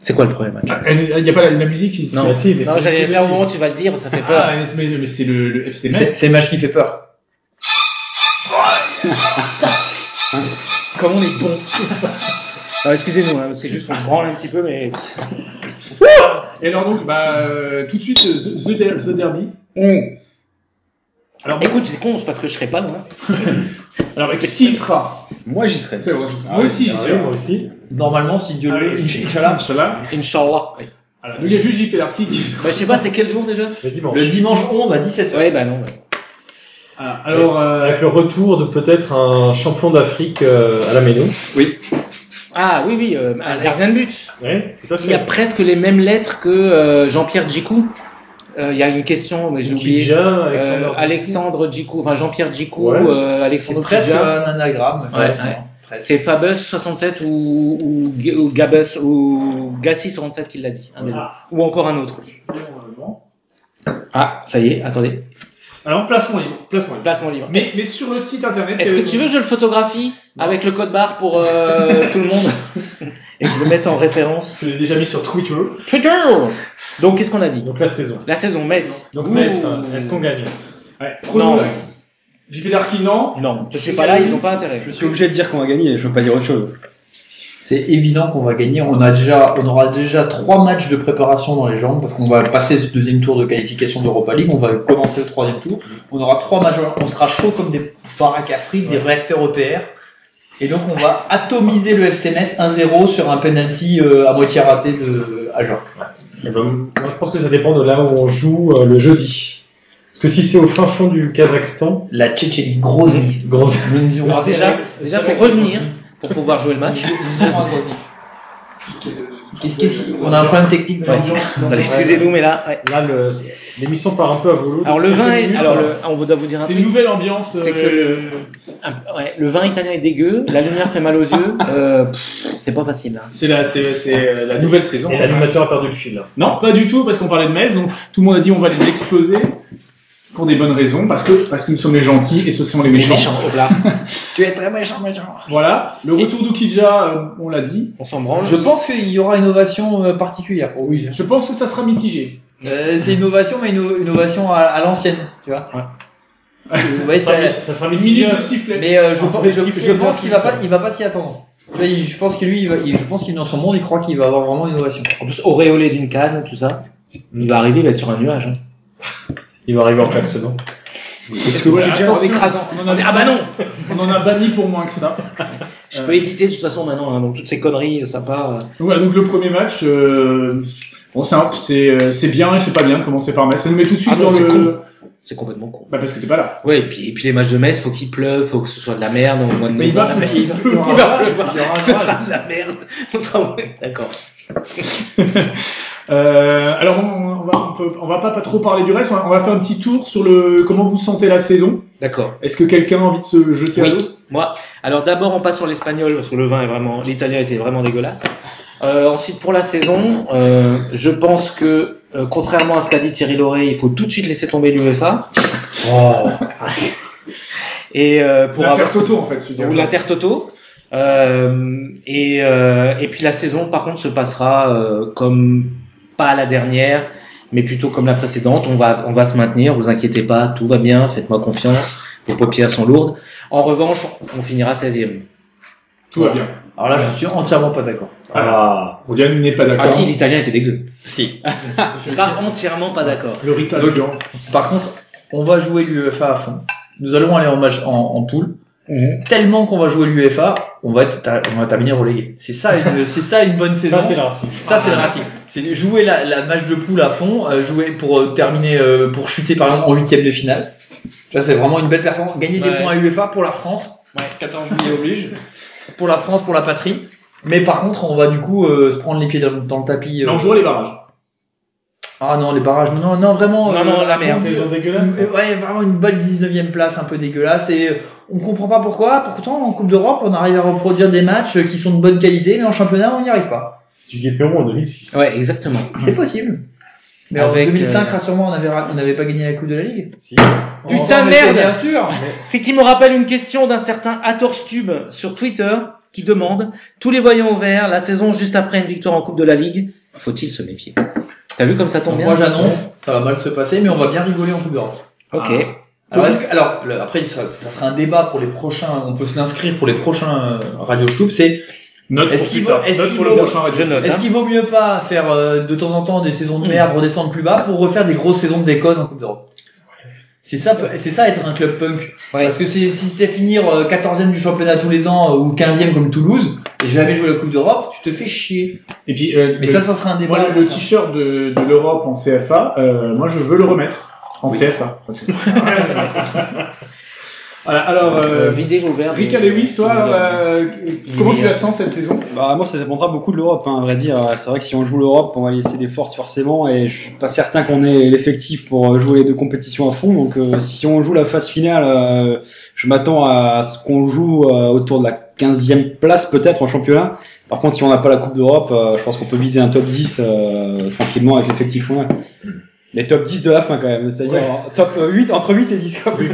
S5: C'est quoi le premier match
S1: il n'y euh, a pas la, la musique. ici.
S5: Non.
S2: si, mais
S5: Non,
S2: c'est-
S5: j'allais le faire au moment où tu vas le dire, ça fait peur.
S1: Ah, mais, mais- mais c'est le, le FC
S6: C'est
S1: Metz.
S6: c'est le match qui fait peur.
S5: Comme on est bon. excusez-nous, hein, c'est juste on branle un petit peu, mais.
S1: Et alors donc, bah euh, tout de suite euh, the, The Der- The derby. Alors,
S5: Écoute, c'est con, c'est parce que je serai pas loin.
S1: alors qui y sera
S4: Moi, j'y serais.
S1: C'est vrai. Moi aussi,
S2: Ah
S1: c'est
S2: oui,
S1: sûr.
S2: moi aussi.
S6: Normalement, si Dieu le
S1: Allez,
S6: veut,
S1: Inch'Allah. Inch'Allah.
S5: Inch'Allah.
S1: Alors, donc il y a juste JP Darky qui sera.
S5: Bah, je sais pas, c'est quel jour déjà
S2: Le dimanche.
S6: le dimanche 11 à 17h.
S5: Ouais, bah non.
S1: Ah, Alors, euh,
S2: Avec le retour de peut-être un champion d'Afrique euh, à la Méno.
S5: Ah oui, oui, euh, un gardien de but.
S2: Oui, tout à
S5: Il y a
S2: fait.
S5: presque les mêmes lettres que euh, Jean-Pierre Djikou. Euh, Il y a une question, mais j'ai oublié.
S2: Kidja,
S5: Euh,
S2: Alexander.
S5: Alexandre Djikou, enfin Jean-Pierre Djikou,
S2: Ouais.
S5: euh,
S6: C'est
S5: Alexandre
S6: presque
S5: Pidja.
S6: un anagramme.
S5: Ouais,
S6: enfin,
S5: ouais.
S6: presque.
S5: C'est Fabus 67 ou, ou, G- ou Gabus ou Gassi 67 qui l'a dit. un des deux. Ou encore un autre. Ah, ça y est, attendez.
S1: alors placement libre. Placement libre.
S5: Placement libre.
S1: Mais, mais sur le site internet.
S5: Est-ce
S1: euh,
S5: que tu veux que je le photographie avec le code barre pour euh, tout le monde Et que je le mette en référence
S1: Je l'ai déjà mis sur Twitter.
S5: Twitter Donc qu'est-ce qu'on a dit
S2: euh, Donc la saison.
S5: La saison Metz.
S2: Donc
S5: Ouh.
S2: Metz, hein, est-ce qu'on gagne
S1: Ouais.
S5: Non.
S1: Non. JP Darky, non.
S5: Non, je suis pas là, ils n'ont pas intérêt.
S4: Je suis obligé de dire qu'on va gagner, je veux pas dire autre chose.
S6: C'est évident qu'on va gagner. On, a déjà, on aura déjà trois matchs de préparation dans les jambes parce qu'on va passer ce deuxième tour de qualification d'Europa League. On va commencer le troisième tour. On aura trois matchs. On sera chaud comme des baraques à fric, des réacteurs EPR. Et donc on va atomiser le FCMS 1-0 sur un penalty euh, à moitié raté de Ajorc.
S2: Eh ben, Moi je pense que ça dépend de là où on joue euh, le jeudi. Parce que si c'est au fin fond du Kazakhstan,
S6: La Tchétchénie, grosse vie.
S2: grosse.
S6: Nous irons à
S5: Alors déjà, déjà pour revenir, pour pouvoir jouer le match.
S6: Nous irons à Grozny. Qu'est-ce qu'est-ce- On a un problème technique dans l'ambiance.
S5: Excusez-nous, mais là. ouais.
S2: Là, le- l'émission part un peu à volo.
S5: Alors le vin, est-
S1: minutes,
S5: alors
S1: ça
S5: le, on doit vous dire un
S1: C'est
S5: truc.
S1: une nouvelle ambiance.
S5: C'est
S1: euh,
S5: que le- Ah, ouais, le vin italien est dégueu, la lumière fait mal aux yeux, euh, pff, c'est pas facile. hein.
S1: C'est la, c'est, c'est euh, la nouvelle saison.
S2: Et l'animateur a perdu le fil. là.
S1: Non, pas du tout, parce qu'on parlait de Metz, donc tout le monde a dit on va les exploser pour des bonnes raisons, parce que, parce que nous sommes les gentils et ce sont les méchants.
S6: Tu es très méchant, méchant.
S1: Voilà, le retour d'Ukidja, euh, on l'a dit.
S5: On s'en branle.
S6: Je pense qu'il y aura une ovation euh, particulière. Oui.
S1: Je pense que ça sera mitigé.
S6: c'est une ovation, mais une, o- une ovation à, à l'ancienne, tu vois. Ouais,
S2: Ça,
S6: ça-
S2: sera- ça sera
S1: Une
S2: midi.
S1: minute de sifflet.
S6: mais euh, je,
S2: Entre
S6: pense-
S2: les
S6: je-
S2: sifflets,
S6: je
S2: les
S6: pense qu'il va pas,
S2: insultes.
S6: il va pas s'y attendre. Tu vois, il- Je pense que lui, il va- il- je pense qu'il est dans son monde, il croit qu'il va avoir vraiment une ovation.
S5: En plus, auréolé d'une canne, tout ça. Il va arriver, il va être sur un nuage. hein.
S2: Il va arriver en klaxonnant.
S1: Parce
S5: que voilà, en écrasant.
S1: On en a,
S5: Ah bah non
S1: on en a banni pour moins que ça.
S5: Je peux éditer de toute façon maintenant, hein, donc toutes ces conneries, ça part. euh.
S1: Voilà, donc le premier match, euh, bon, c'est, un- c'est, euh, c'est bien et c'est pas bien de commencer par Metz. Ça nous met tout de suite
S5: Ah non,
S1: dans
S5: c'est
S1: le.
S5: C'est complètement con.
S1: Bah parce que t'es pas là.
S5: Ouais, et puis, et puis les matchs de Metz, faut qu'il pleuve, faut que ce soit de la merde. au mois de
S1: Mais il va.
S5: novembre, la-
S1: il
S6: Il y aura
S1: va-
S6: un orage, il y aura un
S5: Ce
S6: orage.
S5: sera de la merde. On sera- D'accord.
S1: Euh, alors on, on va, on, peut- on va pas, pas trop parler du reste. On va, on va faire un petit tour sur le comment vous sentez la saison.
S5: D'accord.
S1: Est-ce que quelqu'un a envie de se jeter à
S5: Oui,
S1: l'eau
S5: moi. Alors d'abord, on passe sur l'espagnol parce que le vin est vraiment, l'italien était vraiment dégueulasse. Euh, ensuite, pour la saison, euh, je pense que euh, contrairement à ce qu'a dit Thierry Loret, il faut tout de suite laisser tomber l'UEFA. et euh, pour
S1: Pour la
S5: avoir
S1: faire Toto en fait. je veux dire.
S5: ou l'Intertoto. Euh, et, euh, et puis la saison, par contre, se passera euh, comme pas la dernière, mais plutôt comme la précédente. On va, on va se maintenir. Vous inquiétez pas, tout va bien. Faites-moi confiance. Vos paupières sont lourdes. En revanche, on finira 16e.
S1: Tout va bien.
S6: Alors là, je suis entièrement pas d'accord.
S2: Ah,
S1: Yann n'est pas d'accord.
S5: Ah si, l'Italien était dégueu.
S6: Si.
S5: Je suis pas entièrement pas d'accord.
S1: Le Rita
S6: Donc-
S1: Blanc.
S6: Par contre, on va jouer l'UEFA à fond. Nous allons aller en match en, en poule.
S10: Mhm.
S6: Tellement qu'on va jouer l'UEFA, on va être, on va terminer relégué. C'est ça, une- c'est ça une bonne saison.
S2: ça c'est le Racing.
S6: Ça, c'est le Racing. C'est jouer la, la match de poule à fond, euh, jouer pour euh, terminer, euh, pour chuter par exemple en huitième de finale. Ça, c'est vraiment une belle performance. Gagner des
S5: Ouais.
S6: points à UEFA pour la France. 14 juillet oblige. Pour la France, pour la patrie. Mais par contre, on va du coup euh, se prendre les pieds dans, dans le tapis. euh.
S1: Là, on joue les barrages.
S6: Ah non, les barrages. Non, non, non, vraiment.
S5: Non, non, la merde.
S6: on-
S2: Saison dégueulasse.
S6: euh, Ouais, vraiment une bonne 19ème place, un peu dégueulasse. Et euh, on comprend pas pourquoi. Pourtant, en Coupe d'Europe, on arrive à reproduire des matchs euh, qui sont de bonne qualité, mais en championnat, on n'y arrive pas.
S2: C'est du Guépéron en 2006.
S5: Ouais, exactement.
S6: C'est possible. Mais
S5: Avec,
S6: en 2005,
S5: euh,
S6: rassure-moi, on avait, ra- on avait pas gagné la Coupe de la Ligue.
S2: Si.
S5: Putain de
S6: mais c'est
S5: merde.
S6: Bien sûr.
S5: Ce qui me rappelle une question d'un certain Atorstube sur Twitter qui demande Tous les voyants au vert, la saison juste après une victoire en Coupe de la Ligue, faut-il se méfier T'as vu comme ça
S6: Donc
S5: tombe bien
S6: moi, j'annonce, ça va mal se passer, mais on va bien rigoler en Coupe d'Europe.
S5: Ok.
S6: Alors, est-ce que, alors le- après, ça, ça sera un débat pour les prochains. On peut se l'inscrire pour les prochains euh, Radio Stoup. C'est
S1: Note
S6: Est-ce
S1: pour
S6: qu'il
S1: plus tard.
S6: vaut- est-ce
S1: Note
S6: qu'il
S1: pour le
S6: vaut-
S1: prochain Radio.
S5: Je note.
S6: est-ce
S5: hein.
S6: qu'il vaut mieux pas faire Hmm. euh, de temps en temps des saisons de merde, redescendre plus bas pour refaire des grosses saisons de déconne en Coupe d'Europe C'est ça, pe- c'est ça être un club punk.
S5: Ouais.
S6: Parce que c'est- si c'était finir euh, 14e du championnat tous les ans euh, ou 15e comme Toulouse et jamais jouer la Coupe d'Europe, tu te fais chier.
S1: Et puis, euh,
S6: Mais
S1: le-
S6: ça, ça sera un débat.
S1: moi, le, le t-shirt de, de l'Europe en CFA, euh, moi, je veux le remettre en CFA. Parce que c'est- Voilà, alors, euh,
S10: Euh, vidéo ouverte.
S1: Rika Lewis, toi, alors, euh, comment
S10: Il est-
S1: tu la sens cette saison
S4: Bah, moi, ça dépendra beaucoup de l'Europe, hein, à vrai dire. C'est vrai que si on joue l'Europe, on va laisser des forces forcément, et je suis pas certain qu'on ait l'effectif pour euh, jouer les deux compétitions à fond. Donc, euh, si on joue la phase finale, euh, je m'attends à ce qu'on joue euh, autour de la 15e place peut-être en championnat. Par contre, si on n'a pas la Coupe d'Europe, euh, je pense qu'on peut viser un top 10 euh, tranquillement avec l'effectif qu'on a. Les top 10 de la fin quand même, c'est-à-dire euh, top euh, 8 entre 8 et 10 quoi.
S1: Oui,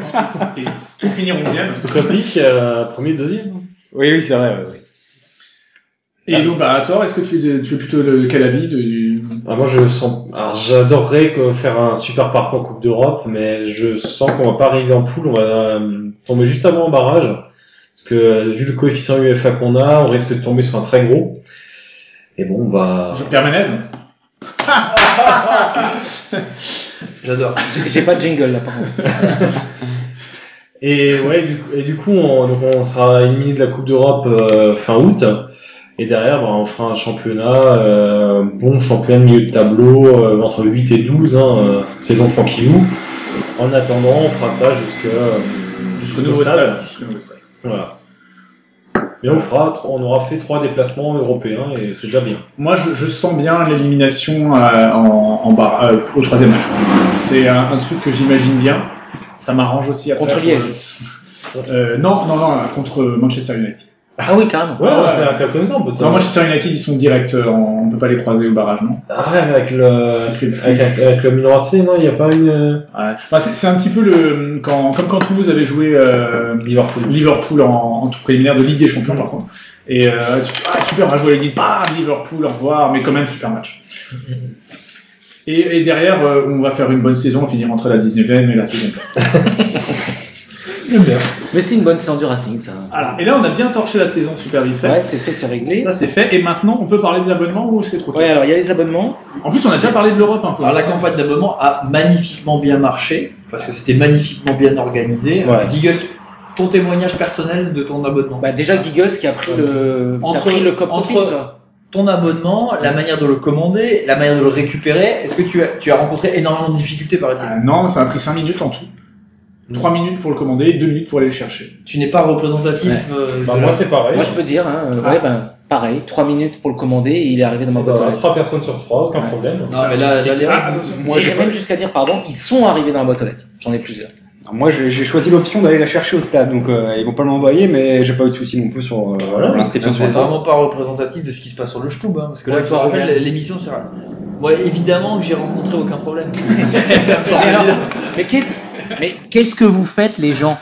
S1: pour finir 11e.
S2: Parce que top 10, il y a premier, deuxième.
S4: Oui, oui, c'est vrai. ouais, ouais.
S1: Et donc, bah, à tort, est-ce que tu, es- tu es plutôt le quel avis de-
S2: Ah, moi, je sens. Alors, j'adorerais quoi, faire un super parcours en Coupe d'Europe, mais je sens qu'on va pas arriver en poule. On va euh, tomber juste avant en barrage, parce que euh, vu le coefficient UEFA qu'on a, on risque de tomber sur un très gros. Et bon, bah.
S1: Permanez
S6: J'adore.
S10: J'ai- J'ai pas de jingle là par contre.
S2: Et ouais, du, et du coup, on, donc on sera éliminé de la Coupe d'Europe euh, fin août. Et derrière, bah, on fera un championnat, euh, bon championnat de milieu de tableau, euh, entre 8 et 12, hein, euh, saison tranquillou. En attendant, on fera ça jusqu'à, euh, jusqu'au nouveau stade.
S1: Jusqu'au nouveau stade.
S2: Voilà. Mais on, fera, tro- on aura fait trois déplacements européens et c'est déjà bien.
S1: Moi, je, je sens bien l'élimination euh, en, en bar- euh, au troisième match. C'est un, un truc que j'imagine bien. Ça m'arrange aussi. Après,
S10: Contre Liège.
S1: Euh, non, non, non, contre Manchester United.
S10: Ah oui, carrément.
S2: Ouais, on va
S1: ouais.
S2: faire un club comme ça, on peut
S1: Non, Manchester United, ils sont directs. euh, en- on peut pas les croiser au barrage, non
S2: Ah, avec le,
S1: Je sais plus.
S2: avec, avec le Milan AC, non, il n'y a pas euh, une.
S1: Ouais. Enfin, c'est c'est un petit peu le quand, comme quand Toulouse avait joué euh,
S2: Liverpool.
S1: Liverpool en, en tout préliminaire de Ligue des Champions, par contre. Et euh, tu- ah, super, on va jouer la Ligue. Bam, Liverpool, au revoir, mais quand même, super match. Et, et derrière, euh, on va faire une bonne saison, on finir entre la 19e et la 16e place.
S10: Mais c'est une bonne séance du Racing ça.
S1: Voilà. Et là, on a bien torché la saison super vite fait.
S10: Ouais, c'est fait, c'est réglé.
S1: Ça, c'est fait. Et maintenant, on peut parler des abonnements ou c'est trop tôt
S5: Ouais, alors il y a les abonnements.
S1: En plus, on a déjà parlé de l'Europe hein,
S10: Ah,
S1: un peu.
S6: Alors la campagne d'abonnement a magnifiquement bien marché parce que c'était magnifiquement bien organisé.
S10: Ouais.
S6: Gigas, ton témoignage personnel de ton abonnement.
S10: Bah déjà Gigus qui a pris le qui a
S6: Entre-
S10: pris le cop
S6: entre-
S10: copine, quoi.
S6: ton abonnement, la manière de le commander, la manière de le récupérer, est-ce que tu as, tu as rencontré énormément de difficultés par exemple
S1: Euh, non, ça a pris 5 minutes en tout. 3 minutes pour le commander et 2 minutes pour aller le chercher.
S6: Tu n'es pas représentatif
S10: Ouais.
S6: euh,
S2: Bah,
S6: de
S2: moi,
S6: la-
S2: c'est pareil.
S10: Moi je peux dire hein, euh, ouais ben pareil, 3 minutes pour le commander et il est arrivé dans ma
S2: Bah,
S10: boîte aux lettres.
S2: trois personnes sur trois, aucun problème.
S6: Non, mais là, là, les
S1: Ah,
S6: règles-
S1: attention. moi,
S10: J'irais
S1: je-
S10: même jusqu'à dire pardon, ils sont arrivés dans ma boîte aux lettres. J'en ai plusieurs.
S4: Alors moi, j'ai j'ai choisi l'option d'aller la chercher au stade, donc euh, ils vont pas l'envoyer, mais j'ai pas eu de soucis non plus sur euh,
S2: Voilà,
S4: l'inscription
S6: vous
S4: sur
S6: n'êtes
S4: le stade.
S6: vraiment pas représentatif de ce qui se passe sur le Stub, hein, parce que là,
S10: Ouais,
S6: je te
S10: toi,
S6: rappelle,
S10: regarde.
S6: l'émission sera. Moi, évidemment que j'ai rencontré aucun problème.
S10: Mais, alors, mais qu'est-ce mais qu'est-ce que vous faites les gens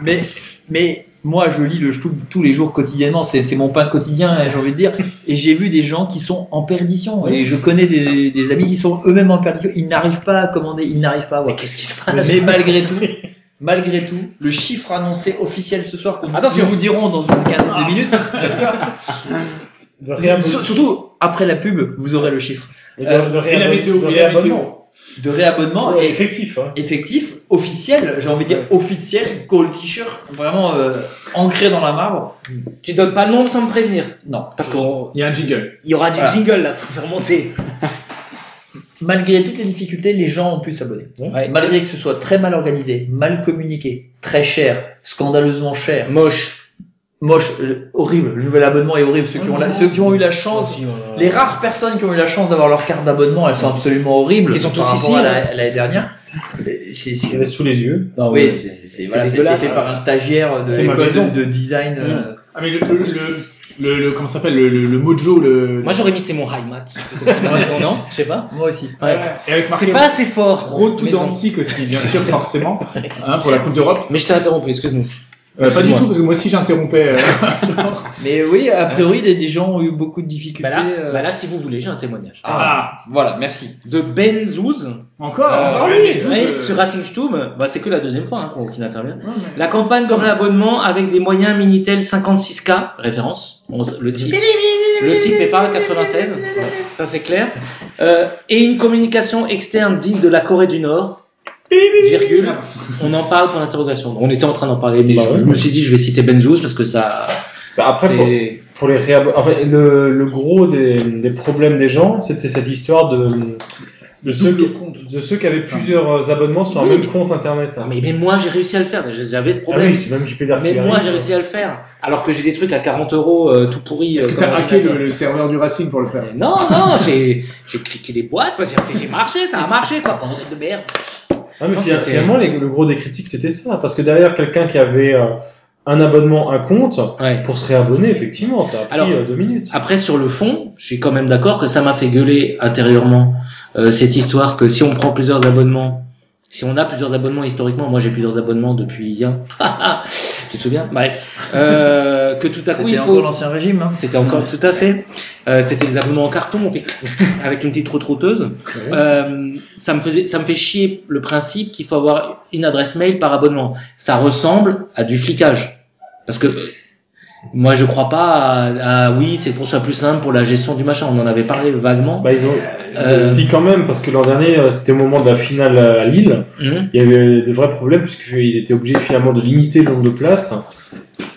S6: mais, mais moi, je lis le Stub tous les jours quotidiennement, c'est c'est mon pain quotidien, hein, j'ai envie de dire. Et j'ai vu des gens qui sont en perdition. Et je connais des, des amis qui sont eux-mêmes en perdition. Ils n'arrivent pas à commander, ils n'arrivent pas à voir.
S10: Mais qu'est-ce qui se passe
S6: Mais malgré tout, malgré tout, le chiffre annoncé officiel ce soir qu'on
S10: Attention. Ah.
S6: nous vous dirons dans une quinzaine de minutes, ce soir,
S2: De réabonnement.
S6: sur- surtout après la pub, vous aurez le chiffre
S2: Et
S5: Euh,
S2: de- de
S1: et la
S2: réabon-
S1: météo,
S2: de
S1: et la
S2: réabonnement.
S1: météo.
S6: de réabonnement
S2: Ouais,
S6: et
S2: effectif. Hein.
S6: effectif, officiel, j'ai envie de dire officiel, call t-shirt, vraiment euh, ancré dans la marbre.
S5: Tu donnes pas le nom sans me prévenir.
S6: Non,
S5: Parce qu'il
S1: Il y a un jingle.
S5: y aura du
S6: Voilà.
S5: jingle là pour faire monter.
S6: malgré toutes les difficultés, les gens ont pu s'abonner.
S2: Ouais.
S6: Ouais, malgré que ce soit très mal organisé, mal communiqué, très cher, scandaleusement cher,
S5: Moche.
S6: moche, euh, horrible. Le nouvel abonnement est horrible. Ceux qui ont, la- ceux qui ont eu la chance Les rares personnes qui ont eu la chance d'avoir leur carte d'abonnement, elles sont absolument horribles.
S5: Qui sont tous
S6: par
S5: ici,
S6: rapport à
S5: hein.
S6: la- à l'année dernière. C'est,
S2: Je l'ai sous les yeux.
S6: non, oui, c'est, c'est, c'est, voilà, ça a été
S5: dégueulasse.
S6: fait par un stagiaire de
S1: C'est ma
S6: l'école
S1: maison.
S6: de, de design. euh,
S1: Ah, mais le, le, le, le- le- comment ça s'appelle le, le- le mojo, le.
S5: Moi j'aurais mis c'est mon high mat. non, je sais pas.
S6: Moi aussi.
S5: Ouais.
S1: Et avec Marc
S5: C'est pas assez fort.
S1: Road to
S5: Maison.
S1: Danzig aussi, bien sûr, forcément, hein, pour la Coupe d'Europe.
S10: Mais je t'ai interrompu, excuse-nous.
S1: Euh, pas du
S10: Excuse-moi.
S1: tout, parce que moi aussi j'interrompais. euh,
S6: Mais oui, a priori, les, les gens ont eu beaucoup de difficultés.
S10: Bah là,
S6: euh,
S10: bah là, si vous voulez, j'ai un témoignage.
S1: Ah,
S6: voilà, merci.
S10: De Ben Zouz.
S1: encore
S10: Ah
S1: encore
S10: oui,
S1: une
S10: ouais,
S1: chose, euh,
S10: sur Racing Stum, bah, c'est que la deuxième fois hein, qu'on- qu'il intervient.
S1: Ouais, mais-
S10: La campagne de réabonnement avec des moyens Minitel 56K, référence, on s- le type, le type est pas 96, ça c'est clair, Euh, et une communication externe digne de la Corée du Nord,
S5: virgule, on en parle pour l'interrogation. Donc, On était en train d'en parler, mais
S2: Bah
S5: je,
S2: ouais.
S5: je me suis dit, je vais citer Benzouz parce que ça,
S2: Bah, après, pour-
S5: c'est,
S2: pour les réab- en fait, le, le gros des, des problèmes des gens, c'était cette histoire de, de, ceux qui, de ceux qui avaient plusieurs euh, abonnements sur un
S5: Oui, mais-
S2: même compte internet.
S5: Ah, mais, mais moi, j'ai réussi à le faire. J'avais ce
S2: Ah
S5: problème.
S2: oui, c'est même JP
S5: mais moi, j'ai réussi à le faire. Alors que j'ai des trucs à 40 euros, euh, tout pourri.
S1: Est-ce
S5: euh,
S1: que
S5: comme
S1: t'as hacké
S5: ordinateur.
S1: le, le serveur du Racing pour le faire
S5: Non, non, j'ai, j'ai cliqué les boîtes, quoi. J'ai, j'ai marché, ça a marché, quoi, pendant de merde.
S2: Ah, mais
S5: Non,
S2: fina-
S5: c'était-
S2: finalement, les- le gros des critiques, c'était ça. Parce que derrière, quelqu'un qui avait euh, un abonnement, un compte,
S5: Ouais.
S2: pour se réabonner, effectivement, ça a pris
S5: Alors-
S2: euh, deux minutes.
S5: Après, sur le fond, je suis quand même d'accord que ça m'a fait gueuler intérieurement euh, cette histoire que si on prend plusieurs abonnements, si on a plusieurs abonnements historiquement, moi j'ai plusieurs abonnements depuis hier, tu te souviens Bref, euh, que tout à coup il
S12: C'était
S5: faut.
S12: encore l'ancien régime. Hein.
S5: C'était encore tout à fait. Euh, C'était des abonnements en carton en fait, avec une petite retrouteuse. Euh, ça me faisait, ça me fait chier le principe qu'il faut avoir une adresse mail par abonnement. Ça ressemble à du flicage, parce que euh, moi je crois pas à, à- oui c'est pour ça plus simple pour la gestion du machin. On en avait parlé vaguement.
S2: Bah, ils ont...
S5: Euh,
S2: Si quand même, parce que l'an dernier, euh, c'était au moment de la finale à Lille,
S5: Mhm.
S2: il y avait de vrais problèmes puisqu'ils étaient obligés finalement de limiter le nombre de places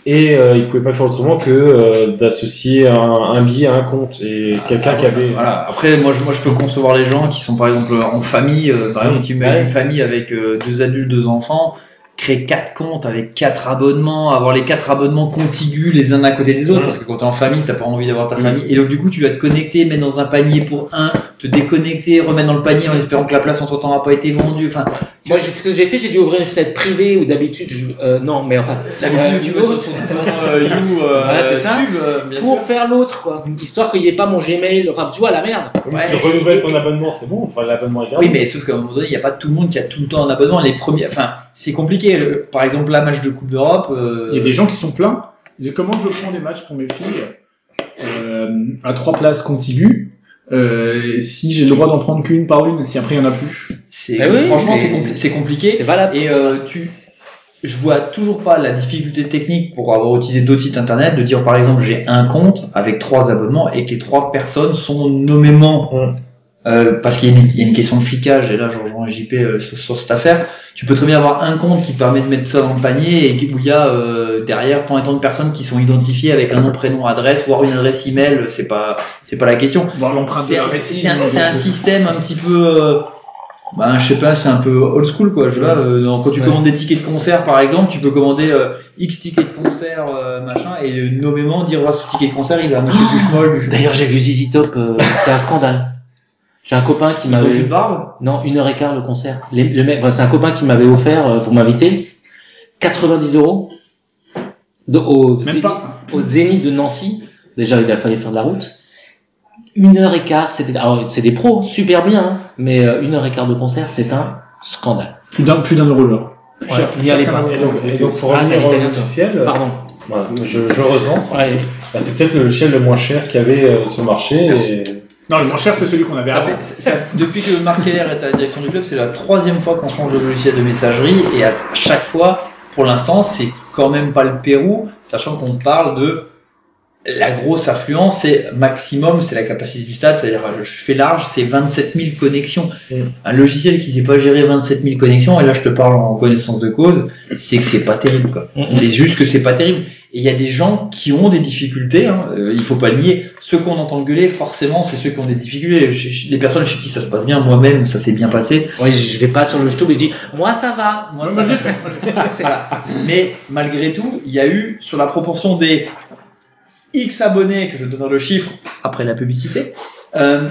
S2: et euh, ils pouvaient pas faire autrement que euh, d'associer un, un billet à un compte et quelqu'un qui avait...
S6: Voilà. Après, moi je, moi, je peux concevoir les gens qui sont par exemple en famille, euh, par
S5: Mmh.
S6: exemple, qui imaginent une famille avec euh, deux adultes, deux enfants, créer quatre comptes avec quatre abonnements, avoir les quatre abonnements contigus les uns à côté des
S5: Mmh.
S6: autres,
S2: Mhm.
S6: parce que quand t'es en famille, t'as pas envie d'avoir ta famille, et donc du coup, tu vas te connecter, mettre dans un panier pour un, te déconnecter, remettre dans le panier en espérant que la place entre temps a pas été vendue. Enfin,
S5: Moi, j'ai- ce que j'ai fait, j'ai dû ouvrir une fenêtre privée où d'habitude, je- euh, non, mais enfin,
S6: la
S5: Ouais,
S6: vidéo du
S5: l'autre.
S6: vote, c'est ton, euh, you, euh,
S5: Ouais, c'est ça.
S6: tube, euh, bien
S5: pour
S6: sûr.
S5: faire l'autre, quoi, histoire qu'il n'y ait pas mon Gmail, enfin, tu vois, la merde.
S2: Comme si tu
S6: Ouais,
S2: renouvelles
S6: et-
S2: ton abonnement, c'est bon, enfin, l'abonnement est
S6: Oui,
S2: gratuit.
S6: mais sauf qu'à un moment donné, il n'y a pas tout le monde qui a tout le temps un abonnement. Les premiers, enfin, c'est compliqué. Je- Par exemple, la match de Coupe d'Europe. euh,
S1: Il y a des gens qui sont pleins. Ils disent comment je prends des matchs pour mes filles euh, à trois places contiguës. euh, si j'ai le droit d'en prendre qu'une par une, si après il y en a plus.
S6: c'est-
S5: Eh oui,
S6: franchement,
S5: c'est-
S6: c'est compli- c'est compliqué.
S5: C'est valable.
S6: Et euh, tu, je vois toujours pas la difficulté technique pour avoir utilisé d'autres sites internet de dire par exemple j'ai un compte avec trois abonnements et que les trois personnes sont nommément. euh, parce qu'il y, a une- il y a une question de flicage et là je rejoins JP euh, sur, sur cette affaire. Tu peux très bien avoir un compte qui permet de mettre ça dans le panier et qui- où il y a euh, derrière tant et tant de personnes qui sont identifiées avec un nom, prénom, adresse, voire une adresse email. C'est pas c'est pas la question.
S1: Voir l'empreinte de
S6: C'est
S1: la
S6: un-
S1: rétine. euh,
S6: c'est un,
S1: ou
S6: c'est un
S1: des choses.
S6: système un petit peu. euh, ben, je sais pas, c'est un peu old school quoi. Je sais pas, euh, dans- quand tu commandes des tickets de concert par exemple, tu peux commander euh, X tickets de concert euh, machin et euh, nommément dire voilà, ce ticket de concert il va à Monsieur Buchmoll. je sais
S5: D'ailleurs, j'ai vu Zizi Top, euh, c'est un scandale. J'ai un copain qui
S6: pas, ils ont
S5: m'avait.
S6: plus de barbe.
S5: Non, une heure et quart le concert. Les- le mec, enfin, c'est un copain qui m'avait offert euh, pour m'inviter 90 euros de- au,
S1: Même
S5: Zénith,
S1: pas.
S5: au Zénith de Nancy. Déjà, il a fallu faire de la route. Une heure et quart, c'était alors, c'est des pros, super bien, hein, mais euh, une heure et quart de concert, c'est un scandale.
S1: Plus d'un, plus d'un euro l'heure.
S5: Ouais, n'y allez pas.
S2: Et donc, et donc, pour
S5: Ah, t'as
S2: revenir au
S5: l'italien, toi.
S2: logiciel, euh,
S5: Pardon.
S2: voilà, je, je le ressens,
S5: Ouais.
S2: Bah, c'est peut-être le logiciel le moins cher qu'il y avait euh, sur le marché. Et...
S1: Non, le moins cher, c'est celui qu'on avait
S6: Ça
S1: avant.
S6: fait- ça- depuis que Marc Keller est à la direction du club, c'est la troisième fois qu'on change de logiciel de messagerie et à chaque fois, pour l'instant, c'est quand même pas le Pérou, sachant qu'on parle de la grosse affluence, c'est maximum, c'est la capacité du stade, c'est-à-dire euh, je fais large, c'est 27 000 connexions.
S2: Mm.
S6: Un logiciel qui sait pas gérer 27 000 connexions, et là je te parle en connaissance de cause, c'est que c'est pas terrible. quoi. C'est juste que c'est pas terrible. Et il y a des gens qui ont des difficultés, hein, euh, il faut pas le nier. Ceux qu'on entend gueuler, forcément, c'est ceux qui ont des difficultés. Chez- chez- Les personnes chez qui ça se passe bien, moi-même, ça s'est bien passé.
S5: Ouais, je vais pas sur le YouTube et je dis, moi ça va.
S6: Moi, ça va. Voilà. Mais malgré tout, il y a eu sur la proportion des X abonnés, que je donnerai le chiffre après la publicité, euh,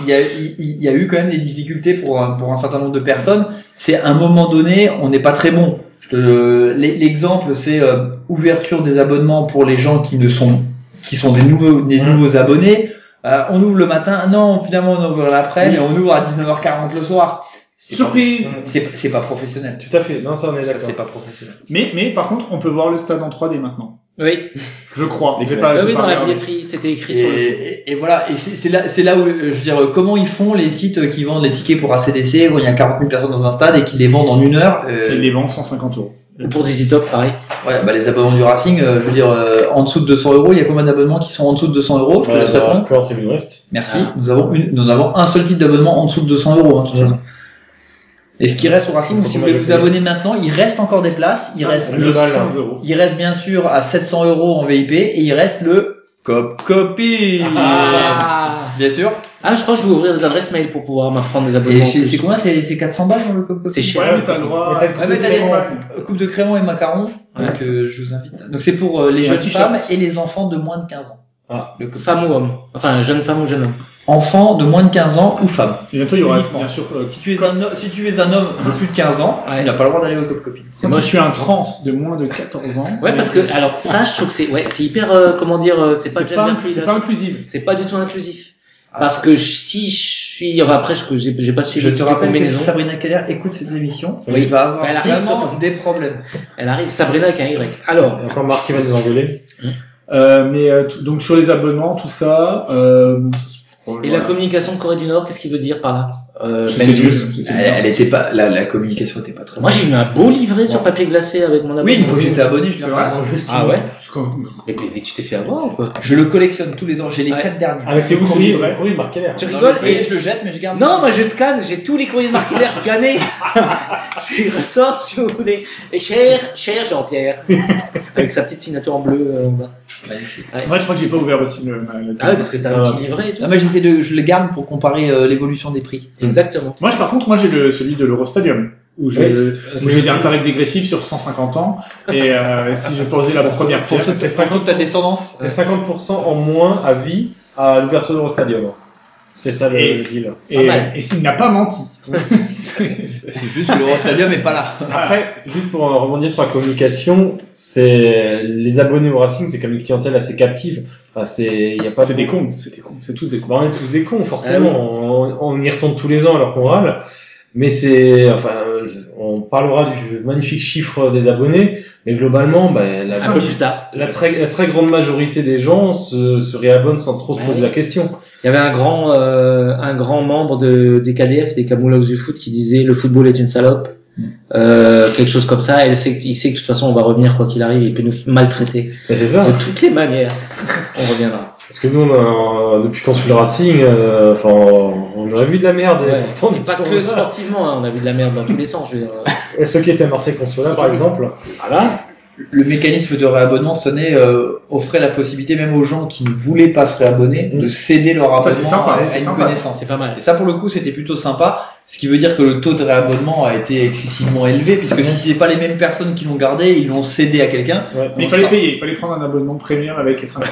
S6: il, y a, il- il y a eu quand même des difficultés pour, un- pour un certain nombre de personnes. C'est à un moment donné, on n'est pas très bon. Je te- l'e- L'exemple, c'est euh, ouverture des abonnements pour les gens qui ne sont qui sont des nouveaux des nouveaux abonnés. Euh, on ouvre le matin, non, finalement on ouvre l'après, mais on ouvre à 19h40 le soir. C'est pas-
S1: Surprise
S6: C'est c'est pas professionnel.
S2: Tout à fait, non, ça on est
S6: Ça,
S2: d'accord.
S6: c'est pas professionnel.
S1: mais, mais par contre, on peut voir le stade en 3D maintenant.
S5: Oui.
S1: Je crois. J'ai
S2: Exact.
S1: pas-
S5: Ah
S1: j'ai
S5: oui,
S1: pas
S5: dans la
S1: regardé.
S5: billetterie, c'était écrit
S6: Et,
S5: sur le.
S6: et- et voilà, et c'est c'est là, c'est là où euh, je veux dire, euh, comment ils font les sites euh, qui vendent les tickets pour ACDC où il y a 40 000 personnes dans un stade et qui les vendent en une heure. euh,
S1: Et les vend 150 euros.
S5: Pour Zizi Top, pareil.
S6: ouais, bah, les abonnements du Racing, euh, je veux dire, euh, en dessous de 200 euros, il y a combien d'abonnements qui sont en dessous de 200 euros Je te
S2: Ouais,
S6: laisse
S2: bah,
S6: répondre.
S2: que en Tribune Ouest.
S6: Merci. Nous avons une, nous avons un seul type d'abonnement en dessous de 200 euros. hein, de toute façon. Et ce qui reste au Racing,
S2: Faut
S6: si vous
S2: pas
S6: voulez vous
S2: jeter.
S6: abonner maintenant, il reste encore des places.
S2: Ah,
S6: Il reste le,
S2: hein.
S1: 100 euros.
S6: il reste bien sûr à 700 euros en VIP et il reste le cop copy.
S5: Ah.
S6: Bien sûr.
S5: Ah, je crois que je vais ouvrir des adresses mail pour pouvoir me prendre des abonnements.
S6: Et
S5: en
S6: c'est
S5: plus.
S6: c'est combien C'est c'est 400 balles dans le cop copy.
S5: C'est cher.
S1: Ouais, mais t'as le droit.
S6: Ah, mais t'as des coupe de crayon et macaron.
S5: Ouais.
S6: Donc euh, je vous invite. Donc c'est pour euh, les
S5: Un
S6: jeunes
S5: t-shirt.
S6: femmes et les enfants de moins de 15 ans.
S5: Le co- Ah. Femme ou homme. Enfin, jeune femme ou jeune homme.
S6: Enfants de moins de 15 ans ou femmes.
S1: Bientôt, il y aura
S6: Uniquement.
S1: bien sûr. euh,
S6: Si tu es un, ho- si tu es un homme de plus de 15 ans,
S5: Ouais.
S6: tu n'as pas le droit d'aller au cop copy.
S1: Quand
S5: moi,
S1: je suis un trans de moins de 14 ans.
S5: Ouais, parce que, alors, ça, je trouve que c'est, ouais, c'est hyper, euh, comment dire, euh, c'est pas
S1: c'est
S5: gender
S1: pas,
S5: fluid.
S1: c'est pas inclusif.
S5: C'est pas du tout inclusif. Parce que je- si je suis, enfin, après, je, j'ai, j'ai pas suivi
S6: Ah. Je te
S5: toutes les
S6: rappelle que
S5: combinaisons.
S6: Sabrina Keller écoute cette émission.
S5: Oui.
S6: Il va avoir
S5: Elle arrive Ah
S6: vraiment
S5: surtout.
S6: des problèmes.
S5: Elle arrive, Sabrina avec un Y. Alors,
S6: Euh,
S2: Encore Marc qui va nous engueuler.
S1: Euh, mais euh, tout- donc sur les abonnements, tout ça. Euh,
S5: et la communication de Corée du Nord, qu'est-ce qu'il veut dire par là?
S1: euh,
S13: même
S1: c'était
S13: nul.
S1: nul, c'était
S13: Elle,
S1: nul.
S13: elle était pas, la, la communication était pas très
S5: Moi, j'ai eu un beau livret sur papier glacé avec mon abonnement.
S6: Oui, une fois que j'étais abonné, je l'ai remarqué.
S5: Ah ouais?
S1: C'est comme-
S5: Mais, mais tu t'es fait avoir ou quoi?
S6: Je le collectionne tous les ans. J'ai les
S5: Ouais. Ah,
S6: 4 derniers.
S2: mais c'est
S1: vous,
S2: vous
S1: celui-
S2: livre, courrier Marc Keller.
S5: Tu
S6: Dans
S5: rigoles?
S6: le courrier,
S5: Et,
S6: je le jette, mais je garde.
S5: non, moi, je scanne, j'ai tous les courriers de Marc Keller scannés. je les ressors, si vous voulez. Et cher, cher Jean-Pierre. avec sa petite signature en bleu, euh, en bas.
S1: Moi, je crois que j'ai pas ouvert aussi le. ma- la-
S5: Ah oui, parce que t'as un petit livret et tout.
S6: Ah, moi, j'essaie de, je le garde pour comparer euh, l'évolution des prix.
S5: Exactement.
S1: Moi, je, par contre, moi j'ai le, celui de l'Eurostadium où j'ai
S2: Oui.
S1: où j'ai un tarif dégressif sur 150 ans et euh, si je posais la première pierre,
S2: C'est
S6: Surtout
S2: 50,
S6: de ta descendance.
S2: c'est 50% en moins à vie à l'ouverture de l'Eurostadium. C'est ça le
S1: Et-
S2: deal.
S1: et,
S5: mal.
S1: et s'il n'a pas menti.
S6: C'est juste que le Rosalium est pas là.
S2: Après, juste pour en rebondir sur la communication, c'est les abonnés au Racing, c'est comme une clientèle assez captive. Enfin, c'est il y a pas
S1: C'est
S2: de-
S1: des cons, c'est des cons, c'est tous des cons. Ah
S2: Bah, on est tous des cons, forcément. on, on y retourne tous les ans alors qu'on râle. Mais c'est, enfin, on parlera du magnifique chiffre des abonnés. Mais globalement, bah, la,
S5: Un peu plus tard.
S2: la très, la très grande majorité des gens se, se réabonnent sans trop se
S1: Bah
S5: Ouais.
S2: poser la question.
S5: Il y avait un grand, euh, un grand membre de, des KDF, des Kamoulox du foot, qui disait le football est une salope, euh, quelque chose comme ça. Elle sait, il sait que de toute façon on va revenir quoi qu'il arrive, il peut nous maltraiter
S2: Et c'est ça.
S5: de toutes les manières. On reviendra.
S2: Parce que nous, on a- depuis qu'on suit le Racing, euh, enfin, on a vu de la merde. Et
S5: Ouais.
S2: pourtant, on est
S5: Et pas
S2: toujours
S5: que
S2: là.
S5: sportivement, hein, on a vu de la merde dans tous les sens. Je veux dire.
S2: Et ceux qui étaient à Marseille Consuela, par exemple. Voilà.
S6: le mécanisme de réabonnement cette année euh, offrait la possibilité même aux gens qui ne voulaient pas se réabonner
S2: Mm.
S6: de céder leur
S1: Ça, c'est
S6: abonnement
S1: sympa,
S6: à,
S1: ouais, c'est
S6: à une
S1: sympa.
S6: connaissance.
S5: C'est pas mal.
S6: Et ça pour le coup c'était plutôt sympa, ce qui veut dire que le taux de réabonnement a été excessivement élevé
S1: Mm.
S6: puisque si c'est pas les mêmes personnes qui l'ont gardé, ils l'ont cédé à quelqu'un.
S2: Ouais.
S1: Mais il
S6: On
S1: fallait
S6: sera-
S1: payer, il fallait prendre un abonnement premium avec 5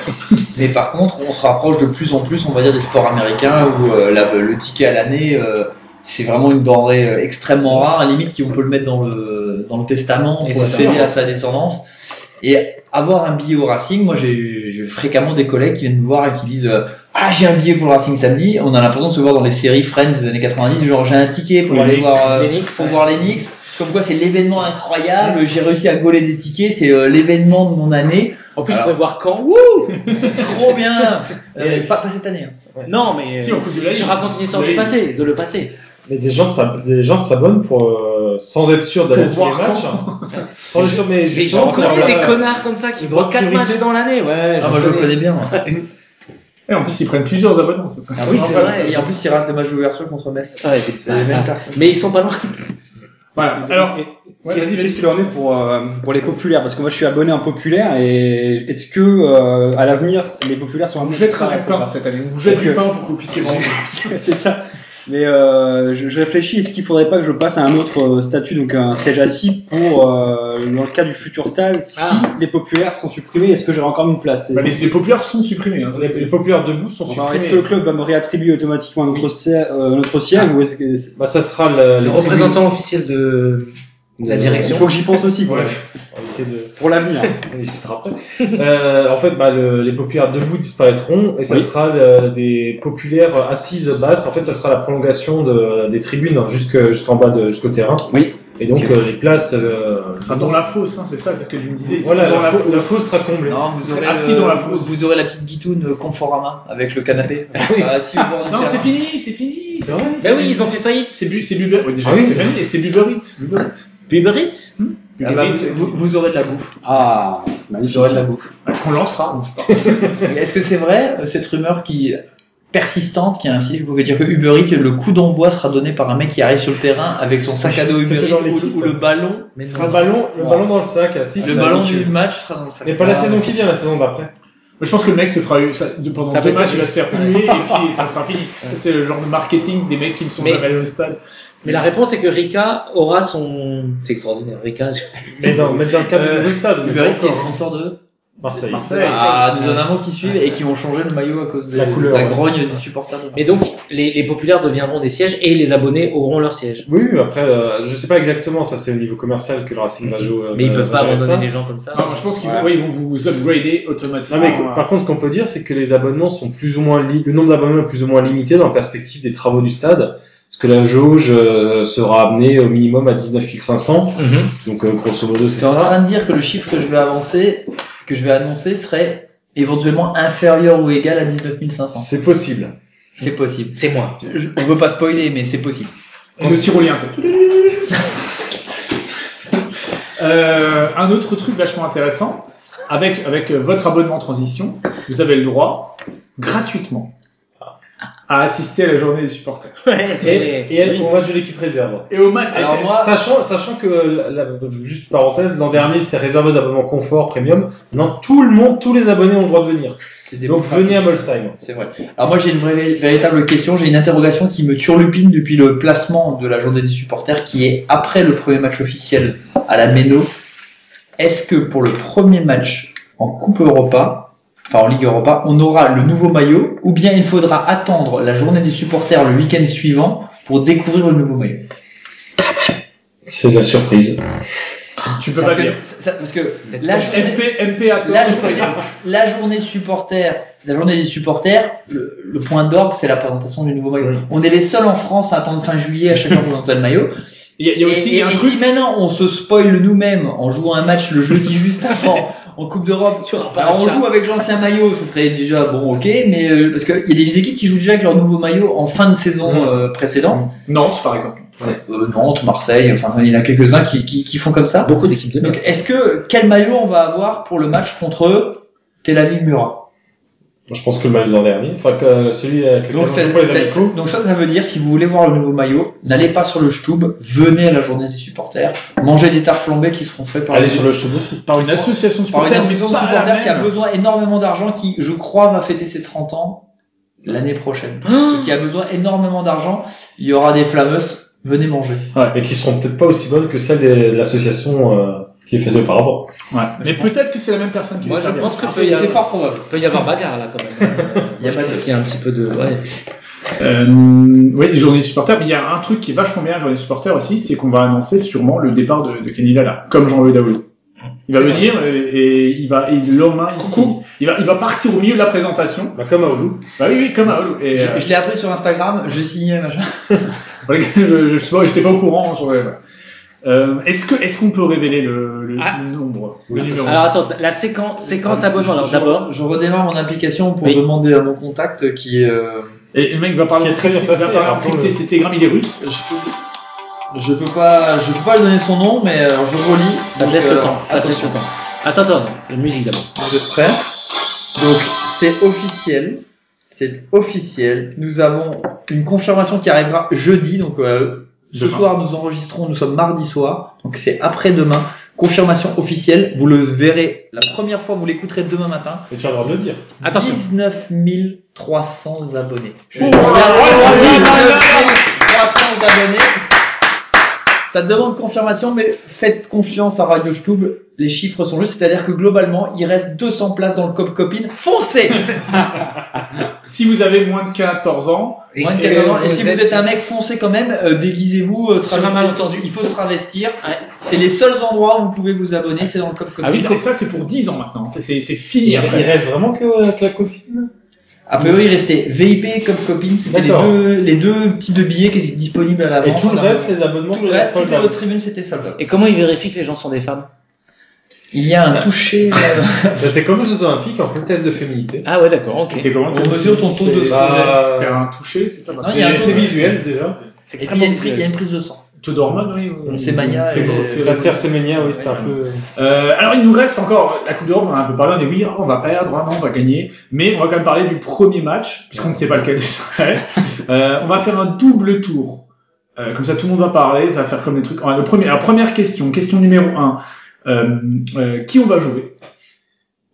S6: Mais par contre, on se rapproche de plus en plus, on va dire, des sports américains où euh, la- le ticket à l'année euh, c'est vraiment une denrée euh, extrêmement rare, limite qu'on peut le mettre dans le dans le testament
S5: Et
S6: pour
S5: c'est ça.
S6: céder à sa descendance. Et avoir un billet au Racing, moi j'ai j'ai fréquemment des collègues qui viennent me voir et qui disent euh, Ah, j'ai un billet pour le Racing samedi. On a l'impression de se voir dans les séries Friends des années 90, genre j'ai un ticket
S1: Pour
S6: pour
S1: les
S6: aller
S1: Knicks.
S6: voir, euh,
S5: Les Knicks,
S6: pour
S5: ouais.
S6: voir les Knicks. Comme quoi, c'est l'événement incroyable. J'ai réussi à gauler des tickets, c'est euh, l'événement de mon année.
S5: En plus,
S6: Alors-
S5: je pourrais voir quand. Wouh
S6: Trop bien Euh, mais pas, pas cette année. hein.
S5: non, mais euh,
S1: Si, en plus, là,
S5: je
S1: il-
S5: raconte une histoire
S1: il-
S5: du passé, de le passé.
S2: Mais des gens, s'ab- des gens s'abonnent pour, euh, sans être sûr d'aller à tous les matchs. sans être sûr, mais
S5: J'ai
S2: justement,
S5: encore
S2: c'est-
S5: des connards comme ça qui
S2: le droit
S5: voient
S2: de
S5: 4
S2: priorité.
S5: matchs dans l'année. Ouais,
S6: Ah, moi je le connais bien. moi.
S1: Et en plus, ils prennent plusieurs abonnements. c'est ça.
S6: Ah oui, c'est vrai. Et en plus, il rate le match d'ouverture contre Metz.
S14: Ah,
S5: Ouais, c'est-
S6: C'est les mêmes personnes.
S5: mais ils sont pas loin.
S1: Voilà. Alors, Ouais, vas-y, vas-y.
S4: Qu'est-ce qu'il en est pour, euh, pour les populaires Parce que moi je suis abonné à un populaire et est-ce que euh, à l'avenir les populaires sont un
S1: on
S4: peu
S1: vous jettera
S4: disparaître,
S1: du pain cette année. On vous jette
S4: Parce
S1: du
S4: que-
S1: pain pour que vous puissiez manger.
S4: C'est c'est ça. Mais euh, je, je réfléchis, est-ce qu'il faudrait pas que je passe à un autre euh, statut, donc un siège assis, pour, euh, dans le cas du futur stade, si les populaires sont supprimés, est-ce que j'aurai encore une place C'est-
S1: Bah, les, les populaires sont supprimés. hein, ça,
S2: Les,
S1: c'est-
S2: les populaires debout sont
S4: Enfin,
S2: supprimés.
S4: Est-ce que le club va me réattribuer automatiquement un autre, siège- euh, un autre siège ou est-ce que c'est-
S2: Bah, ça sera le,
S5: Le représentant officiel de la
S4: euh, Il
S5: direction.
S4: faut que j'y pense aussi quoi,
S2: Bref. On va éviter de-
S4: pour l'avenir.
S2: on discutera après. Euh, en fait, bah, le- les populaires debout disparaîtront et ça
S4: Oui.
S2: sera le- des populaires assises basses. En fait, ça sera la prolongation de- des tribunes hein, jusque- jusqu'en bas, de- jusqu'au terrain.
S5: Oui.
S2: Et donc, euh, les places. euh,
S1: Ça sera dans la fosse, hein, c'est ça, c'est ce que tu me disais. ils sont
S2: voilà,
S1: dans la
S2: la, fo-
S1: fosse.
S2: la fosse sera comblée.
S6: Non, vous aurez,
S1: Assis
S6: le-
S1: dans la
S6: vous,
S1: fosse.
S6: vous aurez Ah, la petite guitoune euh, Conforama avec le canapé. Assis Ah, au bord du
S1: Non,
S6: terrain.
S1: c'est fini, c'est fini.
S2: C'est vrai.
S5: Ben oui, ils ont fait faillite.
S1: C'est bu, c'est Buber. ouais, déjà,
S2: Ah oui,
S1: c'est
S2: c'est-
S1: fini, et c'est Buberit. Buberit.
S5: Uber Eats
S6: Ah bah, vous, vous aurez de la bouffe.
S4: Ah, c'est
S6: Vous
S4: magnifique.
S6: aurez de la bouffe.
S1: Qu'on lancera. on sait pas.
S6: Est-ce que c'est vrai euh, cette rumeur qui persistante qui a incité, vous pouvez dire que Uber Eats, le coup d'envoi sera donné par un mec qui arrive sur le terrain avec son sac à dos Uber
S14: C'était
S6: Eats
S14: dans l'équipe.
S6: ou, ou le ballon.
S14: Ce sera le ballon, le ballon dans le sac. ah, si,
S6: Le
S14: ça,
S6: ballon
S14: habitué.
S6: du match sera dans le sac.
S14: Mais pas la saison qui vient, la saison d'après.
S1: Je pense que le mec se fera ça, pendant
S5: Ça
S1: deux
S5: peut être
S1: matchs, il va se faire huer et puis ça sera fini. Ça, C'est le genre de marketing des mecs qui ne sont
S5: Mais-
S1: jamais allés au stade.
S5: Mais la réponse est que Rika aura son. C'est extraordinaire, Rika.
S14: Mais dans, mais dans le cadre
S6: Euh,
S14: du stade. mais
S6: Uber
S14: pas
S6: Eats qui est
S14: encore.
S6: sponsor de
S14: Marseille.
S1: Marseille.
S6: Ah, nous en avons qui suivent et qui ont changé le maillot à cause de
S2: La couleur, ouais.
S6: grogne des supporters. de-
S5: Mais donc, les, les populaires deviendront des sièges et les abonnés auront leur siège.
S2: Oui, oui, après, euh, je sais pas exactement, ça c'est au niveau commercial que le Racing va jouer. euh,
S5: Mais ils
S2: va-
S5: peuvent
S2: va
S5: pas
S2: gérer ça.
S5: abandonner les gens comme ça.
S1: Ah, moi, je pense qu'ils vont, ouais, ils vont vous upgrader automatiquement. euh,
S2: Non, mais co-
S6: euh,
S2: par contre, ce qu'on peut dire, c'est que les abonnements sont plus ou moins li- le nombre d'abonnements est plus ou moins limité dans la perspective des travaux du stade, parce que la jauge euh, sera amenée au minimum à 19 500. Donc euh, grosso modo, c'est
S6: Tu es en
S2: ça.
S6: train de dire que le chiffre que je vais avancer, que je vais annoncer serait éventuellement inférieur ou égal à 19 500.
S2: C'est possible.
S6: C'est possible.
S5: C'est moi.
S6: Je, on veut pas spoiler, mais c'est possible.
S1: Et le tyrolien, c'est. Euh, un autre truc vachement intéressant, avec, avec euh, votre abonnement transition, vous avez le droit, gratuitement, à assister à la journée des supporters.
S2: Et, et elle- on va jouer l'équipe réserve.
S1: Et au match, et
S6: Alors
S1: c'est-
S6: moi,
S2: Sachant, sachant que, la- la- juste parenthèse, l'an dernier c'était réservé aux abonnements confort, premium. Maintenant, tout le monde, tous les abonnés ont le droit de venir.
S6: c'est des
S2: Donc
S6: bons
S2: venez à
S6: pratiques.
S2: Molsheim.
S6: C'est vrai. Alors moi j'ai une vraie, véritable question, j'ai une interrogation qui me turlupine depuis le placement de la journée des supporters qui est après le premier match officiel à la Méno. Est-ce que pour le premier match en Coupe Europa, enfin en Ligue Europa, on aura le nouveau maillot ou bien il faudra attendre la journée des supporters le week-end suivant pour découvrir le nouveau maillot
S2: C'est de la surprise.
S1: tu peux
S6: Parce
S1: pas
S6: que-
S1: dire.
S6: ça- Parce que la journée,
S1: MP, MP à toi.
S6: la journée, la journée supporter, la journée des supporters, le, le point d'orgue, c'est la présentation du nouveau maillot. On est les seuls en France à attendre fin juillet à chaque fois présenter le maillot.
S1: Il y a, il y a aussi
S6: et, et-
S1: un
S6: et
S1: truc.
S6: si maintenant on se spoil nous-mêmes en jouant un match le jeudi juste avant en Coupe d'Europe, alors on joue avec l'ancien maillot, ce serait déjà bon, ok, mais euh, parce qu'il y a des équipes qui jouent déjà avec leur nouveau maillot en fin de saison
S1: Mmh.
S6: euh, précédente.
S1: Nantes, par exemple.
S6: Euh, Nantes, Marseille, enfin il y en a quelques-uns qui, qui, qui font comme ça.
S15: Beaucoup d'équipes de
S6: Donc, est-ce que quel maillot on va avoir pour le match contre Tel Aviv Murat
S2: Je pense que le maillot de l'an dernier, enfin que euh, celui avec lequel
S6: donc,
S2: on
S6: c'est-
S2: joue pas les
S6: c'est-
S2: amicaux.
S6: donc ça, ça veut dire si vous voulez voir le nouveau maillot, n'allez pas sur le Stub, venez à la journée des supporters, mangez des tartes flambées qui seront faites par
S2: Allez
S6: les-
S2: sur le cheveu aussi.
S1: Par une association de
S6: par une
S1: supporters.
S6: association de
S1: c'est pas la
S6: supporters qui a
S1: même.
S6: besoin énormément d'argent, qui je crois va fêter ses 30 ans l'année prochaine,
S5: Ah.
S6: Et qui a besoin énormément d'argent. Il y aura des flammeuses, venez manger.
S2: Et qui seront peut-être pas aussi bonnes que celles de l'association euh, qui les faisait auparavant.
S1: Ouais. Mais peut-être que c'est la même personne qui
S5: Moi,
S1: les
S5: je
S1: servira.
S5: pense que peut
S6: C'est
S5: y
S6: c'est
S5: avoir,
S6: fort probable.
S5: peut y avoir bagarre là quand même. Euh, moi, je trouve qu'il y a un petit peu de. Ouais.
S1: Euh, oui, les journées supporters, mais il y a un truc qui est vachement bien, les journées supporters aussi, c'est qu'on va annoncer sûrement le départ de, de Kenny Lala, comme Jean-Louis Daoulou. Il va venir euh, et il va et le lendemain ici, il va il va partir au milieu de la présentation.
S2: Bah, comme à Oulu.
S1: Bah oui oui comme à Oulu. Et,
S6: Je,
S1: euh,
S6: je l'ai appris sur Instagram, je signais machin.
S1: voilà que je, je sais pas, j'étais pas au courant. hein, sur le- ouais. Euh, est-ce que est-ce qu'on peut révéler le, le
S5: Ah.
S1: nombre, le numéro
S5: Alors attends, la séquence, séquence abonnement. Alors
S6: Je-
S5: d'abord,
S6: Je, je redémarre mon application pour
S5: Oui.
S6: demander à mon contact euh, qui est. euh,
S1: Et le mec va parler
S2: Qui est
S1: en
S2: très bien
S1: crypté- va
S2: placé,
S1: parler en
S2: rappelons-le.
S1: crypté, c'est Telegram, il est russe.
S6: je peux. Je peux pas, je peux pas lui donner son nom, mais euh, je relis.
S5: ça te
S6: Donc,
S5: laisse le
S6: euh,
S5: temps. Ça te laisse
S6: attention.
S5: le temps. Attends, attends, la musique d'abord.
S6: Vous êtes prêts Donc c'est officiel. C'est officiel. Nous avons une confirmation qui arrivera jeudi. Donc euh, ce
S1: Demain.
S6: soir nous enregistrons, nous sommes mardi soir. Donc c'est après-demain. Confirmation officielle. Vous le verrez la première fois, vous l'écouterez demain matin.
S2: Mais tu as le droit de le dire.
S5: Attention.
S6: 19 300 abonnés.
S1: Oh,
S6: 19
S1: oh,
S6: 300 abonnés. Ça demande confirmation, mais faites confiance à Radio Stub. Les chiffres sont justes, c'est-à-dire que globalement, il reste 200 places dans le Cop Copine. Foncez
S1: Si vous avez moins de 14 ans,
S6: Moins de 14 ans. Et si vous êtes un mec, foncez quand même. Euh, Déguisez-vous. euh,
S5: Sur un
S6: travestissez-
S5: malentendu.
S6: Il faut se travestir.
S5: Ouais.
S6: C'est les seuls endroits où vous pouvez vous abonner, c'est dans le Cop Copine.
S1: ah oui, ça c'est pour 10 ans maintenant. C'est- C'est c'est
S2: Il,
S1: fini. après.
S2: il reste vraiment que, euh, que la copine.
S6: A priori, il restait VIP et Cop Copine. C'était les
S2: D'accord.
S6: deux, les deux types de billets qui étaient disponibles à la
S2: Et
S6: vente.
S2: tout le
S6: Alors,
S2: reste, les abonnements,
S6: Ah Tout
S2: c'est
S6: le
S2: les
S6: reste, toutes les
S2: soldats.
S6: autres tribunes, c'était sold out.
S5: Et comment ils vérifient que les gens sont des femmes
S6: Il y a un toucher. euh,
S2: Bah, c'est comme aux Jeux Olympiques, en plein test de féminité.
S5: Ah ouais, d'accord, ok.
S1: C'est comment
S6: on mesure ton taux de
S2: Bah,
S1: C'est un toucher, c'est ça.
S6: Non, Ah, il y a un
S2: c'est
S6: taux de-
S2: visuel déjà.
S5: C'est
S6: Et puis, il y a une prise- il y a une prise de sang.
S1: Todorman, oui. ou-
S6: Semagna
S1: Fé-
S6: et-
S1: Fé-
S6: euh,
S16: Raster Semenya, oui, c'était un peu.
S1: Euh, alors, il nous reste encore la Coupe d'Europe, on en a un peu parlé, on est oui, oh, on va perdre, oh, non, on va gagner. Mais on va quand même parler du premier match, puisqu'on ne sait pas lequel c'est. Euh, on va faire un double tour. Euh, comme ça, tout le monde va parler, ça va faire comme des trucs. Alors, le premier, alors, première question, question numéro 1. Euh, euh, qui on va jouer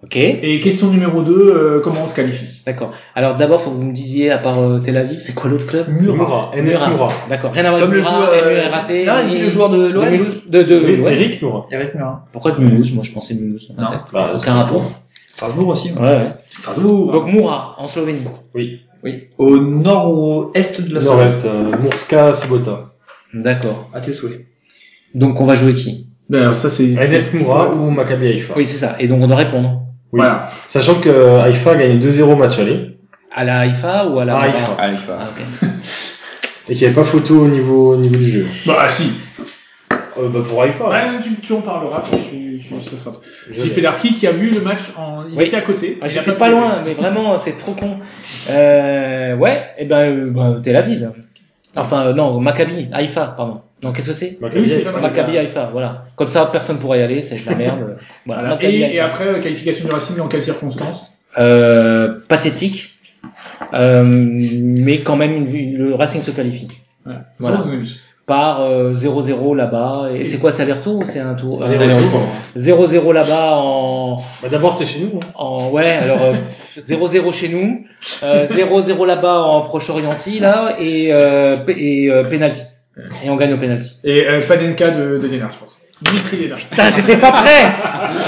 S5: Ok,
S1: Et question numéro 2, comment on se qualifie
S5: d'accord. Alors d'abord, faut que vous me disiez, à part euh, Tel Aviv, c'est quoi l'autre club
S16: C'est Moura, NS
S5: Murat.
S16: Moura.
S5: D'accord, rien à voir
S6: Comme
S5: avec
S6: le
S5: Murat,
S6: joueur, euh,
S5: MURAT,
S6: Ah,
S5: ni-
S6: c'est le joueur de
S5: de
S6: l'OM.
S5: Mulhouse De, de,
S2: Oui,
S5: ouais.
S2: Eric Moura.
S6: Eric Murat.
S5: Pourquoi de Mulhouse Moi, je pensais de Mulhouse.
S6: Non.
S5: D'accord.
S2: Bah,
S5: Aucun rapport.
S6: Strasbourg aussi.
S5: Ouais, ouais.
S1: Strasbourg
S5: Donc Moura, en Slovénie.
S6: Oui. Au nord-est de la
S2: Nord-Est, euh, Mourska, Subota.
S5: D'accord.
S6: À tes souhaits.
S5: Donc on va jouer qui
S1: Ben, alors, ça, c'est.
S2: NS Moura ou Maccabi Haïfa.
S5: Oui, c'est ça. Et donc on doit répondre.
S1: Voilà.
S2: Sachant que Haïfa a gagné 2-0 au match aller.
S5: À la Haïfa ou à la
S2: À Haïfa.
S5: Ah, ok.
S2: Et qu'il n'y avait pas photo au niveau, au niveau du jeu.
S1: Bah, si.
S2: Euh, bah pour Haïfa.
S1: Ah, Ouais, tu, tu en parleras, tu, tu, ça sera.
S2: Je
S1: J'ai
S2: laisse.
S1: qui a vu le match en. Il
S5: Oui.
S1: était à côté. Il
S5: Ah,
S1: a
S5: J'étais
S1: pu
S5: pas
S1: le-
S5: loin, mais vraiment, c'est trop con. Euh, ouais, et ben, euh, ben, Tel Aviv. Enfin, euh, non, Maccabi, Haïfa, pardon. Non, qu'est-ce que c'est
S2: Maccabi
S1: Oui, c'est
S2: Haïfa.
S1: ça, c'est ça.
S5: Maccabi, Haïfa, voilà. Comme ça, personne pourra y aller, c'est de la merde. voilà,
S1: Voilà.
S5: Maccabi,
S1: Et, et
S5: Haïfa.
S1: après, euh, qualification du Racing, dans quelles circonstances
S5: Euh, pathétique, euh, mais quand même, une- le Racing se qualifie. Voilà.
S1: Sans doute.
S5: Par euh, 0-0 là-bas. Et c'est quoi, c'est aller-retour ou c'est un tour
S2: Allez, retour.
S5: 0-0 là-bas en,
S2: Bah, D'abord, c'est chez nous. hein.
S5: En, ouais, alors euh, 0-0 chez nous, euh, 0-0 là-bas en Proche-Orientie, là, et, euh, p- et euh, penalty. Et on gagne au penalty.
S1: Et euh, Panenka de, de Lénard, je pense. Dimitri Lénard.
S5: Putain, j'étais pas prêt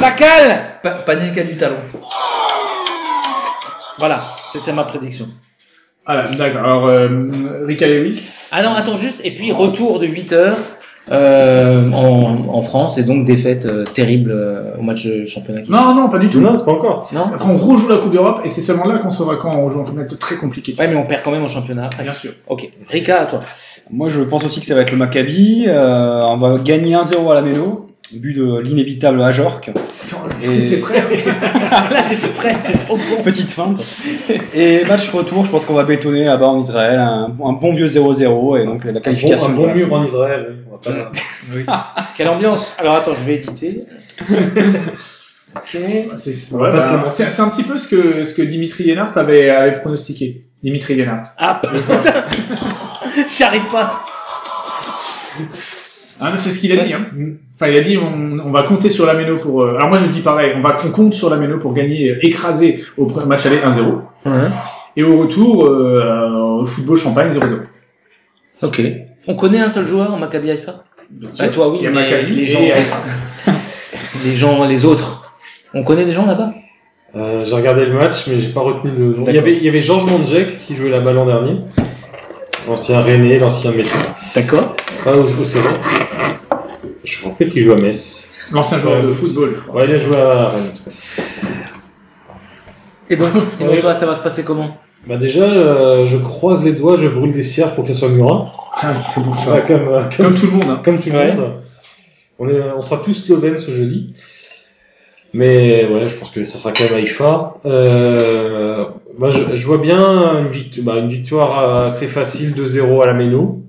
S5: Chacal
S6: Pa Panenka du talon.
S5: Voilà, c'est c'est ma prédiction.
S1: Ah, d'accord. Alors, euh, Rika Lewis.
S5: Ah non, attends juste, et puis retour de 8 heures euh, en, en France, et donc défaite euh, terrible euh, au match de championnat. qui-
S1: Non, non, pas du tout.
S2: Non, c'est pas encore.
S5: Non
S1: Après, on rejoue la Coupe d'Europe et c'est seulement là qu'on saura quand on rejoue en championnat. C'est très compliqué.
S5: Ouais, mais on perd quand même au championnat après.
S1: Bien sûr.
S5: Ok, Rika, à toi.
S4: Moi, je pense aussi que ça va être le Maccabi. Euh, on va gagner 1-0 à la Méno, but de l'inévitable Ajorc. Et-
S1: T'es prêt hein
S5: Ah, Là, j'étais prêt, c'est trop bon.
S4: Petite feinte. Et match retour, je pense qu'on va bétonner là-bas en Israël. Un, un bon vieux 0-0 et donc la
S2: Un bon,
S4: qualification.
S2: un bon
S4: voilà.
S2: mur en Israël. oui. On va pas-
S5: Quelle ambiance Alors attends, je vais éditer.
S1: C'est c'est-
S2: va
S1: ouais,
S2: pas se
S1: bah,
S2: lamenter.
S1: c'est- c'est un petit peu ce que, ce que Dimitri Lénard avait, avait pronostiqué. Dimitri Lénard.
S5: Ah putain J'y arrive pas
S1: Ah, mais c'est ce qu'il a dit. Hein. Enfin, il a dit on, on va compter sur la Méno pour. euh, alors moi je dis pareil, on va on compte sur la Méno pour gagner, euh, écraser au premier match aller 1-0. Et au retour, euh, au football champagne 0-0.
S5: Ok. On connaît un seul joueur en Maccabi Haifa Bah, toi oui,
S1: Il y a
S5: mais
S1: Maccabi
S5: les
S1: et-
S5: gens, les gens, les autres. On connaît des gens là-bas
S2: Euh, j'ai regardé le match, mais j'ai pas retenu le nom. Il y
S5: D'accord.
S2: avait, il y avait Georges Mandjek qui jouait là-bas l'an dernier. L'ancien René, l'ancien Messin.
S5: D'accord.
S2: Pas au, au Sévran. Je me rappelle qu'il joue à Metz.
S1: L'ancien joueur
S2: Ouais,
S1: de
S2: oui.
S1: football, je crois.
S2: Ouais, il a joué à Rennes en tout cas.
S5: Et donc, sinon
S2: Ouais.
S5: toi, ça va se passer comment
S2: Bah déjà, euh, je croise les doigts, je brûle des cierges pour que ce soit Murat.
S1: Ah, je comprends
S2: Bah,
S1: pas.
S2: comme, euh, comme,
S1: Comme tout le monde. Hein.
S2: comme tout le
S5: Ouais.
S2: monde. On, est, on sera tous slovènes ce jeudi. Mais ouais, je pense que ça sera quand même Haïfa. Euh, moi, je, je vois bien une victoire, bah, une victoire assez facile de 0 à la Méno.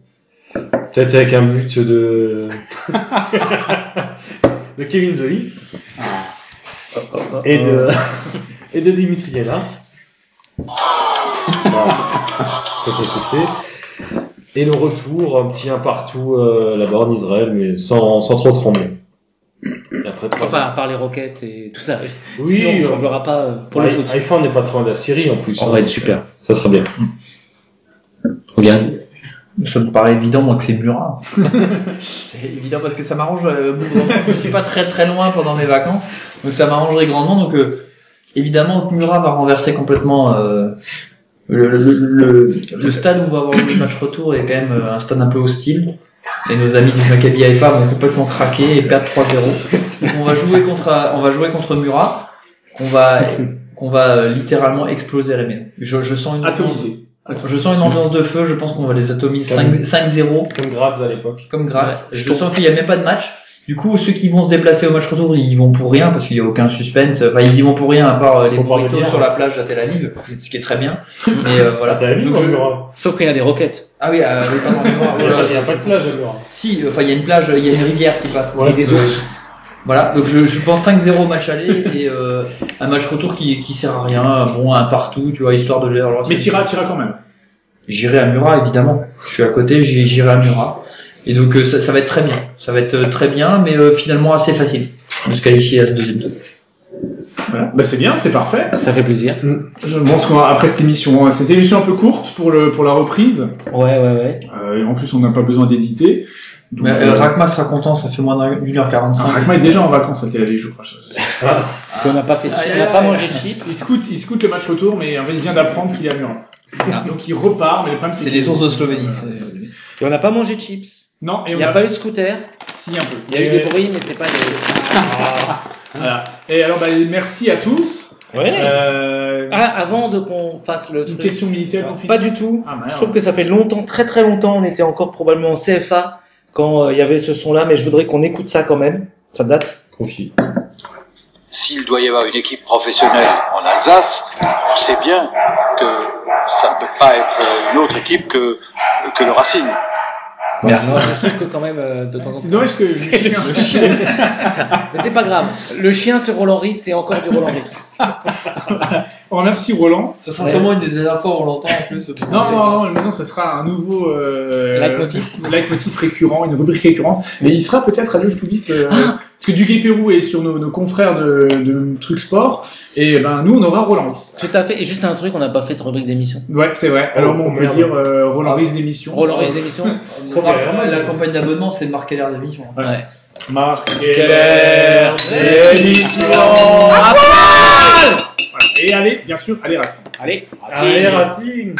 S2: Peut-être avec un but de, de Kevin Zoli. Et de, et de Dimitri Yala. Voilà. Ça, ça s'est fait. Et le retour, un petit un partout euh, là-bas en Israël, mais sans, sans trop trembler. Et après, trois-
S5: Enfin, à part les roquettes et tout ça. Sinon, on
S2: oui,
S5: ne
S2: euh,
S5: semblera pas euh, pour le
S2: Haï-
S5: foot.
S2: Haïfa, on n'est pas trop loin de la Syrie en plus.
S5: On
S2: hein,
S5: va être
S2: donc,
S5: super.
S2: euh, Ça sera bien.
S5: Regarde.
S6: Ça me paraît évident, moi, que c'est Murat. c'est évident parce que ça m'arrange euh, grandement. Je suis pas très très loin pendant mes vacances, donc ça m'arrangerait grandement. Donc euh, évidemment, que Murat va renverser complètement euh, le, le- le- le stade où on va avoir le match retour est quand même euh, un stade un peu hostile. Et nos amis du Maccabi Haïfa vont complètement craquer et perdre 3-0. Donc on va jouer contre on va jouer contre Murat, qu'on va qu'on va euh, littéralement exploser à la main. Je, je sens une
S1: Atomisé.
S6: je sens une ambiance de feu, je pense qu'on va les atomiser 5- 5-0
S2: Comme Graz à l'époque.
S6: comme Graz. je
S5: Ouais, je trouve-
S6: sens qu'il n'y a même pas de match. Du coup, ceux qui vont se déplacer au match retour, ils y vont pour rien parce qu'il n'y a aucun suspense. Enfin, ils y vont pour rien à part euh, les
S2: Faut pas
S6: burritos
S2: venir.
S6: sur la plage à Tel Aviv, ce qui est très bien. Mais euh, voilà.
S2: Ah, T'as la vie,
S6: Donc,
S2: moi,
S6: je-
S2: Murat
S5: Sauf qu'il y a des roquettes.
S6: Ah oui, euh, oui, pardon, mais moi,
S17: Il
S6: voilà,
S17: n'y a pas de plage à Murat.
S6: Si, euh, enfin, il y a une plage, il y a une rivière qui passe.
S17: Ouais.
S6: et des ours. Voilà, donc je, je pense 5-0 au match aller et euh, un match retour qui, qui sert à rien, bon, un partout, tu vois, histoire de leur leur-
S1: Mais tira, tira quand même.
S6: J'irai à Murat, évidemment. Je suis à côté, j'y- j'irai à Murat. Et donc euh, ça, ça va être très bien. Ça va être euh, très bien, mais euh, finalement assez facile de se qualifier à ce deuxième tour.
S1: Voilà. Bah, c'est bien, c'est parfait.
S5: Ça fait plaisir.
S1: Je pense qu'après cette émission, hein, c'était une émission un peu courte pour, le, pour la reprise.
S5: Ouais, ouais, ouais.
S1: Euh, et en plus, on n'a pas besoin d'éditer. Donc,
S6: Mais,
S1: euh,
S6: euh, Rakma sera content, ça fait moins d'une heure
S1: ah,
S6: 45.
S1: Rachma est déjà en vacances à Tel Aviv, je crois.
S5: Parce qu'on n'a pas fait de
S6: Ah,
S5: chips,
S6: ah,
S5: on n'a pas
S6: ah,
S5: mangé de chips.
S1: Il scoute, il scoute le match retour, mais en fait, il vient d'apprendre qu'il est à Murat.
S6: Ah.
S1: Donc il repart, mais le problème c'est
S6: C'est
S1: qu'il-
S6: les ours de Slovénie.
S1: Voilà,
S6: c'est-
S1: c'est-
S5: Et on n'a pas mangé de chips.
S1: Non, et
S5: Il
S1: on
S5: n'y a
S1: a
S5: pas eu de scooter.
S1: si un peu. Ah.
S5: Il y a eu des bruits, mais c'est pas des.
S1: Voilà. Et alors, bah, merci à tous. Euh,
S5: Ah, avant de qu'on fasse le
S1: une
S5: truc.
S1: question militaire qu'on
S5: Pas
S1: finit.
S5: du tout.
S1: Ah, merde.
S5: Je trouve que ça fait longtemps, très très longtemps, on était encore probablement en CFA quand euh, il y avait ce son-là, mais je voudrais qu'on écoute ça quand même. Ça date.
S2: Confie.
S18: S'il doit y avoir une équipe professionnelle en Alsace, on sait bien que ça ne peut pas être une autre équipe que, que le Racing.
S5: Merci. Ah, je trouve que quand même euh, de temps en temps.
S1: C'est dommage que le chien- le chien-
S5: Mais c'est pas grave. Le chien sur Roland Ris, c'est encore du Roland Ris.
S1: On remercie Roland.
S6: Ça sera sûrement une des dernières fois où on l'entend en plus.
S1: Non, non, non, maintenant ça sera un nouveau euh,
S5: Leitmotiv.
S1: leitmotiv récurrent, une rubrique récurrente. Mais il sera peut-être à l'âge touriste. euh,
S5: Ah.
S1: parce que Duguay Pérou est sur nos, nos confrères de, de Truc Sport. Et ben nous, on aura Roland.
S5: Tout à fait. Et juste un truc, on n'a pas fait de rubrique d'émission.
S1: Ouais, c'est vrai. Alors bon, on peut
S2: merde.
S1: dire euh, Roland Riz d'émission.
S5: Roland Ris d'émission.
S6: On marque- euh, La campagne d'abonnement, c'est de marquer l'air d'émission.
S1: Marc
S2: Keller,
S1: d'émission. Et allez, bien sûr, allez Racing.
S5: Allez.
S2: Allez, Racing